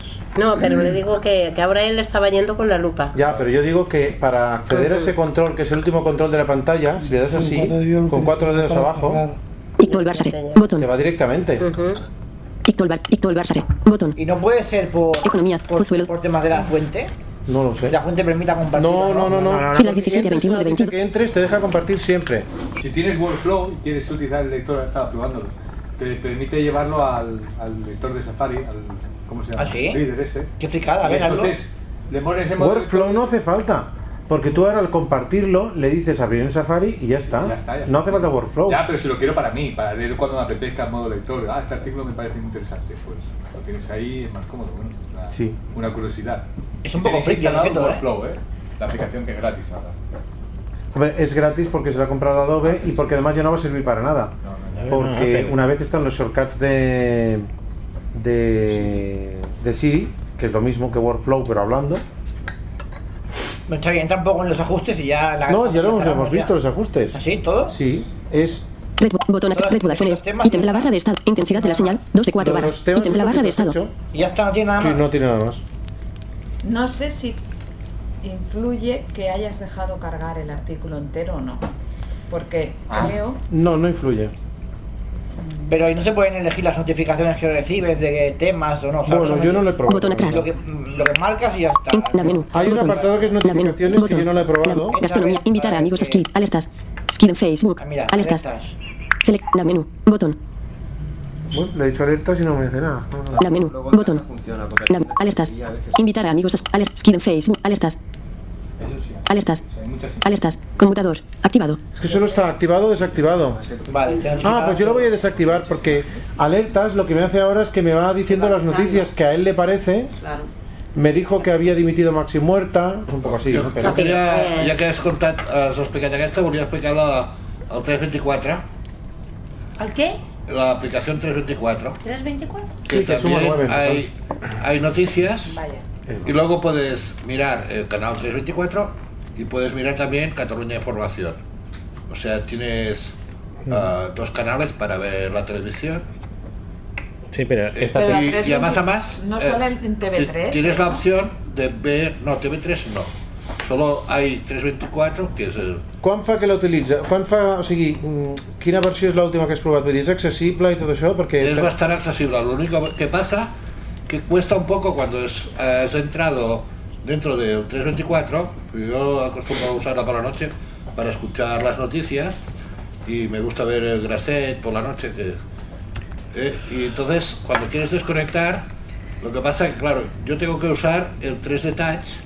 Speaker 24: No, pero le digo que, que ahora él estaba yendo con la lupa.
Speaker 15: Ya, pero yo digo que para acceder a ese control, que es el último control de la pantalla, si le das así, con cuatro dedos abajo,
Speaker 7: Ictol Barsare. Botón.
Speaker 15: te va directamente.
Speaker 7: Ictol bar Ictol Barsare. Botón.
Speaker 22: ¿Y no puede ser por,
Speaker 7: Economía. Pozuelo.
Speaker 22: por temas de la fuente?
Speaker 15: No lo sé.
Speaker 22: La fuente permita compartir.
Speaker 15: No, no, no, no.
Speaker 7: Sí, las 17 a 21 de 22.
Speaker 15: Que entres, te deja compartir siempre.
Speaker 13: Si tienes Workflow y quieres utilizar el lector, estaba probándolo. Te permite llevarlo al, al lector de Safari, al. ¿Cómo se llama?
Speaker 15: ¿Ah, sí?
Speaker 13: Reader ese.
Speaker 22: Qué fricada,
Speaker 15: a ver, hazlo.
Speaker 13: Entonces, le pones en modo.
Speaker 15: Workflow no hace falta. Porque tú ahora al compartirlo le dices abrir en Safari y ya está. No hace falta Workflow.
Speaker 13: Ya, pero si lo quiero para mí, para leer cuando me apetezca en modo lector. Ah, este artículo me parece muy interesante. Pues lo tienes ahí, es más cómodo. Bueno, es una,
Speaker 15: Sí.
Speaker 13: una curiosidad. Es
Speaker 22: un poco friki el
Speaker 13: instalado
Speaker 22: objeto, ¿eh?
Speaker 13: Workflow, ¿eh? La aplicación que es gratis ahora.
Speaker 15: Hombre, es gratis porque se la ha comprado Adobe y porque además ya no va a servir para nada. Porque una vez están los shortcuts de, de, de Siri, que es lo mismo que Workflow, pero hablando.
Speaker 22: No, Xavi, entra un poco en los ajustes y ya la.
Speaker 15: No, ya lo hemos,
Speaker 22: la-
Speaker 15: hemos visto, los ajustes.
Speaker 22: ¿Sí? ¿Todo?
Speaker 15: Sí, es
Speaker 7: Red, botón. Red modulaciones. Ítem de la barra de estado. Intensidad de la señal. 2 de 4
Speaker 15: Lo de
Speaker 7: barras.
Speaker 15: los temas
Speaker 7: Ítem de la
Speaker 15: es lo
Speaker 7: barra
Speaker 15: que
Speaker 7: de
Speaker 15: te has
Speaker 7: estado.
Speaker 22: Y ya está, no tiene nada
Speaker 15: que
Speaker 22: más.
Speaker 15: no tiene nada más.
Speaker 3: No sé si influye que hayas dejado cargar el artículo entero o no. Porque
Speaker 15: Ah.
Speaker 3: creo
Speaker 15: No, no influye.
Speaker 22: Pero ahí no se pueden elegir las notificaciones que recibes de temas o no. ¿sabes?
Speaker 15: Bueno, yo no lo he probado. Botón atrás.
Speaker 22: Lo que, lo que marcas y ya está.
Speaker 15: Hay un apartado que es notificaciones que yo no lo he probado.
Speaker 7: Nav- Gastronomía. Invitar a amigos a Skid. Alertas. Skid en Facebook. Alertas. Select. La menú. Botón.
Speaker 15: Bueno, le he dicho alerta y no me dice nada. No, no.
Speaker 7: La menú. Botón. Nav- Alertas. Invitar a amigos a aler- Skid en Facebook. Alertas. Alertas. Alertas. Conmutador. Activado.
Speaker 15: Es que solo está activado o desactivado.
Speaker 22: Vale, ya nos
Speaker 15: Ah, pues yo lo voy a desactivar porque alertas lo que me hace ahora es que me va diciendo las noticias que a él le parece.
Speaker 31: Claro.
Speaker 15: Me dijo que había dimitido Maxi Muerta. Un poco así, ¿no?
Speaker 12: Jo
Speaker 15: Pero-
Speaker 7: Eh.
Speaker 12: queria, ja que has contat, has explicat aquesta, volia explicar la, el 324,
Speaker 6: ¿Al qué?
Speaker 12: l'aplicació 324,
Speaker 6: ¿324?
Speaker 12: que
Speaker 6: Sí, que suma
Speaker 12: también
Speaker 6: nueve en total.
Speaker 12: hay, hay noticias
Speaker 6: Vaya.
Speaker 12: y luego puedes mirar el canal 324 y puedes mirar también Cataluña Información. O sea, tienes ah, dos canales para ver la televisión.
Speaker 32: Sí, pero
Speaker 12: Eh,
Speaker 32: esta
Speaker 3: Pero la
Speaker 12: y,
Speaker 3: tres
Speaker 12: y además,
Speaker 3: no-
Speaker 12: además,
Speaker 3: no
Speaker 12: eh,
Speaker 3: sale en TV3,
Speaker 12: ti- tienes la
Speaker 3: ¿no?
Speaker 12: opción de ver, no, TV3 no, solo hay 324, que es el
Speaker 15: Quan fa que la utilitza? Quan fa, o sigui, mm, quina versió és l'última que has provat? Vull dir, és accessible i tot això? Perquè...
Speaker 12: Es bastante accesible. Lo único que pasa que cuesta un poco cuando es- eh, has entrado dentro de un 324. que Yo acostumbro a usarla por la noche para escuchar las noticias y me gusta ver el Graset por la noche que eh, y entonces cuando quieres desconectar, lo que pasa es que, claro, yo tengo que usar el 3D Touch.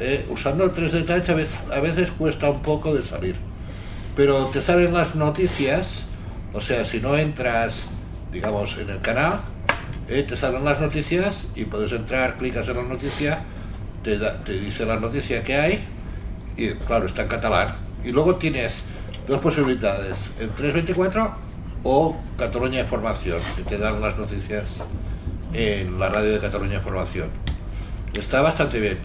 Speaker 12: eh, usando el 3D Touch a veces, a veces cuesta un poco de salir. Pero te salen las noticias, o sea, si no entras, digamos, en el canal, eh, te salen las noticias y puedes entrar, clicas en la noticia, te, da- te dice la noticia que hay y claro, está en catalán. Y luego tienes dos posibilidades, el 324 o Cataluña Información, que te dan las noticias en la radio de Cataluña Información. Está bastante bien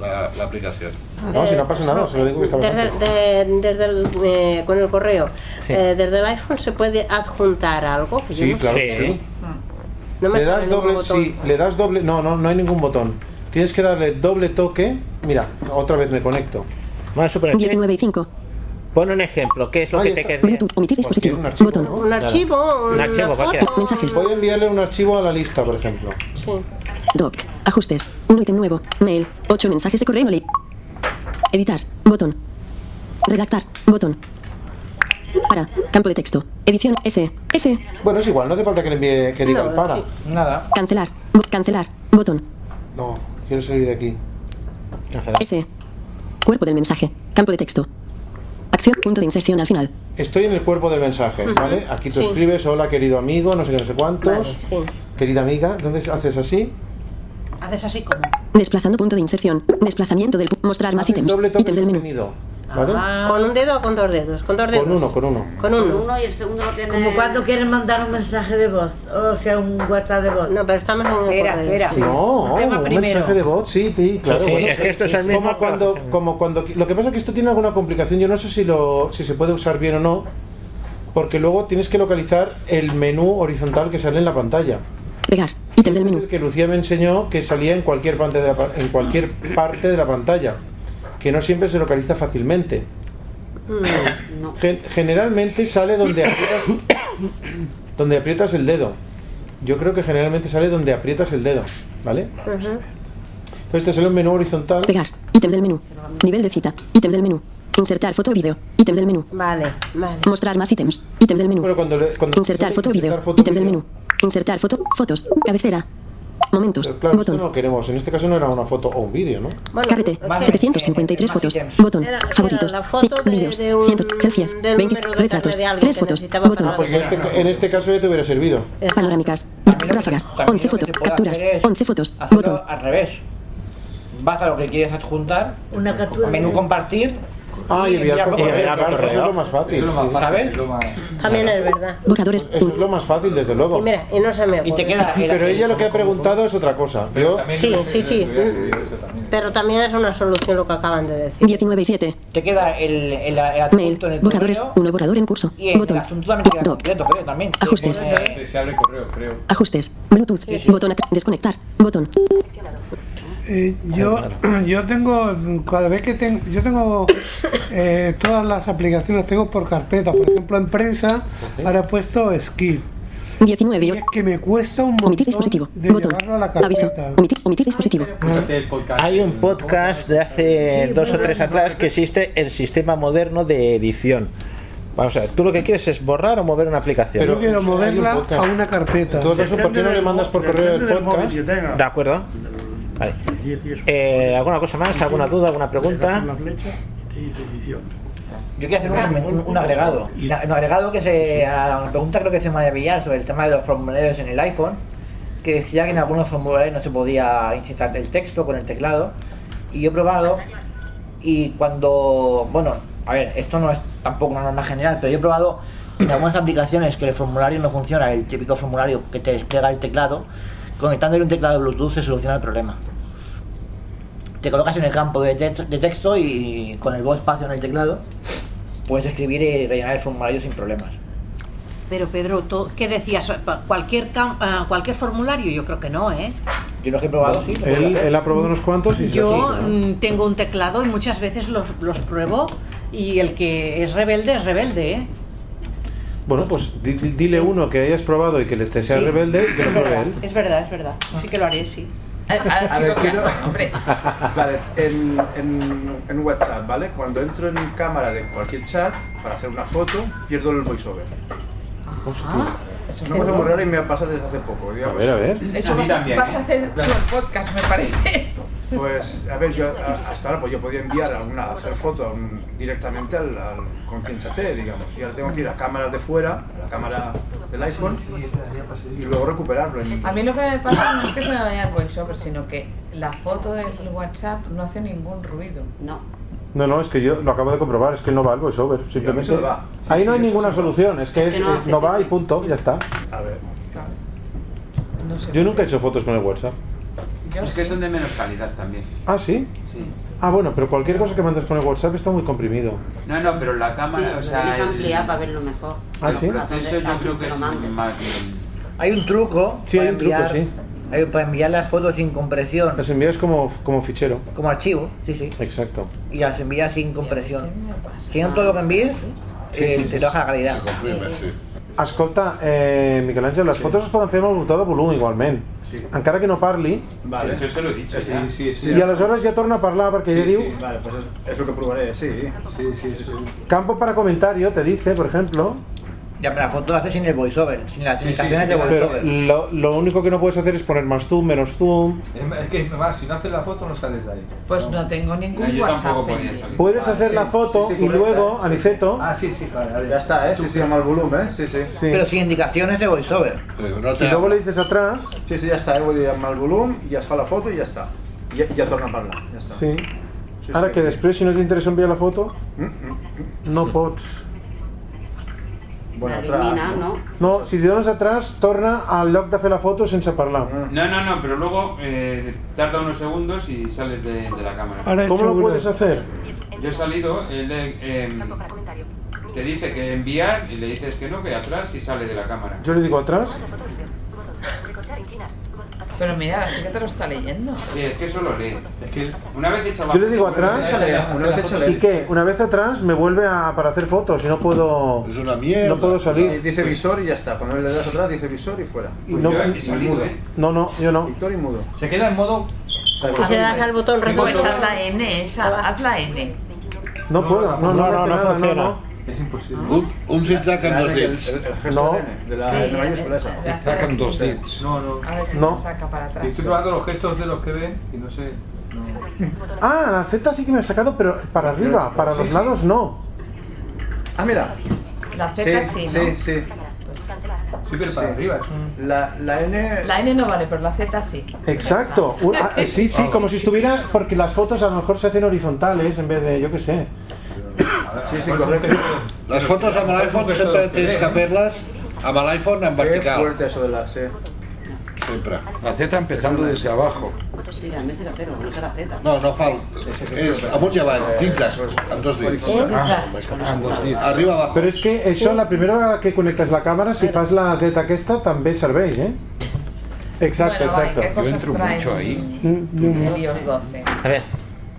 Speaker 12: la, la aplicación.
Speaker 2: No, si no pasa nada, se lo digo que está
Speaker 24: Desde,
Speaker 2: bastante.
Speaker 24: de- desde el, eh, con el correo.
Speaker 2: Sí.
Speaker 24: Eh, desde el iPhone se puede adjuntar algo. Que yo
Speaker 15: Sí,
Speaker 24: no
Speaker 15: claro.
Speaker 24: sé.
Speaker 15: que sí.
Speaker 22: Ah.
Speaker 24: No me
Speaker 15: le
Speaker 24: sale
Speaker 15: das
Speaker 24: ningún
Speaker 15: doble,
Speaker 24: botón.
Speaker 15: sí, le das doble, no, no, no hay ningún botón. Tienes que darle doble toque. Mira, otra vez me conecto.
Speaker 2: Más super.
Speaker 7: 19 y 5.
Speaker 2: Pon un ejemplo, ¿qué es lo que te queda?
Speaker 7: Bluetooth, omitir dispositivo. Botón.
Speaker 24: Un archivo,
Speaker 2: Un
Speaker 24: una
Speaker 2: archivo,
Speaker 24: foto.
Speaker 2: cualquiera.
Speaker 7: Mensajes.
Speaker 15: Voy a enviarle un archivo a la lista, por ejemplo.
Speaker 24: Sí.
Speaker 7: Doc. Ajustes. Un ítem nuevo. Mail. 8 mensajes de correo. li- Editar. Botón. Redactar. Botón. Para. Campo de texto. Edición S. S.
Speaker 15: Bueno, es igual, no te falta que le envíe que diga
Speaker 7: No,
Speaker 15: el para.
Speaker 7: sí.
Speaker 15: Nada.
Speaker 7: Cancelar. Bo- cancelar. Botón.
Speaker 15: No, quiero salir de aquí.
Speaker 7: S. Cuerpo del mensaje. Campo de texto. Acción. Punto de inserción al final.
Speaker 15: Estoy en el cuerpo del mensaje,
Speaker 7: Ujú.
Speaker 15: ¿vale? Aquí tú
Speaker 7: Sí.
Speaker 15: escribes, hola querido amigo, no sé qué, no sé cuántos,
Speaker 7: Vale, Pues sí.
Speaker 15: querida amiga, entonces haces así.
Speaker 7: Haces así como. Desplazando punto de inserción. Desplazamiento del. pu- Mostrar más ítems. Ítem del menú. Ah.
Speaker 24: ¿Con un dedo o con dos dedos? Con dos dedos.
Speaker 15: Con uno, con uno.
Speaker 24: Con uno.
Speaker 6: y el segundo lo tiene. Como cuando quieren mandar un mensaje de voz, o sea, un WhatsApp de voz. No,
Speaker 24: pero estamos en
Speaker 6: Espera, espera.
Speaker 15: No, un mensaje de voz, sí, sí, claro.
Speaker 2: Sí, es que esto es el mismo-
Speaker 15: Como cuando, como cuando, lo que pasa es que esto tiene alguna complicación. Yo no sé si lo, si se puede usar bien o no, porque luego tienes que localizar el menú horizontal que sale en la pantalla.
Speaker 7: Pegar.
Speaker 15: Ítem del menú. Que Lucía me enseñó que salía en cualquier parte de la, pa- en cualquier parte de la pantalla, que no siempre se localiza fácilmente. Gen- generalmente sale donde aprietas, donde aprietas el dedo. Yo creo que generalmente sale donde aprietas el dedo, ¿vale? Entonces te sale un Este menú horizontal.
Speaker 7: Pegar. Ítem del menú. Nivel de cita. Ítem del menú. Insertar foto o vídeo. Ítem del menú.
Speaker 24: Vale, vale.
Speaker 7: Mostrar más ítems. Ítem del menú. insertar foto o vídeo. Ítem del menú. Insertar foto. Fotos. Cabecera. Momentos.
Speaker 15: Pero claro, esto
Speaker 7: Botón.
Speaker 15: no lo queremos. En este caso no era una foto o un vídeo, ¿no?
Speaker 7: Carrete, 753 fotos. Botón,
Speaker 24: Era- era
Speaker 7: favoritos,
Speaker 24: la foto
Speaker 7: tic,
Speaker 24: de-
Speaker 7: vídeos,
Speaker 24: de un-
Speaker 7: 100, selfies,
Speaker 24: del
Speaker 7: 20,
Speaker 24: número de
Speaker 7: retratos,
Speaker 24: tarde de alguien
Speaker 7: 3
Speaker 24: que
Speaker 7: fotos,
Speaker 24: necesitaba
Speaker 7: botón,
Speaker 15: Ah, porque en este, en este caso ya te hubiera servido.
Speaker 7: panorámicas, ráfagas, 11 fotos,
Speaker 22: puede
Speaker 7: capturas,
Speaker 22: hacer es
Speaker 7: 11 fotos,
Speaker 22: hacerlo
Speaker 7: botón,
Speaker 22: al revés. Vas a lo que quieres adjuntar,
Speaker 6: una captura.
Speaker 22: menú compartir.
Speaker 15: Ah, y enviar por correo,
Speaker 22: enviar
Speaker 15: claro, eso es lo más fácil.
Speaker 22: Eso es lo más
Speaker 15: sí.
Speaker 22: fácil,
Speaker 24: eh, También es verdad.
Speaker 7: Borradores.
Speaker 15: Eso es lo más fácil, desde
Speaker 24: Y
Speaker 15: luego.
Speaker 24: mira, y no se me ocurre.
Speaker 15: Pero ella lo que ha preguntado es otra cosa. Yo...
Speaker 24: Sí, sí, sí. Pero también es una solución lo que acaban de decir.
Speaker 7: 19 y 7.
Speaker 22: Te queda el,
Speaker 7: Mail,
Speaker 22: el, el adjunto en el
Speaker 7: borradores,
Speaker 22: correo
Speaker 7: uno borrador en curso,
Speaker 22: y el
Speaker 7: botón,
Speaker 22: adjunto también queda
Speaker 7: doc,
Speaker 22: completo, creo, también.
Speaker 7: Ajustes.
Speaker 22: Tiene-
Speaker 13: Se abre correo, creo.
Speaker 7: ajustes, Bluetooth, botón, act- desconectar, botón,
Speaker 9: Eh, yo, yo tengo, cada vez que tengo, yo tengo eh, todas las aplicaciones, tengo por carpeta, por ejemplo en prensa, ahora he puesto skip.
Speaker 7: 19
Speaker 9: y es que me cuesta un
Speaker 7: omitir
Speaker 9: montón
Speaker 7: dispositivo,
Speaker 9: de
Speaker 7: botón,
Speaker 9: llevarlo a la
Speaker 7: aviso,
Speaker 9: carpeta.
Speaker 7: omitir, omitir dispositivo.
Speaker 2: Hay un podcast de hace dos o tres atrás que existe el sistema moderno de edición. Vamos a ver, tú lo que quieres es borrar o mover una aplicación.
Speaker 9: Pero quiero moverla a una carpeta.
Speaker 2: En todo caso, ¿por qué no le mandas por correo el podcast? De acuerdo. Vale. Eh, ¿Alguna cosa más? ¿Alguna duda? ¿Alguna pregunta?
Speaker 22: Yo quiero hacer un, un- un agregado. Un agregado que se. A una pregunta creo que se María Villar sobre el tema de los formularios en el iPhone, que decía que en algunos formularios no se podía insertar el texto con el teclado. Y yo he probado, y cuando. Bueno, a ver, esto no es tampoco una norma general, pero yo he probado en algunas aplicaciones que el formulario no funciona, el típico formulario que te despliega el teclado, conectándole un teclado Bluetooth se soluciona el problema te colocas en el campo de, tex- de texto y con el bot espacio en el teclado puedes escribir y rellenar el formulario sin problemas.
Speaker 3: Pero Pedro, ¿tú ¿qué decías? Pa- ¿Cualquier, cam- ah, ¿Cualquier formulario? Yo creo que no, ¿eh?
Speaker 22: Yo los he probado, sí. lo podía
Speaker 15: Él,
Speaker 22: hacer.
Speaker 15: él ha probado unos cuantos y se
Speaker 3: Yo
Speaker 15: ha hecho, ¿no?
Speaker 3: mm, tengo un teclado y muchas veces los, los pruebo y el que es rebelde es rebelde, ¿eh?
Speaker 15: Bueno, pues di- di- dile uno que hayas probado y que le te sea
Speaker 3: Sí.
Speaker 15: rebelde y que lo
Speaker 3: Es
Speaker 15: pruebe
Speaker 3: verdad,
Speaker 15: él.
Speaker 3: es verdad, es verdad. Sí que lo haré, sí.
Speaker 13: A ver, quiero- Vale, en, en- en WhatsApp, ¿vale? Cuando entro en
Speaker 3: Ah,
Speaker 13: cámara de cualquier chat para hacer una foto, pierdo el voiceover. Es una cosa muy rara y me ha pasado desde hace poco, digamos.
Speaker 33: ver, a ver.
Speaker 13: Eso a mí también.
Speaker 3: Vas a hacer
Speaker 13: Claro.
Speaker 3: los podcasts, me parece.
Speaker 13: Pues, a ver, yo a- hasta ahora pues yo podía enviar alguna, hacer foto a un- directamente al, al- con quien chateé, digamos. Y ahora tengo que ir a cámaras de fuera, a la cámara del iPhone, y luego recuperarlo. en-
Speaker 3: A mí lo que me pasa no es que se me vaya el voiceover, sino que la foto del WhatsApp no hace ningún ruido. No.
Speaker 15: No, no, es que yo lo acabo de comprobar, es que no va el voiceover,
Speaker 13: simplemente-
Speaker 15: simplemente...
Speaker 13: se va.
Speaker 15: Ahí no hay ninguna solución, es que
Speaker 3: Es que
Speaker 15: es-
Speaker 3: no
Speaker 15: es- no
Speaker 3: hace
Speaker 15: va y punto, ya está.
Speaker 13: A ver.
Speaker 3: No sé.
Speaker 15: Yo nunca he hecho fotos con el WhatsApp.
Speaker 13: Es que son de menos calidad también.
Speaker 15: Ah, ¿sí?
Speaker 13: Sí.
Speaker 15: Ah, bueno, pero cualquier cosa que mandes con el WhatsApp está muy comprimido.
Speaker 13: No, no, pero la
Speaker 5: Sí, lo tiene que ampliar para verlo mejor.
Speaker 15: Ah, sí.
Speaker 5: Proceso yo creo que es
Speaker 13: más
Speaker 22: Hay un truco.
Speaker 15: Sí, hay un truco, sí.
Speaker 22: hay- para enviar las fotos sin compresión,
Speaker 15: Las envías como, como fichero.
Speaker 22: como archivo, sí, sí.
Speaker 15: Exacto.
Speaker 22: Y las envías sin compresión. Si no todo lo que envíes,
Speaker 15: Sí,
Speaker 22: eh,
Speaker 15: sí,
Speaker 22: te
Speaker 15: sí.
Speaker 22: baja la calidad.
Speaker 15: Escolta, eh, Miquel Àngel, les fotos es poden fer amb el voltant de volum igualment, encara que no parli,
Speaker 13: Vale. Eso se lo he dicho. Sí, sí,
Speaker 15: i aleshores ja torna a parlar perquè ja diu
Speaker 13: Vale, pues es, es lo que probaré, sí. Sí, sí, sí.
Speaker 15: campo para comentario, te dice, por ejemplo,
Speaker 22: Ya, pero la foto la haces sin el voiceover, sin las
Speaker 15: Sí, sí,
Speaker 22: indicaciones de
Speaker 15: pero
Speaker 22: voiceover.
Speaker 15: lo, lo único que no puedes hacer es poner más zoom, menos zoom.
Speaker 34: Es que, más, si no haces la foto, no sales de ahí.
Speaker 3: Pues no tengo ningún
Speaker 34: No, yo
Speaker 3: WhatsApp.
Speaker 34: tampoco podía
Speaker 3: pendiente.
Speaker 15: Puedes
Speaker 34: Ah,
Speaker 15: hacer
Speaker 34: sí,
Speaker 15: la foto
Speaker 34: sí, sí,
Speaker 15: y
Speaker 34: correcto,
Speaker 15: luego, Aniceto,
Speaker 22: Ah, sí, sí, vale,
Speaker 13: Ya está, ¿eh? Sí, sí, llama el volumen, ¿eh? Sí, sí.
Speaker 22: Pero sin indicaciones de voiceover.
Speaker 12: Eh,
Speaker 13: te- Y luego
Speaker 15: le dices atrás.
Speaker 13: Sí, sí, ya está, eh? Vull dir, amb el volum, ja es fa la foto i ja està. I ja, ja torna a parlar, ja està.
Speaker 15: sí. Ahora que después si no te interesa enviar la foto, no pots.
Speaker 13: Bueno, atrás,
Speaker 5: Eliminar, no?
Speaker 15: No, si te dones atrás, torna al lloc de fer la foto sense
Speaker 13: Ah.
Speaker 15: parlar.
Speaker 6: No, no, no, pero luego eh, tarda unos segundos y sales de, de la cámara.
Speaker 15: ¿Cómo lo puedes hacer?
Speaker 6: Yo he salido, eh, le- em, te dice que enviar y le dices que no, que atrás y sale de la cámara.
Speaker 15: Yo le digo atrás.
Speaker 3: Pero mira, sí que te lo está leyendo.
Speaker 6: Sí, es que eso lo lee. una vez hecha la
Speaker 15: Yo le digo
Speaker 6: foto,
Speaker 15: atrás
Speaker 6: una vez hecha la
Speaker 15: y que una vez atrás me vuelve a, para hacer fotos y no puedo no puedo
Speaker 13: Sí,
Speaker 15: salir.
Speaker 13: dice visor y ya está. Cuando le das atrás, dice visor y ¿eh? fuera.
Speaker 34: Pues
Speaker 15: Y no,
Speaker 34: ¿eh?
Speaker 15: no, no, yo no.
Speaker 13: Victor y mudo.
Speaker 34: Se queda en modo...
Speaker 15: Y se le das al botón
Speaker 3: Pues
Speaker 15: retorno.
Speaker 3: haz la N esa, haz la N.
Speaker 15: No puedo, no, no, no, no, no, no, no.
Speaker 34: Es imposible.
Speaker 15: Un, un zigzag
Speaker 13: amb dos dits. El- el gesto
Speaker 15: No,
Speaker 13: de nene, de la- Sí, de la mayúscula esa. de hacer
Speaker 34: Sacan dos
Speaker 13: así.
Speaker 34: dits. No, no.
Speaker 3: A ver si
Speaker 15: No.
Speaker 3: me saca para atrás.
Speaker 34: Y estoy probando los gestos de los que ven y no sé.
Speaker 15: Ah, la Z sí que me ha sacado, pero para arriba, para
Speaker 34: Sí,
Speaker 15: los
Speaker 34: sí.
Speaker 15: lados no.
Speaker 13: Ah, mira.
Speaker 3: La Z sí,
Speaker 13: sí,
Speaker 3: ¿no?
Speaker 13: sí.
Speaker 34: Sí, pero para arriba.
Speaker 13: La, la N...
Speaker 3: La N no vale, pero la Z sí.
Speaker 15: Exacto. Un- ah, eh, sí, sí, como si estuviera, porque las fotos a lo mejor se hacen horizontales en vez de, yo qué sé.
Speaker 13: Sí, sí, correcte.
Speaker 12: Les fotos amb l'iPhone sempre tens que fer-les amb l'iPhone en
Speaker 13: Qué
Speaker 12: vertical.
Speaker 13: fuerte eso de la C.
Speaker 12: Sempre.
Speaker 6: La Z empezando desde abajo.
Speaker 5: Sí, a mí se la cero, no se la Z.
Speaker 12: No, no, Pau, és amunt i avall, zigzag, amb dos pues dits.
Speaker 15: Ah,
Speaker 13: pues
Speaker 12: Arriba abajo.
Speaker 15: Però és que això, la primera vegada que connectes la càmera, si fas la Z aquesta, també serveix, eh? Exacte,
Speaker 3: Bueno, vale,
Speaker 15: exacte.
Speaker 3: ¿qué cosas traen Medios 12.
Speaker 13: Ah,
Speaker 15: A ver.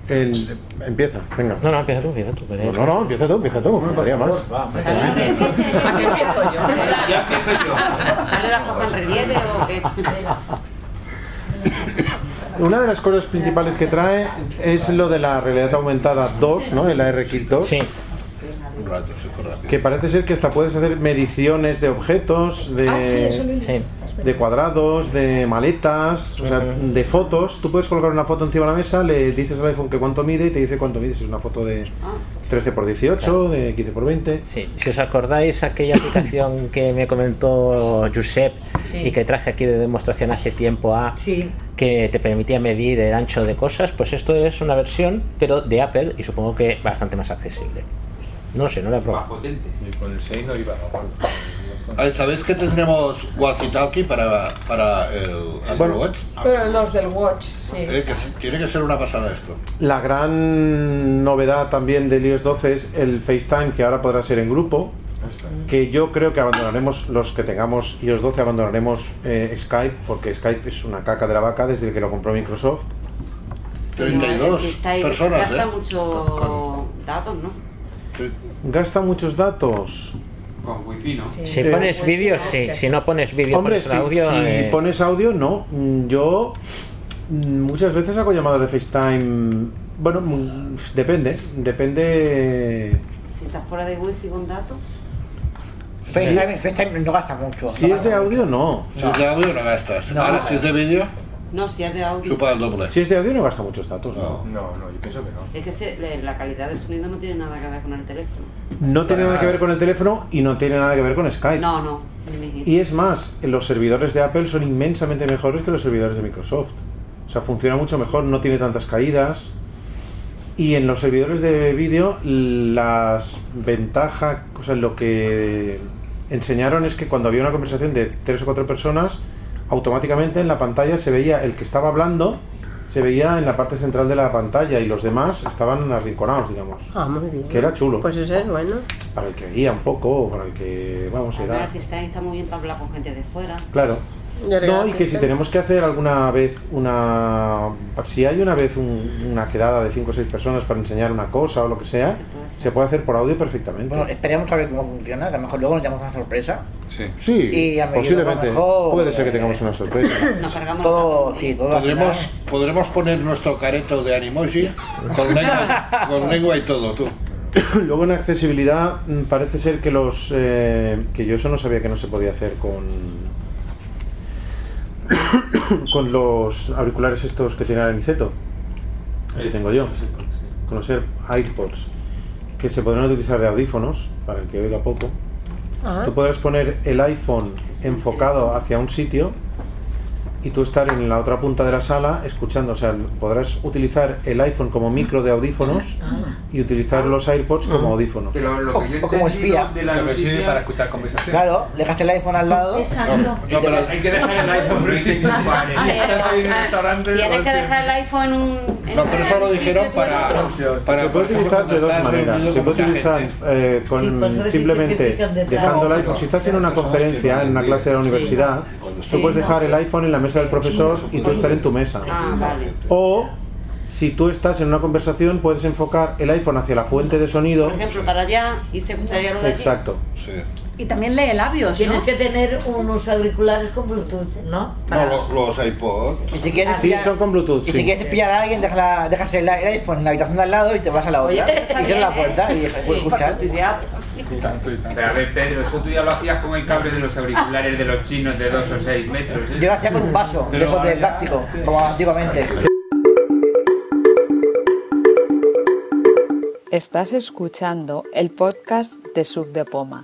Speaker 15: El, empieza, venga. No, no, empieza tú, empieza tú. No, no, empieza tú, empieza tú. Estaría más.
Speaker 5: ¿A qué empiezo yo?
Speaker 6: Ya empiezo
Speaker 5: yo. ¿Sale las cosas en relieve o qué?
Speaker 15: Una de las cosas principales que trae es lo de la realidad aumentada 2, ¿no? El ARKit 2. Sí. Que parece ser que hasta puedes hacer mediciones de objetos, de,
Speaker 3: Ah, sí, eso lo he leído.
Speaker 15: de cuadrados, de maletas, o sea, de fotos. Tú puedes colocar una foto encima de la mesa, le dices al iPhone que cuánto mide y te dice cuánto mide. Si es una foto de 13 x 18, de 15 x 20.
Speaker 2: Sí, si os acordáis aquella aplicación que me comentó Josep
Speaker 15: Sí.
Speaker 2: y que traje aquí de demostración hace tiempo a que te permitía medir el ancho de cosas, pues esto es una versión, pero de Apple y supongo que bastante más accesible. No sé, no la he probado.
Speaker 34: potente. con el 6 no iba
Speaker 12: Ay, ¿Sabéis que tendremos walkie-talkie para, para el Apple Watch?
Speaker 3: Pero los del Watch, sí.
Speaker 12: Eh, que se- tiene que ser una pasada esto.
Speaker 15: La gran novedad también del iOS 12 es el FaceTime, que ahora podrá ser en grupo. que yo creo que abandonaremos los que tengamos iOS 12 abandonaremos eh, Skype porque Skype es una caca de la vaca desde que lo compró Microsoft
Speaker 5: Que está ahí- Gasta
Speaker 15: ¿eh?
Speaker 3: ¿eh?
Speaker 5: mucho datos, ¿no?
Speaker 15: gasta muchos datos Eh,
Speaker 6: Con wifi, ¿no?
Speaker 2: Si pones vídeo,
Speaker 5: Pues,
Speaker 2: sí. Si no pones vídeo,
Speaker 15: hombre
Speaker 2: pones
Speaker 15: si,
Speaker 2: audio.
Speaker 15: si
Speaker 2: eh,
Speaker 15: pones audio no Mm, yo mm, muchas veces hago llamadas de FaceTime bueno mm, depende depende
Speaker 5: Si estás fuera de wifi con datos.
Speaker 22: FaceTime, FaceTime no gasta mucho.
Speaker 15: Si es de audio, no.
Speaker 12: Si es de audio, no gastas.
Speaker 22: No.
Speaker 12: Ahora, si es de vídeo,
Speaker 2: No, si es de audio.
Speaker 12: chupa el doble.
Speaker 15: Si es de audio, no gasta muchos datos. No,
Speaker 12: no, yo pienso que no.
Speaker 2: Es que se- le- la calidad del sonido no tiene nada que ver con el teléfono.
Speaker 15: No tiene nada que ver con el teléfono y no tiene nada que ver con Skype.
Speaker 2: No, no, ni me dijiste.
Speaker 15: Y es más, los servidores de Apple son inmensamente mejores que los servidores de Microsoft. O sea, funciona mucho mejor, no tiene tantas caídas. Y en los servidores de vídeo, las ventajas, o sea, lo que enseñaron es que cuando había una conversación de tres o cuatro personas, automáticamente en la pantalla se veía el que estaba hablando, se veía en la parte central de la pantalla y los demás estaban arrinconados, digamos.
Speaker 35: Ah, muy bien.
Speaker 15: Que era chulo.
Speaker 35: Pues eso es bueno.
Speaker 15: Para el que veía un poco, para el que, vamos,
Speaker 2: La
Speaker 15: era...
Speaker 2: verdad que está, está muy bien para hablar con gente de fuera.
Speaker 15: Claro.
Speaker 35: Ya le
Speaker 15: No, y
Speaker 35: gracias,
Speaker 15: que si
Speaker 35: ¿eh?
Speaker 15: tenemos que hacer alguna vez una. Si hay una vez un- una quedada de 5 o 6 personas para enseñar una cosa o lo que sea, se puede hacer por audio perfectamente.
Speaker 22: Bueno, eh, esperemos a ver cómo funciona, que a lo mejor luego nos damos una sorpresa.
Speaker 15: Sí,
Speaker 22: Y a medida
Speaker 15: posiblemente.
Speaker 22: que mejor-
Speaker 15: Puede ser que tengamos una sorpresa.
Speaker 22: Todo, sí, todo al
Speaker 12: Podremos,
Speaker 22: final-
Speaker 12: podremos poner nuestro careto de animoji con lengua, con lengua y todo, tú.
Speaker 15: Luego en accesibilidad mm, parece ser que los eh, que yo eso no sabía que no se podía hacer con con los auriculares estos que tiene el Aniceto que tengo yo con los Air- AirPods que se podrán utilizar de audífonos para el que oiga poco tú podrás poner el iPhone enfocado hacia un sitio y tú estar en la otra punta de la sala escuchando, o sea, podrás utilizar el iPhone como micro de audífonos y utilizar los AirPods como audífonos.
Speaker 13: Pero lo que yo he
Speaker 22: O como
Speaker 13: entendido
Speaker 22: espía.
Speaker 13: de la
Speaker 22: Pero sirve
Speaker 13: noticia...
Speaker 22: para
Speaker 13: escuchar conversaciones.
Speaker 22: Claro, dejaste el iPhone al lado.
Speaker 13: Hay que dejar el iPhone
Speaker 2: Ah,
Speaker 13: Estás ahí en el restaurante...
Speaker 2: Tienes que dejar el iPhone en un. en
Speaker 12: No, pero eso lo
Speaker 2: un
Speaker 12: dijeron
Speaker 2: sitio,
Speaker 12: para. para
Speaker 15: se puede
Speaker 12: por ejemplo,
Speaker 15: utilizar de
Speaker 12: cuando
Speaker 15: dos
Speaker 12: estás
Speaker 15: maneras.
Speaker 12: reunido
Speaker 15: Se
Speaker 12: con
Speaker 15: puede
Speaker 12: mucha gente.
Speaker 15: utilizar eh, con
Speaker 12: Sí, por eso decir que
Speaker 15: simplemente
Speaker 12: critican de
Speaker 15: dejando el
Speaker 12: tal.
Speaker 15: iPhone. Si estás en una conferencia, en una clase de la universidad,
Speaker 12: Sí.
Speaker 15: tú puedes dejar el iPhone en la mesa del profesor y tú estar en tu mesa.
Speaker 2: Ah, vale.
Speaker 15: O si tú estás en una conversación, puedes enfocar el iPhone hacia la fuente de sonido.
Speaker 2: Por ejemplo, para allá y se escucharía lo de aquí.
Speaker 15: Exacto.
Speaker 24: Y también lee labios, Tienes que tener unos auriculares con Bluetooth, ¿no?
Speaker 12: No, lo- los iPods.
Speaker 22: Y si quieres
Speaker 15: Sí,
Speaker 22: pillar-
Speaker 15: son con Bluetooth.
Speaker 22: Y si
Speaker 15: sí.
Speaker 22: quieres pillar a alguien, dejas, la- dejas el el iPhone en la habitación de al lado y te vas a la
Speaker 2: Oye,
Speaker 22: otra.
Speaker 2: está
Speaker 22: y cierras la
Speaker 2: bien, ¿eh?
Speaker 22: puerta y dejas
Speaker 2: Sí,
Speaker 22: puedes escuchar.
Speaker 2: porque
Speaker 13: Pero a ver, Pedro, eso tú ya lo hacías con el cable de los auriculares de los chinos de 2 o 6 metros. ¿eh?
Speaker 22: Yo lo hacía con un vaso, de
Speaker 13: Pero
Speaker 22: esos de
Speaker 13: ahora ya-
Speaker 22: plástico, como antiguamente.
Speaker 3: Estás escuchando el podcast de Sub de Poma.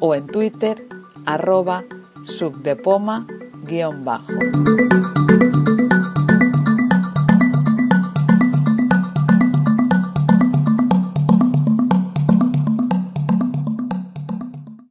Speaker 3: o en twitter arroba subdepoma guión bajo.